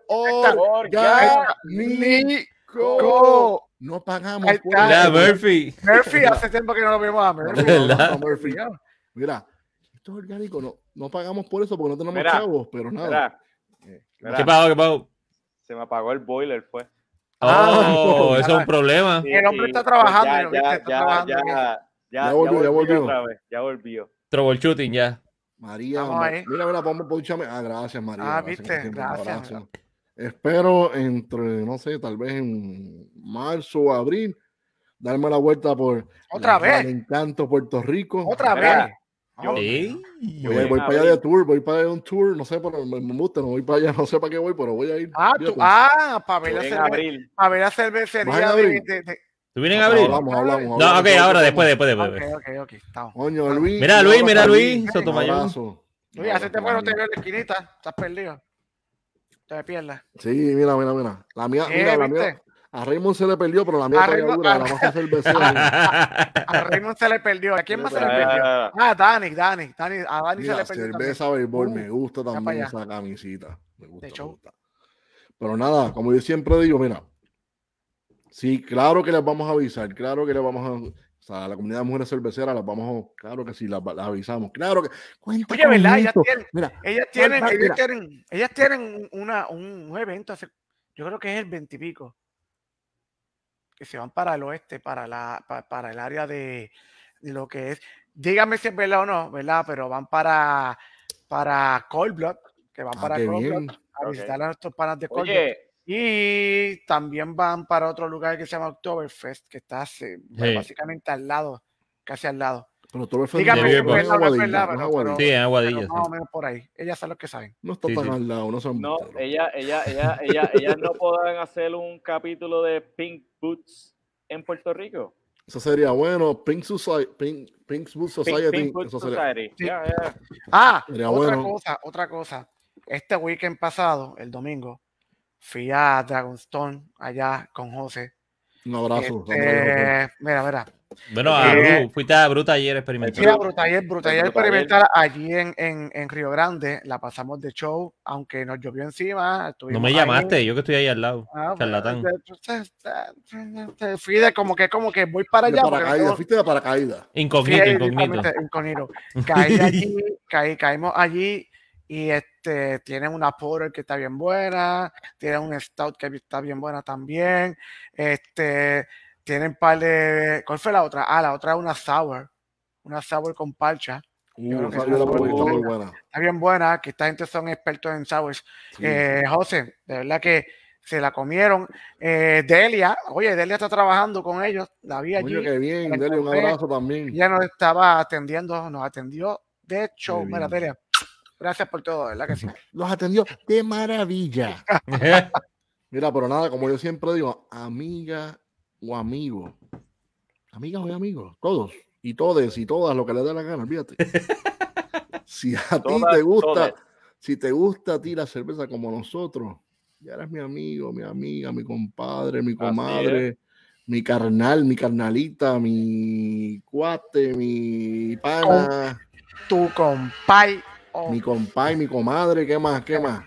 Speaker 1: orgánico.
Speaker 2: Orgánico.
Speaker 1: No pagamos.
Speaker 2: Ahí
Speaker 1: por
Speaker 2: está.
Speaker 1: eso.
Speaker 3: Mira, Murphy.
Speaker 2: Murphy, hace tiempo que no lo vemos a Murphy.
Speaker 1: Mira,
Speaker 3: ¿Verdad?
Speaker 1: no, Murphy, Mira, esto es orgánico. No, no pagamos por eso porque no tenemos
Speaker 4: Mira,
Speaker 1: chavos, pero nada.
Speaker 4: Mira,
Speaker 1: Eh,
Speaker 4: mira,
Speaker 3: ¿Qué pasó? ¿Qué pasó?
Speaker 4: se me apagó el boiler, fue.
Speaker 1: Ah,
Speaker 3: Oh,
Speaker 1: no.
Speaker 3: eso es un problema.
Speaker 2: El hombre está trabajando,
Speaker 4: pues ya,
Speaker 2: lo viste,
Speaker 4: ya,
Speaker 2: está
Speaker 4: ya,
Speaker 2: trabajando.
Speaker 4: ya, ya,
Speaker 1: Ya volvió, ya volvió.
Speaker 4: otra vez, ya volvió.
Speaker 3: Troubleshooting ya.
Speaker 1: María,
Speaker 2: Vamos
Speaker 1: Ma-
Speaker 2: ahí.
Speaker 1: mira, mira, vamos ponchame. Ah, gracias, María.
Speaker 2: Ah,
Speaker 1: gracias,
Speaker 2: viste,
Speaker 1: como siempre, un
Speaker 2: gracias,
Speaker 1: abrazo. Espero entre, no sé, tal vez en marzo o abril, darme la vuelta por
Speaker 2: Otra
Speaker 1: la-
Speaker 2: vez.
Speaker 1: el encanto Puerto Rico.
Speaker 2: Otra
Speaker 4: Mira,
Speaker 2: vez.
Speaker 4: yo-
Speaker 3: Sí.
Speaker 1: Voy, voy para allá de tour, voy para allá de un tour, no sé, pero me, me gusta, no voy para allá, no sé para qué voy, pero voy a ir.
Speaker 2: Ah, tú,
Speaker 1: Fíjate.
Speaker 2: ah, para ver la,
Speaker 4: En
Speaker 2: cerve-
Speaker 4: abril.
Speaker 2: para ver la cervecería.
Speaker 1: ¿Vas en
Speaker 2: de-
Speaker 1: abril?
Speaker 2: de- de-
Speaker 3: ¿Tú vienes en
Speaker 1: Ah,
Speaker 3: abril?
Speaker 1: Hablamos, hablamos.
Speaker 3: No,
Speaker 1: hablamos,
Speaker 3: ok,
Speaker 1: hablamos.
Speaker 3: ahora, después, después, después.
Speaker 2: Ok,
Speaker 3: después.
Speaker 2: ok, ok, estamos.
Speaker 1: Coño, Luis.
Speaker 3: Mira,
Speaker 1: un
Speaker 3: Luis,
Speaker 1: abrazo
Speaker 3: mira,
Speaker 1: a
Speaker 3: Luis,
Speaker 1: Un
Speaker 3: Sotomayor.
Speaker 1: abrazo.
Speaker 2: Oye, hace tiempo que no te
Speaker 1: Grande.
Speaker 2: veo en la esquinita, estás perdido. Te me pierdas.
Speaker 1: Sí, mira, mira, mira. La mía,
Speaker 2: Eh,
Speaker 1: mira, la
Speaker 2: ¿viste?
Speaker 1: mía. A Raymond se le perdió, pero la mía
Speaker 2: A
Speaker 1: todavía
Speaker 2: Raymond-
Speaker 1: dura,
Speaker 2: a-
Speaker 1: la mafia cervecera.
Speaker 2: A Raymond se le perdió. ¿A quién más se le
Speaker 1: Ah,
Speaker 2: perdió?
Speaker 4: Ah,
Speaker 2: Ah, Dani, Dani, Dani, a Dani se
Speaker 1: Mira,
Speaker 2: le perdió. también.
Speaker 1: cerveza béisbol,
Speaker 2: Uh,
Speaker 1: me gusta
Speaker 2: pa'
Speaker 1: también
Speaker 2: allá.
Speaker 1: esa camisita. Me gusta, me
Speaker 2: show.
Speaker 1: gusta. Pero nada, como yo siempre digo, mira. Sí, claro que les vamos a avisar, claro que les vamos a. O sea, a la comunidad de mujeres cerveceras las vamos a. Claro que sí, las, las avisamos. Claro que. cuenta
Speaker 2: Oye,
Speaker 1: con
Speaker 2: ¿verdad? Ellas
Speaker 1: esto.
Speaker 2: tienen-
Speaker 1: Mira,
Speaker 2: Ellas tienen,
Speaker 1: Marta,
Speaker 2: ellas
Speaker 1: mira.
Speaker 2: tienen, ellas tienen una, un, un evento, hace- yo creo que es el veintipico, que se van para el oeste, para, la, pa- para, el área de, de lo que es, dígame si es verdad o no, ¿verdad? Pero van para, para Cold Blood, que van
Speaker 1: Ah,
Speaker 2: para
Speaker 1: qué
Speaker 2: Cold Blood
Speaker 1: bien.
Speaker 2: a
Speaker 4: Ok.
Speaker 2: visitar a nuestros panas de Cold Blood.
Speaker 4: Oye,
Speaker 2: Y también van para otro lugar que se llama Oktoberfest, que está eh,
Speaker 3: Sí.
Speaker 2: básicamente al lado, casi al lado.
Speaker 1: Pero todo es
Speaker 2: Dígame
Speaker 3: si es
Speaker 1: feliz, no es
Speaker 2: verdad o no es
Speaker 1: aguadilla,
Speaker 2: verdad,
Speaker 1: no es aguadilla.
Speaker 2: pero-
Speaker 3: Sí, en
Speaker 2: Pero
Speaker 3: Aguadilla. sí.
Speaker 2: más o menos por ahí. Ellas son los que saben.
Speaker 1: No está
Speaker 3: Sí,
Speaker 1: tan
Speaker 3: sí.
Speaker 1: al lado, no son
Speaker 4: No,
Speaker 1: busteros.
Speaker 4: ella, ella, ella, ella, ellas no podrán hacer un capítulo de Pink Boots en Puerto Rico.
Speaker 1: Eso sería bueno. Pink, Society, Pink, Pink Food Society.
Speaker 4: Pink Food
Speaker 1: eso sería-
Speaker 4: Society. Ya, ya.
Speaker 2: Ah,
Speaker 1: Sería
Speaker 2: otra
Speaker 1: bueno.
Speaker 2: cosa, otra cosa. Este weekend pasado, el domingo, fui a Dragonstone allá con José.
Speaker 1: Un abrazo. Andrés
Speaker 2: Este, mira, mira.
Speaker 3: Bueno, a
Speaker 2: Eh,
Speaker 3: Bru, fuiste a Bruta ayer experimentar.
Speaker 2: Sí, a Brutaller, Brutaller
Speaker 4: Brutaller.
Speaker 2: experimental allí en, en, en Río Grande. La pasamos de show, aunque nos llovió encima.
Speaker 3: No
Speaker 2: estuvimos
Speaker 3: me
Speaker 2: ahí.
Speaker 3: llamaste, yo que estoy ahí al lado.
Speaker 2: Ah,
Speaker 3: charlatán.
Speaker 2: bueno, Fui de como que, como que voy para
Speaker 1: Rojo. De
Speaker 2: allá. porque
Speaker 1: paracaídas.
Speaker 2: no-
Speaker 1: Fuiste de paracaídas.
Speaker 2: fui
Speaker 3: Incógnito,
Speaker 2: ahí
Speaker 3: incógnito.
Speaker 2: directamente incógnito. Caí allí, caí, caímos allí y este, tienen una porter que está bien buena, tienen un stout que está bien buena también, este, tienen par de, ¿cuál fue la otra? Ah, la otra es una sour, una sour con parcha,
Speaker 1: Uh,
Speaker 2: creo que
Speaker 1: esa
Speaker 2: sí.
Speaker 1: yo la probé, está
Speaker 4: Uh.
Speaker 1: muy buena.
Speaker 2: está bien buena, que esta gente son expertos en sours.
Speaker 1: Sí.
Speaker 2: Eh, José, de verdad que se la comieron. Eh, Delia, oye, Delia está trabajando con ellos, la vi allí.
Speaker 1: Coño, qué bien.
Speaker 2: la
Speaker 1: Dele un
Speaker 2: encontré.
Speaker 1: abrazo también.
Speaker 2: ya nos estaba atendiendo, nos atendió de show.
Speaker 1: bien.
Speaker 2: Mira, Delia, gracias por todo, ¿verdad que sí?
Speaker 1: Los atendió de maravilla. Mira, pero nada, como yo siempre digo, amiga o amigo. Amigas o amigos, todos. Y todes y todas, lo que les dé la gana, olvídate. Si a ti
Speaker 4: Todas,
Speaker 1: te gusta,
Speaker 4: todas.
Speaker 1: si te gusta a ti la cerveza como nosotros, ya eres mi amigo, mi amiga, mi compadre, mi comadre, mi carnal, mi carnalita, mi cuate, mi pana,
Speaker 2: Tu compay, o
Speaker 1: mi compay, mi comadre, ¿qué más? ¿Qué más?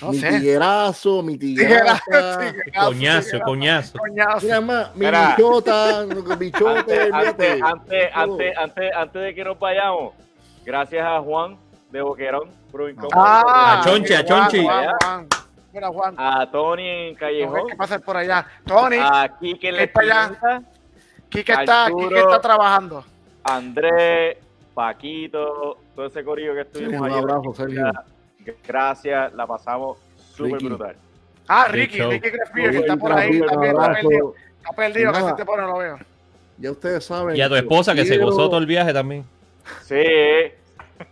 Speaker 2: no
Speaker 1: mi
Speaker 2: sé.
Speaker 1: tiguerazo, mi
Speaker 2: Tiguerazo,
Speaker 1: tigueraza.
Speaker 2: tiguerazo, tiguerazo,
Speaker 3: coñazo, coñazo.
Speaker 2: coñazo.
Speaker 1: Mira, ma, mi
Speaker 4: Mira.
Speaker 1: bichota, lo que- bichote, olvídate.
Speaker 4: Antes, antes, antes, antes, antes, antes de que nos vayamos, gracias a Juan de Boquerón, Brewing Company.
Speaker 2: Ah,
Speaker 3: A Chonchi, a
Speaker 2: Juan,
Speaker 3: Chonchi.
Speaker 2: Juan, Juan. Mira, Juan,
Speaker 4: a Tony en
Speaker 2: a ver
Speaker 4: Callejón,
Speaker 2: qué pasa por allá. Tony,
Speaker 4: a Kike en la
Speaker 2: Ven para allá.
Speaker 4: Esquinita,
Speaker 2: Kike está,
Speaker 4: Ah, Arturo.
Speaker 2: Kike está trabajando.
Speaker 4: Andrés, Paquito, todo ese corillo que
Speaker 1: Sergio,
Speaker 4: estuvimos
Speaker 1: Un
Speaker 4: ayer.
Speaker 1: abrazo, Sergio.
Speaker 4: Gracias, la pasamos súper
Speaker 1: Ricky.
Speaker 4: brutal.
Speaker 2: Ah,
Speaker 3: Big
Speaker 2: Ricky,
Speaker 3: show.
Speaker 2: Ricky Grefier, que
Speaker 1: Ricky,
Speaker 2: está por ahí,
Speaker 1: un
Speaker 2: está, bien, está
Speaker 1: abrazo.
Speaker 2: perdido, está perdido,
Speaker 1: Y nada.
Speaker 2: casi te pone, no lo veo.
Speaker 1: Ya ustedes saben.
Speaker 3: Y a tu
Speaker 1: los
Speaker 3: esposa que se
Speaker 1: quiero,
Speaker 3: gozó todo el viaje también.
Speaker 4: Sí. eh.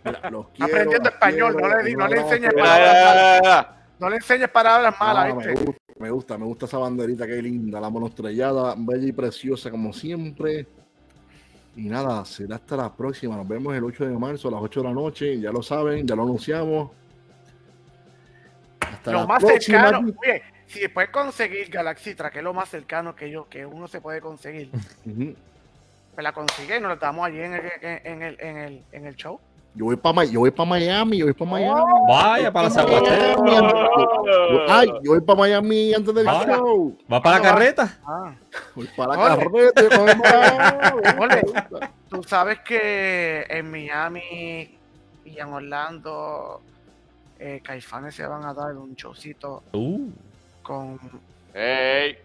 Speaker 1: mira, los quiero,
Speaker 2: Está aprendiendo
Speaker 1: las
Speaker 2: español,
Speaker 1: quiero,
Speaker 2: no le di-
Speaker 1: un
Speaker 2: no le
Speaker 1: abrazo.
Speaker 2: enseñes
Speaker 4: Mira, mira, mira,
Speaker 2: No le enseñes palabras malas,
Speaker 1: Ah, me,
Speaker 2: ¿viste?
Speaker 1: gusta, me gusta, me gusta esa banderita, qué linda, la monostrellada, bella y preciosa como siempre. Y nada, será hasta la próxima. Nos vemos el 8 de marzo a las 8 de la noche. Ya lo saben, ya lo anunciamos. Hasta
Speaker 2: lo
Speaker 1: la
Speaker 2: más
Speaker 1: próxima.
Speaker 2: cercano, oye, si puedes conseguir Galaxy Tra, que es lo más cercano que yo, que uno se puede conseguir,
Speaker 1: Ujú.
Speaker 2: pues la consigue y nos la damos allí en el, en el, en el, en el show.
Speaker 1: Yo voy para yo voy pa Miami, yo voy para Miami.
Speaker 3: Vaya para la zapatera.
Speaker 4: Oh.
Speaker 1: Ay, yo voy para Miami antes del
Speaker 3: Vaya.
Speaker 1: show.
Speaker 3: Va para la carreta.
Speaker 2: Ah,
Speaker 1: Voy para la
Speaker 2: Ole.
Speaker 1: carreta. yo voy para-
Speaker 2: Ole. Tú sabes que en Miami y en Orlando, eh, Caifanes se van a dar un showcito
Speaker 3: Uh,
Speaker 2: con,
Speaker 4: Ey,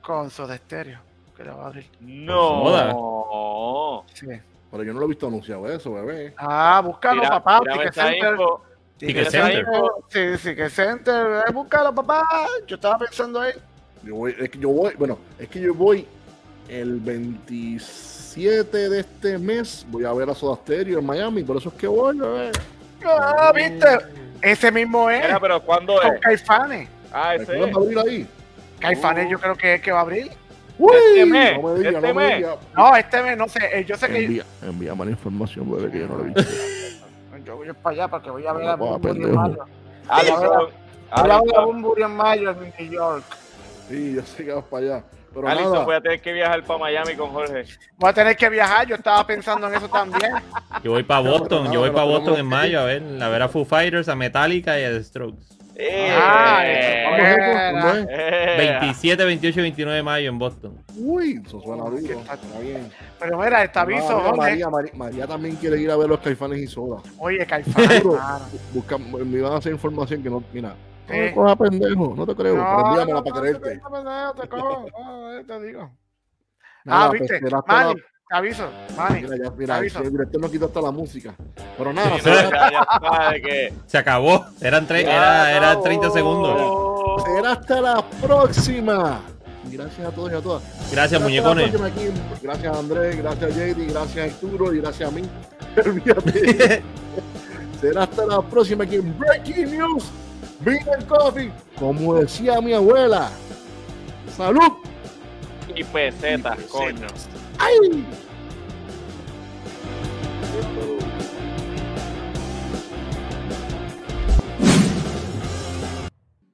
Speaker 2: con Soda Stereo, que lo va a abrir.
Speaker 4: no.
Speaker 2: Sí.
Speaker 1: Pero yo no lo he visto anunciado eso, bebé.
Speaker 2: Ah, búscalo,
Speaker 4: Tira-
Speaker 2: papá.
Speaker 4: tírame
Speaker 2: Ticket
Speaker 4: esa
Speaker 2: Center.
Speaker 4: info.
Speaker 3: Ticket
Speaker 4: Center.
Speaker 2: Sí, sí, que Center. eh, Búscalo, papá. Yo estaba pensando ahí.
Speaker 1: Yo voy, es que yo voy, bueno, es que yo voy el 27 de este mes. Voy a ver a Soda Stereo en Miami, por eso es que voy, bebé.
Speaker 2: Ah, viste. Ese mismo es.
Speaker 4: Mm. Mira, pues. pero ¿cuándo
Speaker 2: Con
Speaker 4: es?
Speaker 2: Caifanes.
Speaker 4: Ah, ese
Speaker 1: ¿Recuerdas
Speaker 4: es.
Speaker 1: abrir ahí?
Speaker 2: Caifanes,
Speaker 4: Uh.
Speaker 2: yo creo que es que va a abrir.
Speaker 1: Uy,
Speaker 4: Este mes,
Speaker 1: No me digas,
Speaker 4: este
Speaker 1: no me
Speaker 4: mes.
Speaker 1: digas.
Speaker 2: No, este mes, no sé. eh, Yo sé que.
Speaker 1: Envía, envíame la información, bebé, que yo no lo he visto.
Speaker 2: Yo voy para allá porque voy a ver a
Speaker 1: Papá,
Speaker 2: Bumburi en
Speaker 1: pendejo.
Speaker 2: mayo.
Speaker 4: Alison.
Speaker 2: Voy a ver a
Speaker 4: Alison.
Speaker 2: Bumburi en mayo en New York.
Speaker 1: Sí, yo sé que vas para allá. Pero
Speaker 4: Alison,
Speaker 1: nada.
Speaker 4: voy a tener que viajar para Miami con Jorge.
Speaker 2: Voy a tener que viajar. Yo estaba pensando en eso también.
Speaker 3: Yo voy para Boston, yo voy
Speaker 1: No,
Speaker 3: para
Speaker 1: no,
Speaker 3: Boston
Speaker 1: no.
Speaker 3: en mayo a ver, a ver a Foo Fighters, a Metallica y a The Strokes.
Speaker 4: Eh.
Speaker 2: Ah,
Speaker 1: Vamos,
Speaker 2: eh.
Speaker 1: vamos, vamos, eh.
Speaker 4: Eh.
Speaker 3: 27, 28 y 29 de mayo en Boston.
Speaker 1: Uy, eso suena duro.
Speaker 2: ¿Qué tal?
Speaker 1: Está bien.
Speaker 2: Pero mira, este aviso,
Speaker 1: María,
Speaker 2: Jorge.
Speaker 1: María, María, María también quiere ir a ver los caifanes y soda.
Speaker 2: Oye, Caifanes.
Speaker 1: Seguro.
Speaker 2: mano.
Speaker 1: Busca, me van a hacer información que no. Mira, no
Speaker 2: Sí.
Speaker 1: me cojas pendejo, no te creo, pero
Speaker 2: Eh. No,
Speaker 1: envíamela
Speaker 2: no,
Speaker 1: para
Speaker 2: no,
Speaker 1: creerte.
Speaker 2: no, no, no, te cojo, no, eh, te digo.
Speaker 1: Nada,
Speaker 2: Ah,
Speaker 1: pues,
Speaker 2: viste,
Speaker 1: será hasta
Speaker 2: Manny,
Speaker 1: la-
Speaker 2: te aviso, Manny.
Speaker 1: Mira, ya, mira,
Speaker 2: aviso.
Speaker 1: el director nos quitó hasta la música. Pero nada,
Speaker 4: Sí, no, ya, ya está, de que-
Speaker 3: Se acabó. Eran, tre- era, eran 30 segundos.
Speaker 1: será hasta la próxima. Gracias a todos y a todas.
Speaker 3: Gracias,
Speaker 1: Será hasta la
Speaker 3: muñecones.
Speaker 1: próxima aquí. Gracias a Andrés, gracias a JD, gracias a Arturo y gracias a mí. Olvídate. será hasta la próxima aquí en Breaking News. Beer and Coffee. Como decía mi abuela. Salud.
Speaker 4: y pesetas, coño.
Speaker 1: ¡Ay!